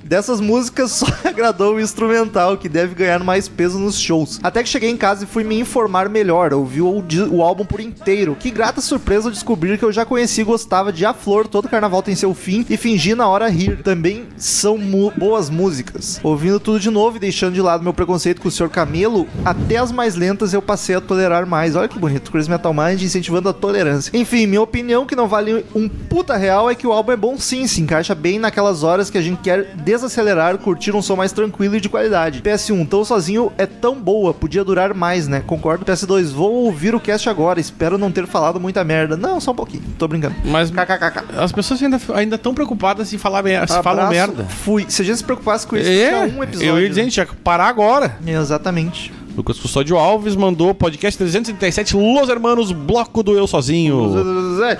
Speaker 1: Dessas músicas só agradou o instrumental, que deve ganhar mais peso nos shows. Até que cheguei em casa e fui me informar melhor, ouvi o, di- o álbum por inteiro. Que grata surpresa descobrir que eu já conheci e gostava de A Flor, todo carnaval tem seu fim, e fingi na hora rir. Também são mu- boas músicas. Ouvindo tudo de novo e deixando de lado meu preconceito com o Sr. Camelo, até as mais lentas eu passei a tolerar mais. Olha que bonito, Chris Metal Mind incentivando a tolerância. Enfim, minha opinião, que não vale um puta real, é que o álbum é bom sim, se encaixa bem naquelas horas que a gente quer desacelerar, curtir um som mais tranquilo e de qualidade. PS1, tão sozinho é tão boa, podia durar mais, né? Concordo. PS2, vou ouvir o cast agora, espero não ter falado muita merda. Não, só um pouquinho, tô brincando.
Speaker 2: Mas
Speaker 1: KKKK.
Speaker 2: as pessoas ainda estão preocupadas em falar mer- se falam
Speaker 1: Abraço,
Speaker 2: merda.
Speaker 1: Fui. Se a gente se preocupasse com isso,
Speaker 2: É,
Speaker 1: tinha um episódio.
Speaker 2: eu ia dizer, a gente ia parar agora.
Speaker 1: né? Exatamente.
Speaker 2: Lucas Custódio Alves mandou podcast 337 Los Hermanos, bloco do Eu Sozinho.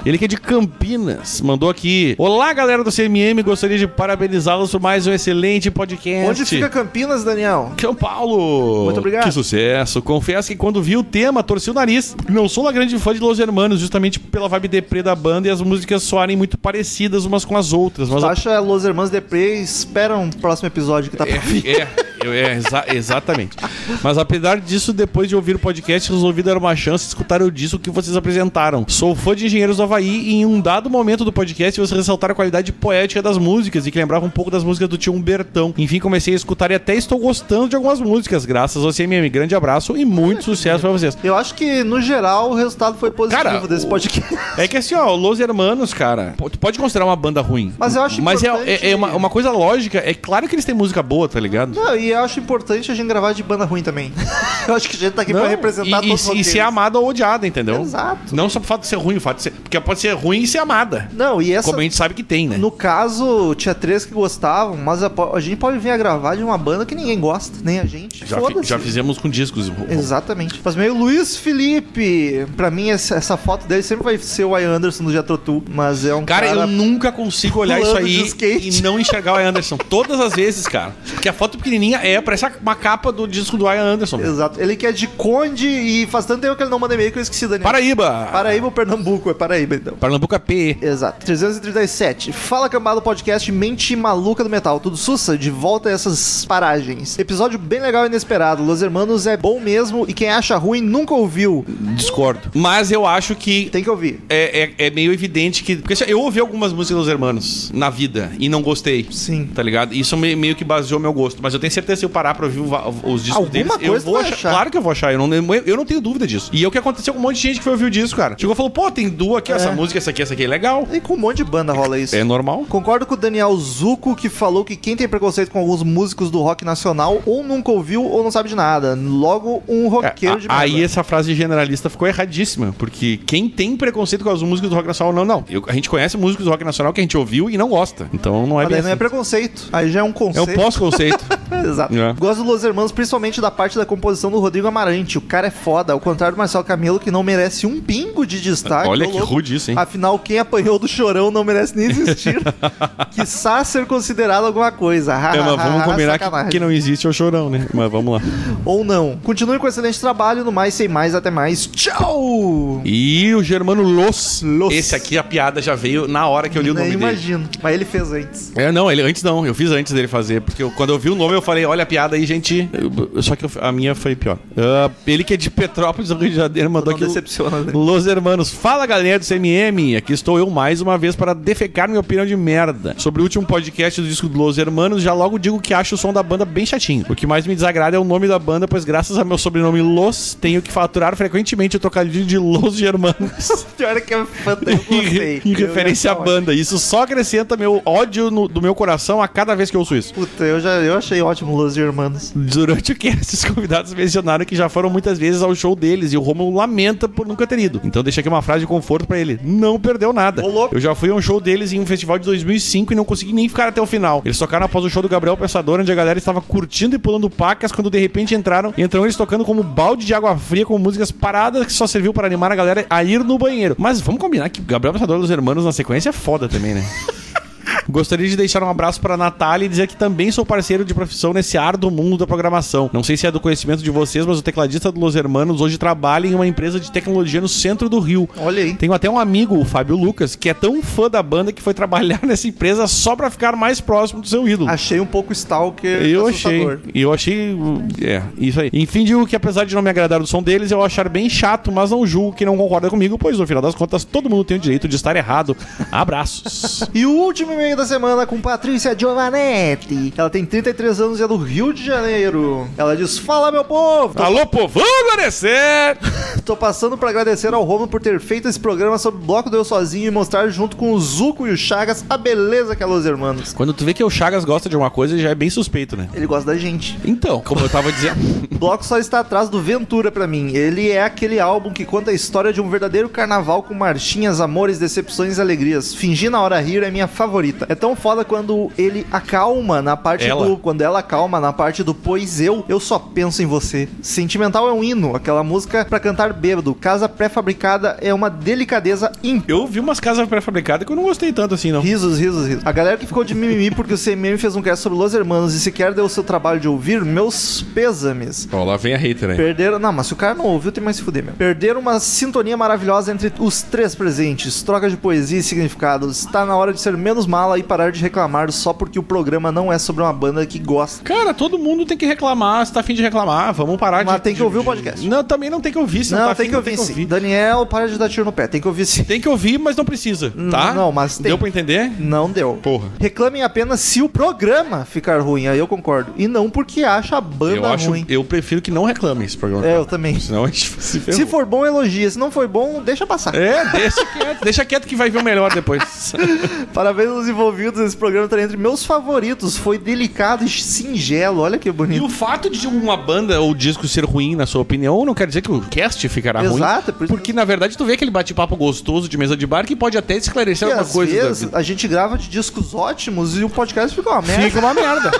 Speaker 2: Ele que é de Campinas, mandou aqui. Olá, galera do CMM, gostaria de parabenizá-los por mais um excelente podcast.
Speaker 1: Onde fica Campinas, Daniel?
Speaker 2: São Paulo!
Speaker 1: Muito obrigado.
Speaker 2: Que sucesso! Confesso que quando vi o tema, torci o nariz. Não sou uma grande fã de Los Hermanos, justamente pela vibe deprê da banda e as músicas soarem muito parecidas umas com as outras. Mas
Speaker 1: Baixa é Los Hermanos Depre e espera um próximo episódio que tá pra vir.
Speaker 2: É, eu- é, exa- exatamente. Mas apesar disso, depois de ouvir o podcast, resolvi dar uma chance de escutar o disco que vocês apresentaram. Sou fã de Engenheiros do Havaí e em um dado momento do podcast vocês ressaltaram a qualidade poética das músicas e que lembrava um pouco das músicas do tio Humbertão. Enfim, comecei a escutar e até estou gostando de algumas músicas, graças ao CMM. Grande abraço e muito sucesso pra vocês.
Speaker 1: Eu acho que, no geral, o resultado foi positivo
Speaker 2: Cara,
Speaker 1: desse
Speaker 2: o-
Speaker 1: podcast.
Speaker 2: É que assim, ó, Los Hermanos, cara, pô, tu pode considerar uma banda ruim.
Speaker 1: Mas eu acho
Speaker 2: Mas é,
Speaker 1: importante-
Speaker 2: é- é uma, uma coisa lógica, é claro que eles têm música boa, tá ligado?
Speaker 1: Não, e eu acho importante a gente gravar de banda ruim também. eu acho que a gente tá aqui
Speaker 2: Não,
Speaker 1: pra representar
Speaker 2: e,
Speaker 1: todos
Speaker 2: e, e
Speaker 1: vocês.
Speaker 2: ser amada ou odiada, entendeu?
Speaker 1: Exato.
Speaker 2: Não só o fato de ser ruim, o fato de ser. Porque pode ser ruim e ser amada.
Speaker 1: Não, e essa...
Speaker 2: Como a gente sabe que tem, né?
Speaker 1: No caso, tinha três que gostavam, mas a, po- a gente pode vir a gravar de uma banda que ninguém gosta, nem a gente.
Speaker 2: Já, fi-
Speaker 1: Foda-se.
Speaker 2: já fizemos com discos.
Speaker 1: Exatamente. Mas meio Luiz Felipe. Pra mim, essa, essa foto dele sempre vai ser o Ian Anderson do Jatrotu. Mas é um
Speaker 2: Cara,
Speaker 1: cara.
Speaker 2: eu nunca consigo olhar isso
Speaker 1: pulando de
Speaker 2: aí
Speaker 1: skate.
Speaker 2: e não enxergar o Ian Anderson. Todas as vezes, cara. Porque a foto pequenininha é, parece uma capa do disco do Ian Anderson.
Speaker 1: Exato. Ele que é de Conde e faz tanto tempo que ele não manda e-mail que eu esqueci, Daniel.
Speaker 2: Paraíba!
Speaker 1: Paraíba ou Pernambuco? É Paraíba, então.
Speaker 2: Pernambuco é PE.
Speaker 1: Exato. 337. Fala cambada podcast Mente Maluca do Metal. Tudo sussa? De volta a essas paragens. Episódio bem legal e inesperado. Los Hermanos é bom mesmo e quem acha ruim nunca ouviu.
Speaker 2: Discordo. Mas eu acho que
Speaker 1: Tem que ouvir.
Speaker 2: é, é- é meio evidente que. Porque assim, eu ouvi algumas músicas dos Hermanos na vida e não gostei.
Speaker 1: Sim.
Speaker 2: Tá ligado? Isso me- meio que baseou meu gosto. Mas eu tenho certeza que se eu parar pra ouvir o va- os discos
Speaker 1: Alguma
Speaker 2: deles, eu
Speaker 1: coisa
Speaker 2: vou
Speaker 1: tu vai
Speaker 2: achar.
Speaker 1: achar.
Speaker 2: Claro que eu vou achar. Eu não, eu não tenho dúvida disso. E é o que aconteceu com um monte de gente que foi ouvir o disco, cara. Chegou e falou: pô, tem duas aqui,
Speaker 1: É.
Speaker 2: essa música, essa aqui, essa aqui. é Legal.
Speaker 1: E com um monte de banda rola isso.
Speaker 2: É normal.
Speaker 1: Concordo com o Daniel Zuko, que falou que quem tem preconceito com alguns músicos do rock nacional ou nunca ouviu ou não sabe de nada. Logo, um
Speaker 2: É,
Speaker 1: roqueiro de
Speaker 2: a- aí
Speaker 1: merda.
Speaker 2: essa frase generalista ficou erradíssima, porque quem tem preconceito com as músicas do rock nacional, não, não. Eu- a gente conhece músicos do rock nacional que a gente ouviu e não gosta. Então não é
Speaker 1: Mas
Speaker 2: bem
Speaker 1: daí não é
Speaker 2: assim.
Speaker 1: preconceito. Aí já é um
Speaker 2: É um
Speaker 1: conceito.
Speaker 2: pós-conceito.
Speaker 1: Exato.
Speaker 2: É.
Speaker 1: Gosto do Los Hermanos, principalmente da parte da composição do Rodrigo Amarante. O cara é foda, ao contrário do Marcelo Camelo, que não merece um pingo de destaque.
Speaker 2: Olha
Speaker 1: Ô,
Speaker 2: que
Speaker 1: louco.
Speaker 2: rude isso, hein?
Speaker 1: Afinal, quem apanhou do chorão não merece nem existir. Quiçá ser considerado alguma coisa.
Speaker 2: É, mas vamos combinar que,
Speaker 1: Sacanagem.
Speaker 2: que não existe é o chorão, né? Mas vamos lá.
Speaker 1: Ou não. Continue com excelente trabalho. No mais, sem mais, até mais. Tchau!
Speaker 2: E o Germano Los. Esse aqui, a piada já veio na hora que eu li o
Speaker 1: Nem
Speaker 2: nome dele.
Speaker 1: Né, imagino. Mas ele fez antes.
Speaker 2: É, não, ele antes não, eu fiz antes dele fazer, porque eu- quando eu vi o nome eu falei, olha a piada aí, gente. Eu- só que eu- a minha foi pior. Ah, ele que é de Petrópolis, do Rio de Janeiro, mandou
Speaker 1: Não
Speaker 2: aqui.
Speaker 1: decepciona, né?
Speaker 2: Los Hermanos, fala galera do CMM, aqui estou eu mais uma vez para defecar minha opinião de merda. Sobre o último podcast do disco do Los Hermanos, já logo digo que acho o som da banda bem chatinho. O que mais me desagrada é o nome da banda, pois graças a meu sobrenome Los, tenho que faturar frequentemente o trocadilho de Los Germanos
Speaker 1: Pior é que é fã eu
Speaker 2: em,
Speaker 1: gostei.
Speaker 2: em
Speaker 1: Eu ia
Speaker 2: referência à
Speaker 1: falar.
Speaker 2: banda. Isso só acrescenta meu ódio no- do meu coração a cada vez que eu ouço isso.
Speaker 1: Puta, eu já eu achei ótimo o Los Hermanos.
Speaker 2: Durante o que esses convidados mencionaram que já foram muitas vezes ao show deles e o Romulo lamenta por nunca ter ido. Então deixa aqui uma frase de conforto pra ele. Não perdeu nada.
Speaker 1: Ô, louco.
Speaker 2: Eu já fui a um show deles em um festival de 2005 e não consegui nem ficar até o final. Eles tocaram após o show do Gabriel Pensador, onde a galera estava curtindo e pulando pacas quando de repente entraram. Entram eles tocando como balde de água fria com músicas paradas que só serviu para animar a galera a ir no banheiro. Mas vamos combinar que Gabriel Pensador dos Hermanos na sequência é foda também, né? Gostaria de deixar um abraço para Natália e dizer que também sou parceiro de profissão nesse ar do mundo da programação. Não sei se é do conhecimento de vocês, mas o tecladista do Los Hermanos hoje trabalha em uma empresa de tecnologia no centro do Rio.
Speaker 1: Olha aí.
Speaker 2: Tenho até um amigo, o Fábio Lucas, que é tão fã da banda que foi trabalhar nessa empresa só para ficar mais próximo do seu ídolo.
Speaker 1: Achei um pouco Stalker.
Speaker 2: Eu achei.
Speaker 1: assustador.
Speaker 2: Eu achei. É, isso aí. Enfim, digo que apesar de não me agradar o som deles, eu achar bem chato, mas não julgo que não concorda comigo, pois no final das contas todo mundo tem o direito de estar errado. Abraços.
Speaker 1: E o último e-mail da semana com Patrícia Giovanetti. Ela tem 33 anos e é do Rio de Janeiro. Ela diz: Fala, meu povo! Tô,
Speaker 2: Alô, povão agradecer!
Speaker 1: tô passando pra agradecer ao Romulo por ter feito esse programa sobre o Bloco do Eu Sozinho e mostrar junto com o Zuco e o Chagas a beleza que é Los Hermanos.
Speaker 2: Quando tu vê que o Chagas gosta de alguma coisa, já é bem suspeito, né?
Speaker 1: Ele gosta da gente.
Speaker 2: Então, como eu tava dizendo.
Speaker 1: O bloco só está atrás do Ventura pra mim. Ele é aquele álbum que conta a história de um verdadeiro carnaval com marchinhas, amores, decepções e alegrias. Fingir na hora rir é minha favorita. É tão foda quando ele acalma na parte
Speaker 2: Ela.
Speaker 1: do. Quando ela acalma na parte do pois eu, eu só penso em você. Sentimental é um hino, aquela música pra cantar bêbado. Casa pré-fabricada é uma delicadeza ímpar.
Speaker 2: eu vi umas casas pré-fabricadas que eu não gostei tanto assim, não.
Speaker 1: Risos, risos, risos. A galera que ficou de mimimi porque o CMM fez um cast sobre Los Hermanos e sequer deu o seu trabalho de ouvir, meus pêsames.
Speaker 8: Ó, lá vem a
Speaker 2: É.
Speaker 8: hater
Speaker 2: né?
Speaker 8: aí.
Speaker 1: Perderam. Não, mas se o cara não ouviu, tem mais se fuder mesmo. Perderam uma sintonia maravilhosa entre os três presentes. Troca de poesia e significados. Está na hora de ser menos mala e parar de reclamar só porque o programa não é sobre uma banda que gosta.
Speaker 2: Cara, todo mundo tem que reclamar, se tá afim de reclamar, vamos parar de.
Speaker 1: Mas tem que
Speaker 2: de-
Speaker 1: ouvir o
Speaker 2: de-
Speaker 1: podcast.
Speaker 2: Não, também não tem que ouvir, se não,
Speaker 1: não,
Speaker 2: tá
Speaker 1: tem
Speaker 2: afim,
Speaker 1: que
Speaker 2: não
Speaker 1: ouvir sim. Daniel, para de dar tiro no pé. Tem que ouvir sim.
Speaker 2: Tem que ouvir, mas não precisa, tá?
Speaker 1: Hum, não, mas tem.
Speaker 2: Deu pra entender?
Speaker 1: Não deu.
Speaker 2: Porra.
Speaker 1: Reclamem apenas se o programa ficar ruim, aí eu concordo. E não porque acha a banda
Speaker 2: Eu acho.
Speaker 1: ruim.
Speaker 2: Eu prefiro que não reclame esse programa.
Speaker 1: É, eu também.
Speaker 2: Senão a gente se ferrou.
Speaker 1: Se for bom, elogia. Se não for bom, deixa passar.
Speaker 2: É, deixa quieto, deixa quieto que vai ver o melhor depois.
Speaker 1: Parabéns aos envolvidos. Esse programa tá entre meus favoritos. Foi delicado e singelo. Olha que
Speaker 2: E
Speaker 1: bonito.
Speaker 2: o fato de uma banda ou disco ser ruim, na sua opinião, não quer dizer que o cast ficará ruim.
Speaker 1: Exato, é por isso
Speaker 2: Porque, na verdade, tu vê aquele bate-papo gostoso de mesa de bar que pode até esclarecer
Speaker 1: Porque
Speaker 2: alguma
Speaker 1: às
Speaker 2: coisa. da
Speaker 1: vezes
Speaker 2: vida.
Speaker 1: a gente grava de discos ótimos e o podcast fica uma merda.
Speaker 2: Fica uma merda.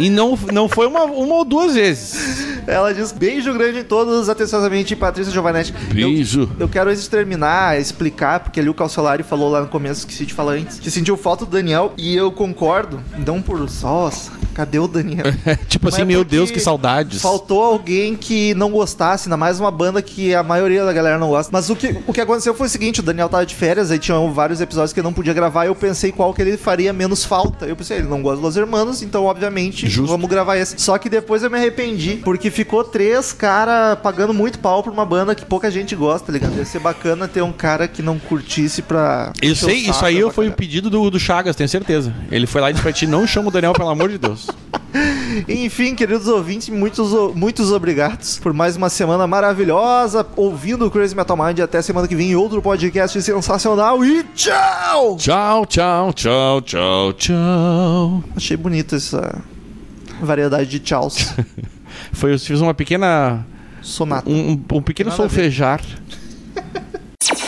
Speaker 2: E não, não foi uma, uma ou duas vezes.
Speaker 1: Ela diz beijo grande em todos, atenciosamente, Patrícia Giovanetti.
Speaker 2: Beijo.
Speaker 1: Eu, eu quero antes de terminar, explicar, porque ali o Calcelari falou lá no começo, esqueci de falar antes, que sentiu falta do Daniel e eu concordo. Então, por. Nossa, cadê o Daniel?
Speaker 2: tipo
Speaker 1: Mas
Speaker 2: assim,
Speaker 1: é
Speaker 2: meu
Speaker 1: porque
Speaker 2: Deus, que saudades.
Speaker 1: Faltou alguém que não gostasse, ainda mais uma banda que a maioria da galera não gosta. Mas o que, o que aconteceu foi o seguinte: o Daniel tava de férias, aí tinham vários episódios que ele não podia gravar, e eu pensei qual que ele faria menos falta. Eu pensei, ele não gosta dos Hermanos, então obviamente
Speaker 2: Justo.
Speaker 1: vamos gravar esse. Só que depois eu me arrependi, porque ficou três cara pagando muito pau pra uma banda que pouca gente gosta, tá ligado? Ia ser bacana ter um cara que não curtisse pra.
Speaker 2: Eu
Speaker 1: encher o
Speaker 2: sei, isso
Speaker 1: saco
Speaker 2: aí
Speaker 1: da
Speaker 2: foi o
Speaker 1: galera.
Speaker 2: pedido do, do Chagas, tenho certeza. Ele foi lá e disse pra ti: não chama o Daniel, pelo amor de Deus.
Speaker 1: Enfim, queridos ouvintes, muitos, muitos obrigados por mais uma semana maravilhosa. Ouvindo o Crazy Metal Mind até semana que vem em outro podcast sensacional. E tchau!
Speaker 2: tchau, tchau, tchau, tchau, tchau.
Speaker 1: Achei bonita essa variedade de tchauz.
Speaker 2: Foi, eu fiz uma pequena.
Speaker 1: Sonata.
Speaker 2: Um, um- um pequeno
Speaker 1: Nada a ver.
Speaker 2: solfejar.